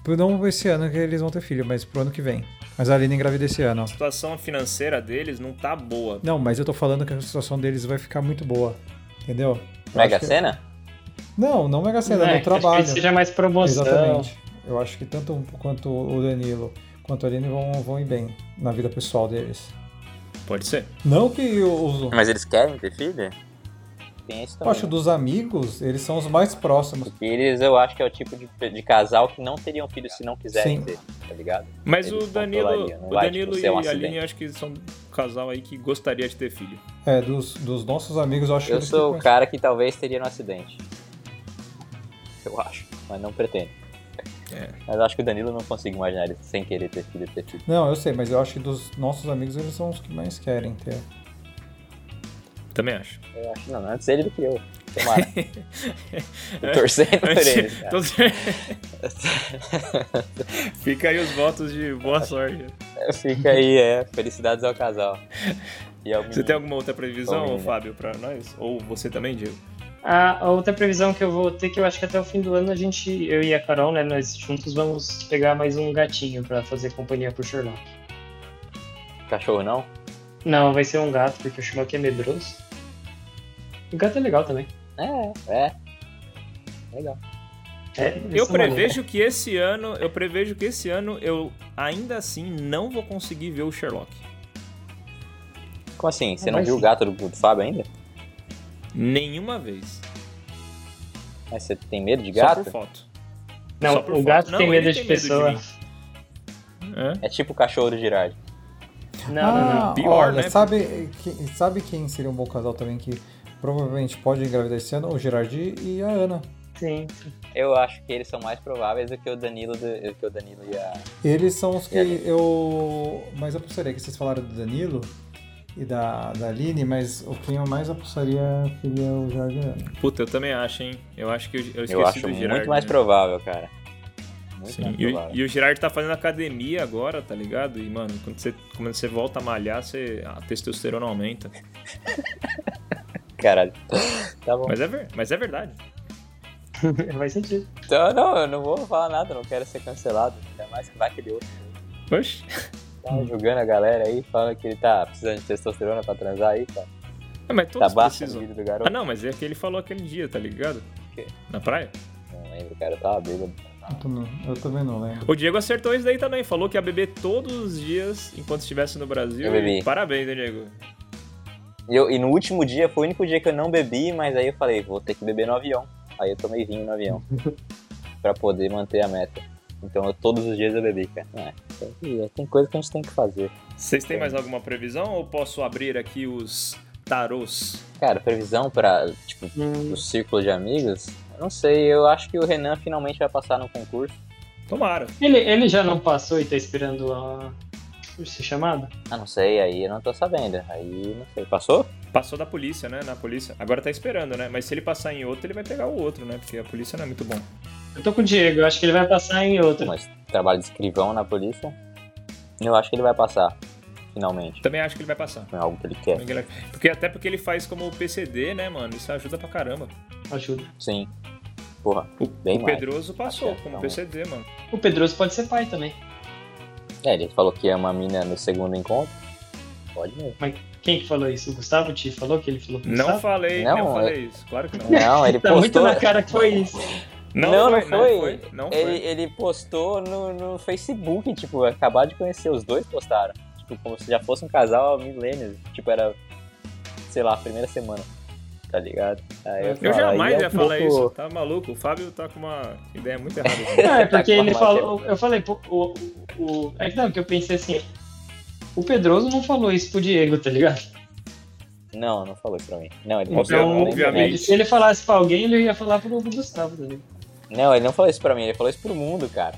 Speaker 3: não esse ano que eles vão ter filho, mas pro ano que vem. Mas a Aline engravida esse ano.
Speaker 1: A situação financeira deles não tá boa.
Speaker 3: Não, mas eu tô falando que a situação deles vai ficar muito boa. Entendeu? Eu
Speaker 2: Mega
Speaker 3: acho que- é-
Speaker 2: Sena?
Speaker 3: Não, não Mega Sena, é,
Speaker 4: É, acho
Speaker 3: no
Speaker 4: que
Speaker 3: trabalho.
Speaker 4: seja mais promoção.
Speaker 3: Exatamente. Eu acho que tanto um quanto o Danilo quanto a Aline vão, vão ir bem na vida pessoal deles.
Speaker 1: Pode ser.
Speaker 3: Não que os.
Speaker 2: Mas eles querem ter filho? Tem isso
Speaker 3: Eu
Speaker 2: também.
Speaker 3: acho dos amigos, eles são os mais próximos.
Speaker 2: Porque eles, eu acho que é o tipo de, de casal que não teriam filho se não quisessem
Speaker 3: Sim.
Speaker 2: ter, tá ligado?
Speaker 1: Mas
Speaker 2: Eles
Speaker 1: o Danilo,
Speaker 2: controlariam, não
Speaker 1: o
Speaker 2: vai,
Speaker 1: Danilo
Speaker 2: tipo,
Speaker 1: e
Speaker 2: ser um
Speaker 1: a Aline
Speaker 2: acidente.
Speaker 1: eu acho que são um casal aí que gostaria de ter filho.
Speaker 3: É, dos, dos nossos amigos, eu acho
Speaker 2: Eu
Speaker 3: que eles
Speaker 2: sou
Speaker 3: que
Speaker 2: o cara que talvez teria um acidente. Eu acho, mas não pretendo.
Speaker 1: É.
Speaker 2: Mas eu acho que o Danilo não consigo imaginar ele sem querer ter filho, ter filho.
Speaker 3: Não, eu sei, mas eu acho que dos nossos amigos eles são os que mais querem ter.
Speaker 1: Também acho.
Speaker 2: Eu acho, não, antes ele do que eu. Tomara. Tô torcendo por eles, cara.
Speaker 1: Tô cer- Fica aí os votos de boa sorte.
Speaker 2: Fica aí, é. Felicidades ao casal. E ao
Speaker 1: Você
Speaker 2: menino.
Speaker 1: tem alguma outra previsão,
Speaker 2: Bom, né?
Speaker 1: Fábio, pra nós? Ou você também, Diego?
Speaker 4: A a outra previsão que eu vou ter, que eu acho que até o fim do ano a gente, eu e a Carol, né, nós juntos vamos pegar mais um gatinho pra fazer companhia pro Sherlock.
Speaker 2: Cachorro não?
Speaker 4: Não, vai ser um gato, porque o Sherlock é medroso. O gato é legal também.
Speaker 2: É, é. Legal.
Speaker 4: É,
Speaker 1: Eu
Speaker 4: essa maneira.
Speaker 1: prevejo que esse ano, eu prevejo que esse ano eu ainda assim não vou conseguir ver o Sherlock.
Speaker 2: Como assim? Você
Speaker 4: Ah,
Speaker 2: não
Speaker 4: mas
Speaker 2: viu o
Speaker 4: sim.
Speaker 2: gato do, do Fábio ainda?
Speaker 1: Nenhuma vez.
Speaker 2: Mas você tem medo de
Speaker 1: Só por
Speaker 2: gato?
Speaker 1: foto.
Speaker 4: Não,
Speaker 1: Só por
Speaker 4: o
Speaker 1: foto.
Speaker 4: gato
Speaker 1: Não,
Speaker 4: tem
Speaker 1: ele
Speaker 4: medo de
Speaker 1: tem medo de
Speaker 4: pessoa.
Speaker 1: mim. É.
Speaker 2: É tipo o cachorro do Girardi.
Speaker 4: não, não, não.
Speaker 1: não. Pior,
Speaker 7: Ah, olha,
Speaker 1: né?
Speaker 7: sabe, que- sabe quem seria um bom casal também que provavelmente pode engravidar esse ano? O Gerardi e a Ana.
Speaker 4: Sim.
Speaker 2: Eu acho que eles são mais prováveis do que o Danilo, do, do que o Danilo e a.
Speaker 7: Eles são os que
Speaker 2: E aí?
Speaker 7: eu. Mas eu apostaria que vocês falaram do Danilo e da, da Aline, mas o que eu mais apostaria seria o Jardim Ana.
Speaker 1: Puta, eu também acho, hein? Eu acho que eu, eu esqueci
Speaker 2: Eu acho
Speaker 1: do
Speaker 2: muito
Speaker 1: Gerard.
Speaker 2: mais
Speaker 1: né?
Speaker 2: provável, cara. Muito
Speaker 1: Sim,
Speaker 2: mais
Speaker 1: e,
Speaker 2: provável.
Speaker 1: o- e o Gerard tá fazendo academia agora, tá ligado? E, mano, quando você, quando você volta a malhar, você, a testosterona aumenta.
Speaker 2: Caralho. Tá bom.
Speaker 1: Mas é, ver- mas é verdade.
Speaker 4: Faz sentido.
Speaker 2: Então, não, eu não vou falar nada, não quero ser cancelado. Ainda mais que vai que deu.
Speaker 1: Oxi.
Speaker 2: Tá julgando a galera aí, falando que ele tá precisando de testosterona pra transar aí, cara.
Speaker 1: É, mas
Speaker 2: Tá
Speaker 1: todos
Speaker 2: baixo o
Speaker 1: precisam.
Speaker 2: vídeo do
Speaker 1: Ah,
Speaker 2: garoto.
Speaker 1: não, mas é que ele falou aquele dia, tá ligado?
Speaker 2: quê?
Speaker 1: Na praia?
Speaker 2: Não lembro, cara, eu tava bêbado.
Speaker 7: Eu também- Eu também não lembro.
Speaker 1: O Diego acertou isso daí também. Falou que ia beber todos os dias enquanto estivesse no Brasil.
Speaker 2: Eu bebi.
Speaker 1: E Parabéns, hein, Diego?
Speaker 2: E, eu- e no último dia, foi o único dia que eu não bebi, mas aí eu falei, vou ter que beber no avião. Aí eu tomei vinho no avião. pra poder manter a meta. Então eu- todos os dias eu bebi, cara. É, tem, que- tem coisa que a gente tem que fazer.
Speaker 1: Vocês
Speaker 2: É.
Speaker 1: têm mais alguma previsão ou posso abrir aqui os tarôs?
Speaker 2: Cara, previsão pra, tipo, o círculo de amigos? Eu não sei, eu acho que o Renan finalmente vai passar no concurso.
Speaker 1: Tomara.
Speaker 4: Ele, ele já não passou e tá esperando a... ser chamado?
Speaker 2: Ah, não sei, aí eu não tô sabendo. Aí não sei. Passou?
Speaker 1: Passou da polícia, né? Na polícia. Agora tá esperando, né? Mas se ele passar em outro, ele vai pegar o outro, né? Porque a polícia não é muito bom.
Speaker 4: Eu tô com o Diego, eu acho que ele vai passar em outra.
Speaker 2: Mas trabalho de escrivão na polícia. Eu acho que ele vai passar, finalmente.
Speaker 1: Também acho que ele vai passar.
Speaker 2: Não é algo que ele quer.
Speaker 1: Porque até porque ele faz como o PCD, né, mano? Isso ajuda pra caramba.
Speaker 4: Ajuda.
Speaker 2: Sim. Porra,
Speaker 1: O,
Speaker 2: Bem
Speaker 1: o
Speaker 2: mais.
Speaker 1: Pedroso passou
Speaker 2: Até
Speaker 1: como
Speaker 2: então.
Speaker 1: PCD, mano.
Speaker 4: O Pedroso pode ser pai também.
Speaker 2: É, ele falou que ama a mina no segundo encontro. Pode mesmo.
Speaker 4: Quem que falou isso? O Gustavo te falou que ele falou pro
Speaker 1: Não
Speaker 4: Gustavo?
Speaker 1: falei, não,
Speaker 2: Não, é.
Speaker 1: falei isso. Claro que não.
Speaker 2: Não, ele
Speaker 4: Tá muito
Speaker 2: postou.
Speaker 4: na cara que foi isso.
Speaker 2: Não, não
Speaker 1: Não
Speaker 2: foi.
Speaker 1: foi. É, Não
Speaker 2: Ele,
Speaker 1: foi.
Speaker 2: ele postou no, no Facebook, tipo, acabar de conhecer. Os dois postaram. Tipo, como se já fosse um casal milênios. Tipo, era, sei lá, a primeira semana. Tá ligado? Aí
Speaker 1: Eu
Speaker 2: falo,
Speaker 1: jamais
Speaker 2: aí é
Speaker 1: ia
Speaker 2: um
Speaker 1: falar
Speaker 2: pouco-
Speaker 1: isso. Tá maluco? O Fábio tá com uma ideia muito errada.
Speaker 4: Não, é porque
Speaker 2: Tá com
Speaker 4: ele
Speaker 2: a
Speaker 4: falou. Eu falei, pô, o, o, o- É que não, que eu pensei assim. O Pedroso não falou isso pro Diego, tá ligado?
Speaker 2: Não, não falou isso pra mim. Não, ele
Speaker 1: Obvia-
Speaker 2: não, falou isso pra mim.
Speaker 1: Então, obviamente.
Speaker 4: Então, ele- se ele falasse pra alguém, ele ia falar pro Gustavo, tá ligado?
Speaker 2: Não, ele não falou isso pra mim, ele falou isso pro mundo, cara.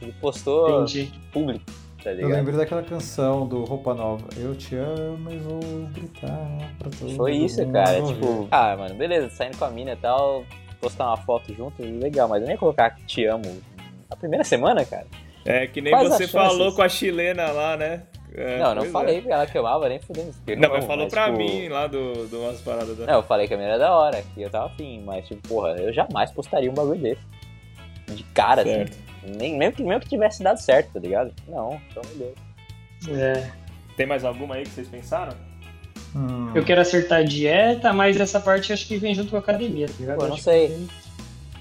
Speaker 2: Ele postou
Speaker 4: Entendi.
Speaker 2: público, tá
Speaker 7: Eu
Speaker 2: ligado?
Speaker 7: lembrei daquela canção do Roupa Nova. Eu te amo e vou gritar pra todo
Speaker 2: Foi isso,
Speaker 1: Uhum,
Speaker 7: mundo
Speaker 2: cara.
Speaker 7: ouvir.
Speaker 2: Tipo, ah, mano, beleza, saindo com a mina e tal, postar uma foto junto, legal, mas eu nem ia colocar que te amo. Na primeira semana, cara?
Speaker 1: É que nem
Speaker 2: Quais as
Speaker 1: você falou
Speaker 2: chances?
Speaker 1: com a chilena lá, né? É,
Speaker 2: não, eu não
Speaker 1: pois
Speaker 2: falei pra ela que eu amava, nem fudendo.
Speaker 1: É.
Speaker 2: porque eu
Speaker 1: Não, mas
Speaker 2: amo,
Speaker 1: falou pra
Speaker 2: tipo,
Speaker 1: mim lá do, do umas paradas da.
Speaker 2: Não, eu falei que a mina era da hora, que eu tava afim, mas, tipo, porra, eu jamais postaria um bagulho desse. De cara, assim.
Speaker 1: Certo.
Speaker 2: Nem, mesmo, que, mesmo que tivesse dado certo, tá ligado? Não, pelo amor de Deus.
Speaker 4: É.
Speaker 1: Tem mais alguma aí que vocês pensaram?
Speaker 7: Hum.
Speaker 4: Eu quero acertar a dieta, mas essa parte acho que vem junto com a academia, tá ligado?
Speaker 2: Pô, não
Speaker 4: Acho
Speaker 2: sei.
Speaker 4: que-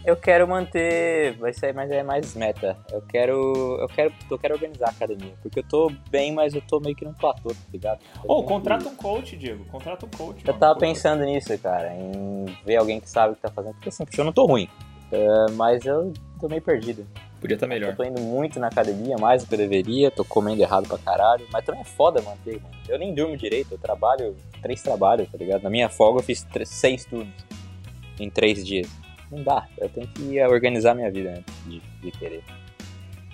Speaker 2: Eu quero manter, vai ser, mas é mais meta. Eu quero, eu quero, eu quero organizar a academia, porque eu tô bem, mas eu tô meio que num platô, tá ligado? Eu
Speaker 1: Ô,
Speaker 2: tenho
Speaker 1: contrata um coach, Diego. Contrata um coach.
Speaker 2: que- Eu
Speaker 1: mano.
Speaker 2: tava
Speaker 1: Pô,
Speaker 2: pensando nisso, cara, em ver alguém que sabe o que tá fazendo, porque assim, porque eu não tô ruim, É, mas eu tô meio perdido.
Speaker 1: Podia estar melhor.
Speaker 2: Eu tô indo muito na academia, mais do que eu deveria, tô comendo errado pra caralho, mas também é foda manter, mano. Eu nem durmo direito, eu trabalho três trabalhos, tá ligado? Na minha folga eu fiz tre- seis turnos em três dias. Não dá, eu tenho que organizar minha vida antes de, de querer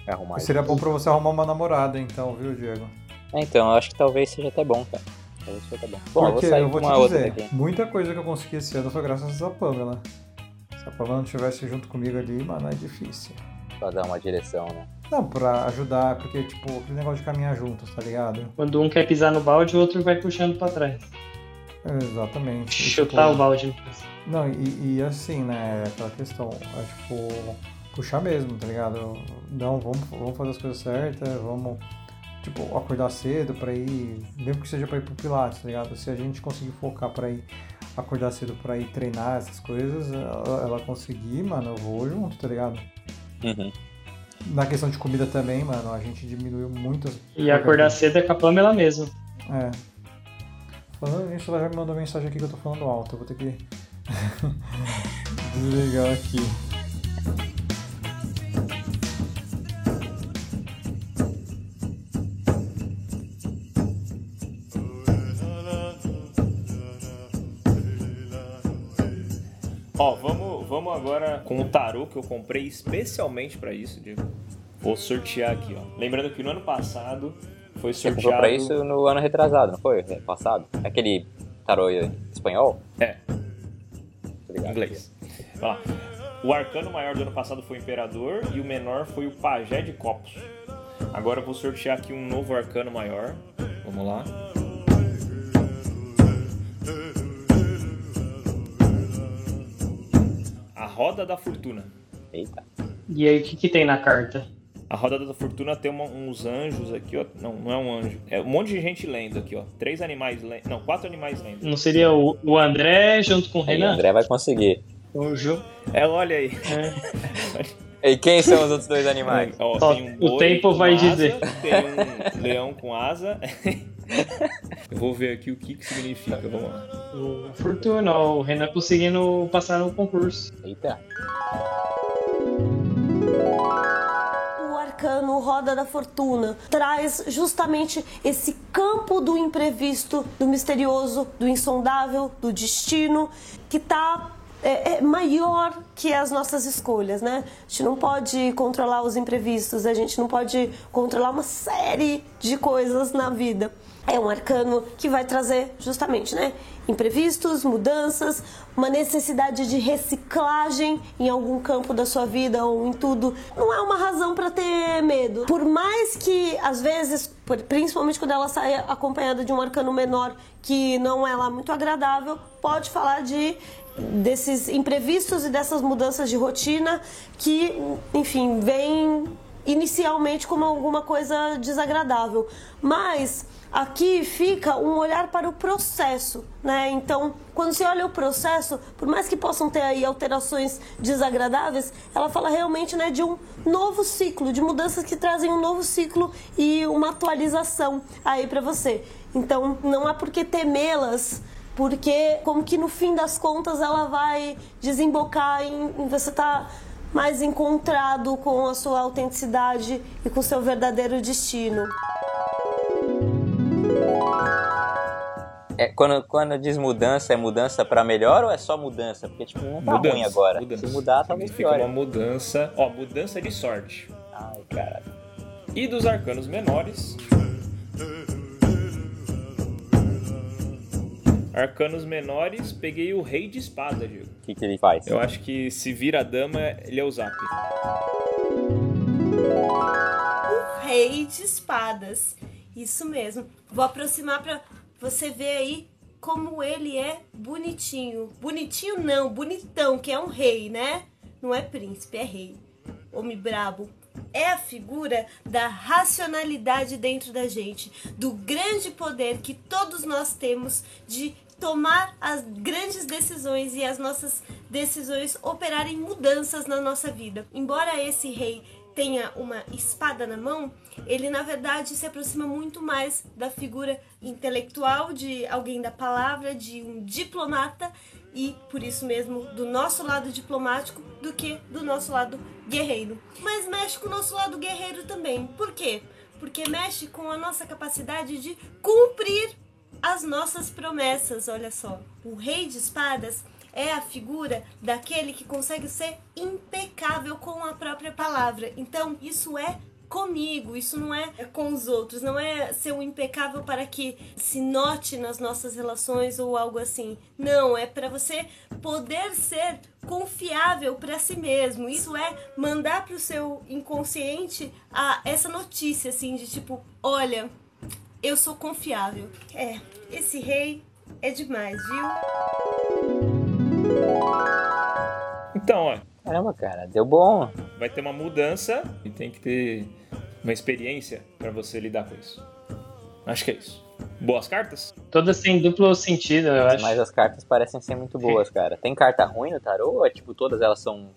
Speaker 2: arrumar isso.
Speaker 7: Seria bom pra você arrumar uma namorada, então, viu, Diego?
Speaker 2: É, então, eu acho que talvez seja até bom, cara. Talvez seja até bom. Bom, eu vou
Speaker 7: Porque
Speaker 2: sair
Speaker 7: eu vou
Speaker 2: com
Speaker 7: te
Speaker 2: uma outra
Speaker 7: dizer,
Speaker 2: daqui.
Speaker 7: muita coisa que eu consegui esse ano foi graças à Pamela. Se a Pamela não estivesse junto comigo ali, mano, é difícil.
Speaker 2: Pra dar uma direção, né?
Speaker 7: Não, pra ajudar, porque, tipo, aquele negócio de caminhar juntos, tá ligado?
Speaker 4: Quando um quer pisar no balde, o outro vai puxando pra trás.
Speaker 3: Exatamente. E,
Speaker 4: Chutar
Speaker 3: tipo,
Speaker 4: o balde.
Speaker 3: Não, e, e assim, né? Aquela questão. É tipo, puxar mesmo, tá ligado? Não, vamos, vamos fazer as coisas certas, vamos, tipo, acordar cedo pra ir. Mesmo que seja pra ir pro Pilates, tá ligado? Se a gente conseguir focar pra ir acordar cedo pra ir treinar essas coisas, ela, ela conseguir, mano, eu vou junto, tá ligado?
Speaker 2: Uhum.
Speaker 3: Na questão de comida também, mano, a gente diminuiu muito. as-
Speaker 4: E acordar cedo é com a Pamela mesmo.
Speaker 3: É. Falando nisso, ela já me mandou mensagem aqui que eu tô falando alto, eu vou ter que desligar aqui.
Speaker 1: Ó, vamos, vamos agora com o tarô que eu comprei especialmente pra isso, Diego. Vou sortear aqui, ó. Lembrando que no ano passado foi
Speaker 2: Você
Speaker 1: sorteado.
Speaker 2: comprou pra isso no ano retrasado, não foi? É, passado? Aquele tarô espanhol?
Speaker 1: É,
Speaker 2: Tá ligado?
Speaker 1: inglês. Vamos lá. O arcano maior do ano passado foi o Imperador e o menor foi o Pajé de Copos. Agora eu vou sortear aqui um novo arcano maior. Vamos lá. A Roda da Fortuna.
Speaker 2: Eita.
Speaker 4: E aí, o que, que tem na carta?
Speaker 1: A Roda da Fortuna tem uma- uns anjos aqui, ó. Não, não é um anjo. É um monte de gente lendo aqui, ó. Três animais lendo. Não, quatro animais lendo.
Speaker 4: Não seria o, o André junto com o
Speaker 2: Aí, o
Speaker 4: Renan?
Speaker 2: André vai conseguir.
Speaker 4: O Ju.
Speaker 1: É, olha aí.
Speaker 2: E quem são os outros dois animais?
Speaker 1: Ó,
Speaker 4: Só
Speaker 1: tem um
Speaker 4: o
Speaker 1: boi
Speaker 4: tempo
Speaker 1: com
Speaker 4: vai
Speaker 1: asa,
Speaker 4: dizer.
Speaker 1: Tem um leão com asa. Eu vou ver aqui o que, que significa. Vamos lá.
Speaker 4: O Fortuna, ó, o Renan conseguindo passar no concurso.
Speaker 2: Eita.
Speaker 13: O arcano Roda da Fortuna traz justamente esse campo do imprevisto, do misterioso, do insondável, do destino, que está maior que as nossas escolhas, né? A gente não pode controlar os imprevistos, a gente não pode controlar uma série de coisas na vida. É um arcano que vai trazer justamente, né? Imprevistos, mudanças, uma necessidade de reciclagem em algum campo da sua vida ou em tudo. Não é uma razão para ter medo. Por mais que, às vezes, por- principalmente quando ela sai acompanhada de um arcano menor que não é lá muito agradável, pode falar de desses imprevistos e dessas mudanças de rotina que, enfim, vêm inicialmente como alguma coisa desagradável, mas aqui fica um olhar para o processo, né? Então, quando se olha o processo, por mais que possam ter aí alterações desagradáveis, ela fala realmente, né, de um novo ciclo, de mudanças que trazem um novo ciclo e uma atualização aí para você. Então, não há por que temê-las porque como que no fim das contas ela vai desembocar em, em você tá estar mais encontrado com a sua autenticidade e com o seu verdadeiro destino.
Speaker 2: É, quando, quando diz mudança, é mudança pra melhor ou é só mudança? Porque, tipo, não tá ruim agora.
Speaker 1: mudança.
Speaker 2: Se mudar, talvez
Speaker 1: Significa
Speaker 2: pior.
Speaker 1: uma mudança. Ó, mudança de sorte.
Speaker 2: Ai, cara.
Speaker 1: E dos arcanos menores. Arcanos menores, peguei o rei de espada, Diego.
Speaker 2: O que, que ele faz?
Speaker 1: Eu acho que se vira a dama, ele é o zap.
Speaker 13: O rei de espadas. Isso mesmo. Vou aproximar para você ver aí como ele é bonitinho. Bonitinho não, bonitão, que é um rei, né? Não é príncipe, é rei. Homem brabo. É a figura da racionalidade dentro da gente, do grande poder que todos nós temos de tomar as grandes decisões e as nossas decisões operarem mudanças na nossa vida. Embora esse rei tenha uma espada na mão, ele na verdade se aproxima muito mais da figura intelectual, de alguém da palavra, de um diplomata e por isso mesmo do nosso lado diplomático do que do nosso lado guerreiro. Mas mexe com o nosso lado guerreiro também. Por quê? Porque mexe com a nossa capacidade de cumprir as nossas promessas, olha só. O rei de espadas é a figura daquele que consegue ser impecável com a própria palavra. Então, isso é comigo, isso não é com os outros, não é ser um impecável para que se note nas nossas relações ou algo assim. Não, é para você poder ser confiável para si mesmo. Isso é mandar para o seu inconsciente a essa notícia assim de tipo, olha, eu sou confiável. É, esse rei é demais, viu?
Speaker 1: Então, ó,
Speaker 2: Caramba, cara, deu bom.
Speaker 1: vai ter uma mudança e tem que ter uma experiência pra você lidar com isso. Acho que é isso. Boas cartas?
Speaker 4: Todas têm duplo sentido, eu acho.
Speaker 2: Mas as cartas parecem ser muito boas, cara. Tem carta ruim no tarô ou é tipo todas elas são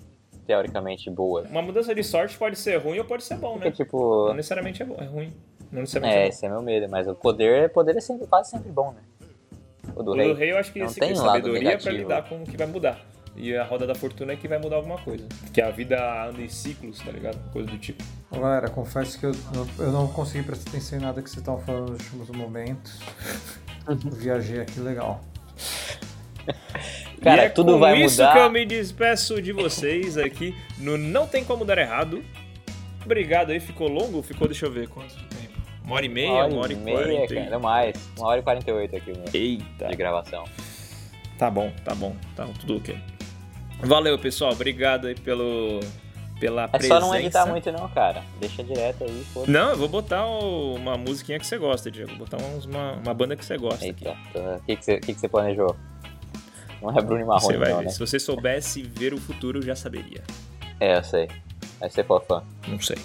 Speaker 2: teoricamente boas?
Speaker 1: Uma mudança de sorte pode ser ruim ou pode ser bom,
Speaker 2: Porque
Speaker 1: né?
Speaker 2: tipo.
Speaker 1: Não necessariamente é bom, é ruim. Não necessariamente
Speaker 2: É,
Speaker 1: é,
Speaker 2: esse é meu medo, mas o poder, poder é sempre, quase sempre bom, né? O do
Speaker 1: bom.
Speaker 2: rei.
Speaker 1: O do rei eu acho que
Speaker 2: Não
Speaker 1: esse
Speaker 2: tem
Speaker 1: tem
Speaker 2: lado
Speaker 1: sabedoria pra
Speaker 2: negativo.
Speaker 1: lidar com o que vai mudar. E a roda da fortuna é que vai mudar alguma coisa. Que a vida anda em ciclos, tá ligado? Coisa do tipo.
Speaker 3: Ô, Galera, confesso que eu, não- eu não consegui prestar atenção em nada que vocês estavam falando nos últimos momentos. Eu viajei aqui legal.
Speaker 2: Cara,
Speaker 1: e é
Speaker 2: tudo
Speaker 1: com
Speaker 2: vai
Speaker 1: isso
Speaker 2: mudar.
Speaker 1: que eu me despeço de vocês aqui no Não Tem Como Dar Errado. Obrigado aí, ficou longo? Ficou, deixa eu ver, quanto de tempo? Uma hora e meia, é uma hora, e quarenta. e-
Speaker 2: cara, não mais. Uma hora e quarenta e oito aqui, mano,
Speaker 1: Eita.
Speaker 2: de gravação.
Speaker 1: Tá bom, tá bom. Tá tudo ok. Valeu, pessoal. Obrigado aí pelo, pela
Speaker 2: É
Speaker 1: presença.
Speaker 2: só não editar muito não, cara. Deixa direto aí, foda
Speaker 1: Não, eu vou botar o- uma musiquinha que você gosta, Diego. Vou botar uns- uma, uma banda que você gosta.
Speaker 2: Eita, o que, que, você, que que você planejou? Não é Bruno e Marrone,
Speaker 1: você vai
Speaker 2: não,
Speaker 1: ver.
Speaker 2: né?
Speaker 1: Se você soubesse ver o futuro, já saberia.
Speaker 2: É, eu sei. Vai ser fofã.
Speaker 1: Não sei.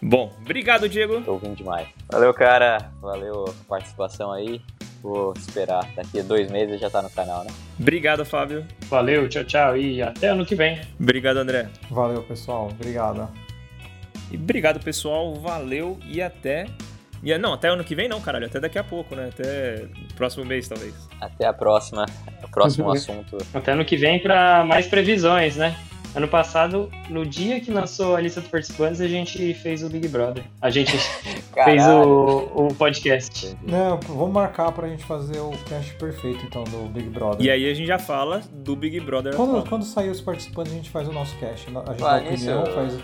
Speaker 1: Bom, obrigado, Diego.
Speaker 2: Tô ouvindo demais. Valeu, cara. Valeu a participação aí. Vou esperar. Daqui a dois meses já tá no canal, né?
Speaker 1: Obrigado, Fábio.
Speaker 4: Valeu, tchau, tchau e até ano que vem.
Speaker 1: Obrigado, André.
Speaker 3: Valeu, pessoal. Obrigado.
Speaker 1: E obrigado, pessoal. Valeu e até. E, é- não, até ano que vem não, caralho. Até daqui a pouco, né? Até próximo mês, talvez.
Speaker 2: Até a próxima. O próximo assunto.
Speaker 4: Até ano que vem pra mais previsões, né? Ano passado, no dia que lançou a lista de participantes, a gente fez o Big Brother. A gente fez
Speaker 2: Caralho.
Speaker 4: o, o podcast.
Speaker 3: Não, vamos marcar pra gente fazer o cast perfeito, então, do Big Brother.
Speaker 1: E aí a gente já fala do Big Brother.
Speaker 3: Quando,
Speaker 1: atual.
Speaker 3: quando sair os participantes, a gente faz o nosso cast. A gente
Speaker 2: Ah,
Speaker 3: dá opinião,
Speaker 2: isso-
Speaker 3: faz,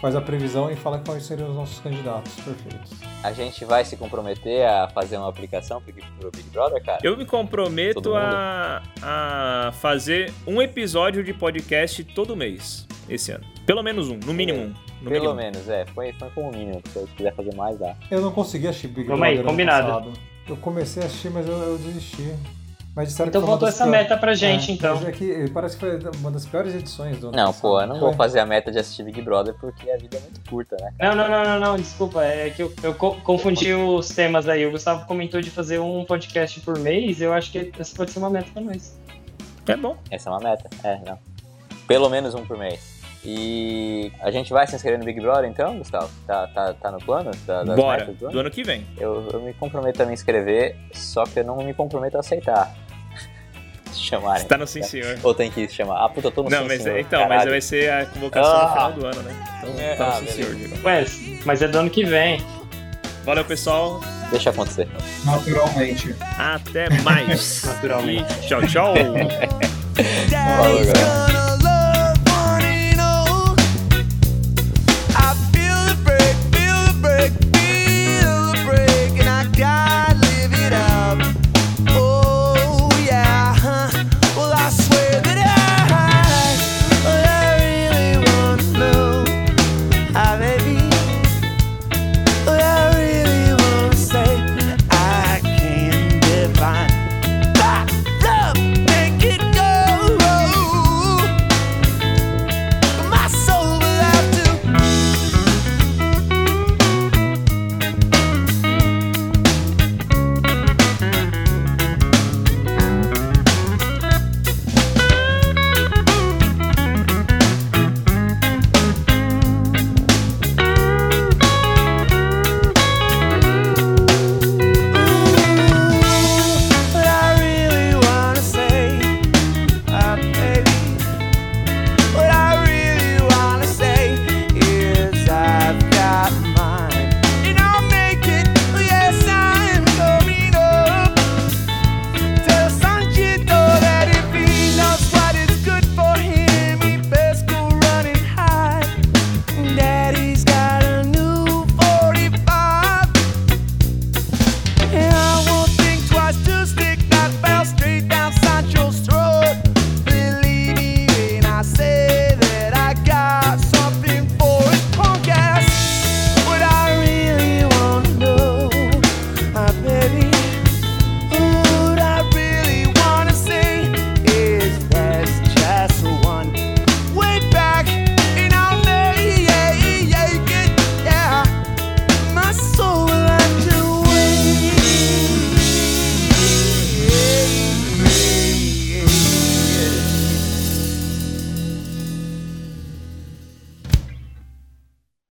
Speaker 3: faz a previsão e fala quais seriam os nossos candidatos perfeitos.
Speaker 2: A gente vai se comprometer a fazer uma aplicação pro Big- pro Big Brother, cara?
Speaker 1: Eu me comprometo
Speaker 2: Todo
Speaker 1: a, a fazer um episódio de podcast todo mês esse ano. Pelo menos um, no mínimo um. No mínimo.
Speaker 2: Pelo menos, é. Foi, foi como mínimo. Se eu quiser fazer mais, dá.
Speaker 3: Eu não consegui assistir Big
Speaker 4: Vamos aí,
Speaker 3: Brother ano
Speaker 4: combinado.
Speaker 3: passado. Eu comecei a assistir, mas eu, eu desisti. Mas disseram
Speaker 4: Então
Speaker 3: que foi uma
Speaker 4: voltou
Speaker 3: das
Speaker 4: essa
Speaker 3: piores-
Speaker 4: meta pra gente,
Speaker 3: É,
Speaker 4: então.
Speaker 3: mas é que parece que foi uma das piores edições do ano
Speaker 2: Não,
Speaker 3: passado.
Speaker 2: pô, eu não vou
Speaker 3: Foi.
Speaker 2: fazer a meta de assistir Big Brother porque a vida é muito curta, né?
Speaker 4: Não, não, não, não, não, desculpa. É que eu, eu co- confundi os temas aí. O Gustavo comentou de fazer um podcast por mês. Eu acho que essa pode ser uma meta pra nós.
Speaker 1: É bom.
Speaker 2: Essa é uma meta. É, não. Pelo menos um por mês. E a gente vai se inscrever no Big Brother então, Gustavo? Tá, tá, tá no plano? Da, das
Speaker 1: Bora.
Speaker 2: metas do ano?
Speaker 1: Do ano que vem.
Speaker 2: Eu, eu me comprometo a me inscrever, só que eu não me comprometo a aceitar. Se chamarem.
Speaker 1: Você tá no sim, senhor.
Speaker 2: Ou tem que chamar. Ah, puta, eu tô no
Speaker 1: Não,
Speaker 2: sim,
Speaker 1: mas
Speaker 2: senhor,
Speaker 1: é- então, mas
Speaker 2: caralho.
Speaker 1: vai ser a convocação
Speaker 2: Ah.
Speaker 1: no final do ano, né? Então, tá
Speaker 2: Ah,
Speaker 1: no sim, senhor,
Speaker 2: beleza.
Speaker 1: Diego.
Speaker 4: Ué, mas é do ano que vem.
Speaker 1: Valeu, pessoal.
Speaker 2: Deixa acontecer.
Speaker 14: Naturalmente.
Speaker 1: Até mais.
Speaker 4: Naturalmente.
Speaker 1: E tchau, tchau.
Speaker 2: Falou, galera.
Speaker 15: gonna
Speaker 6: Oh, Ah, Oh,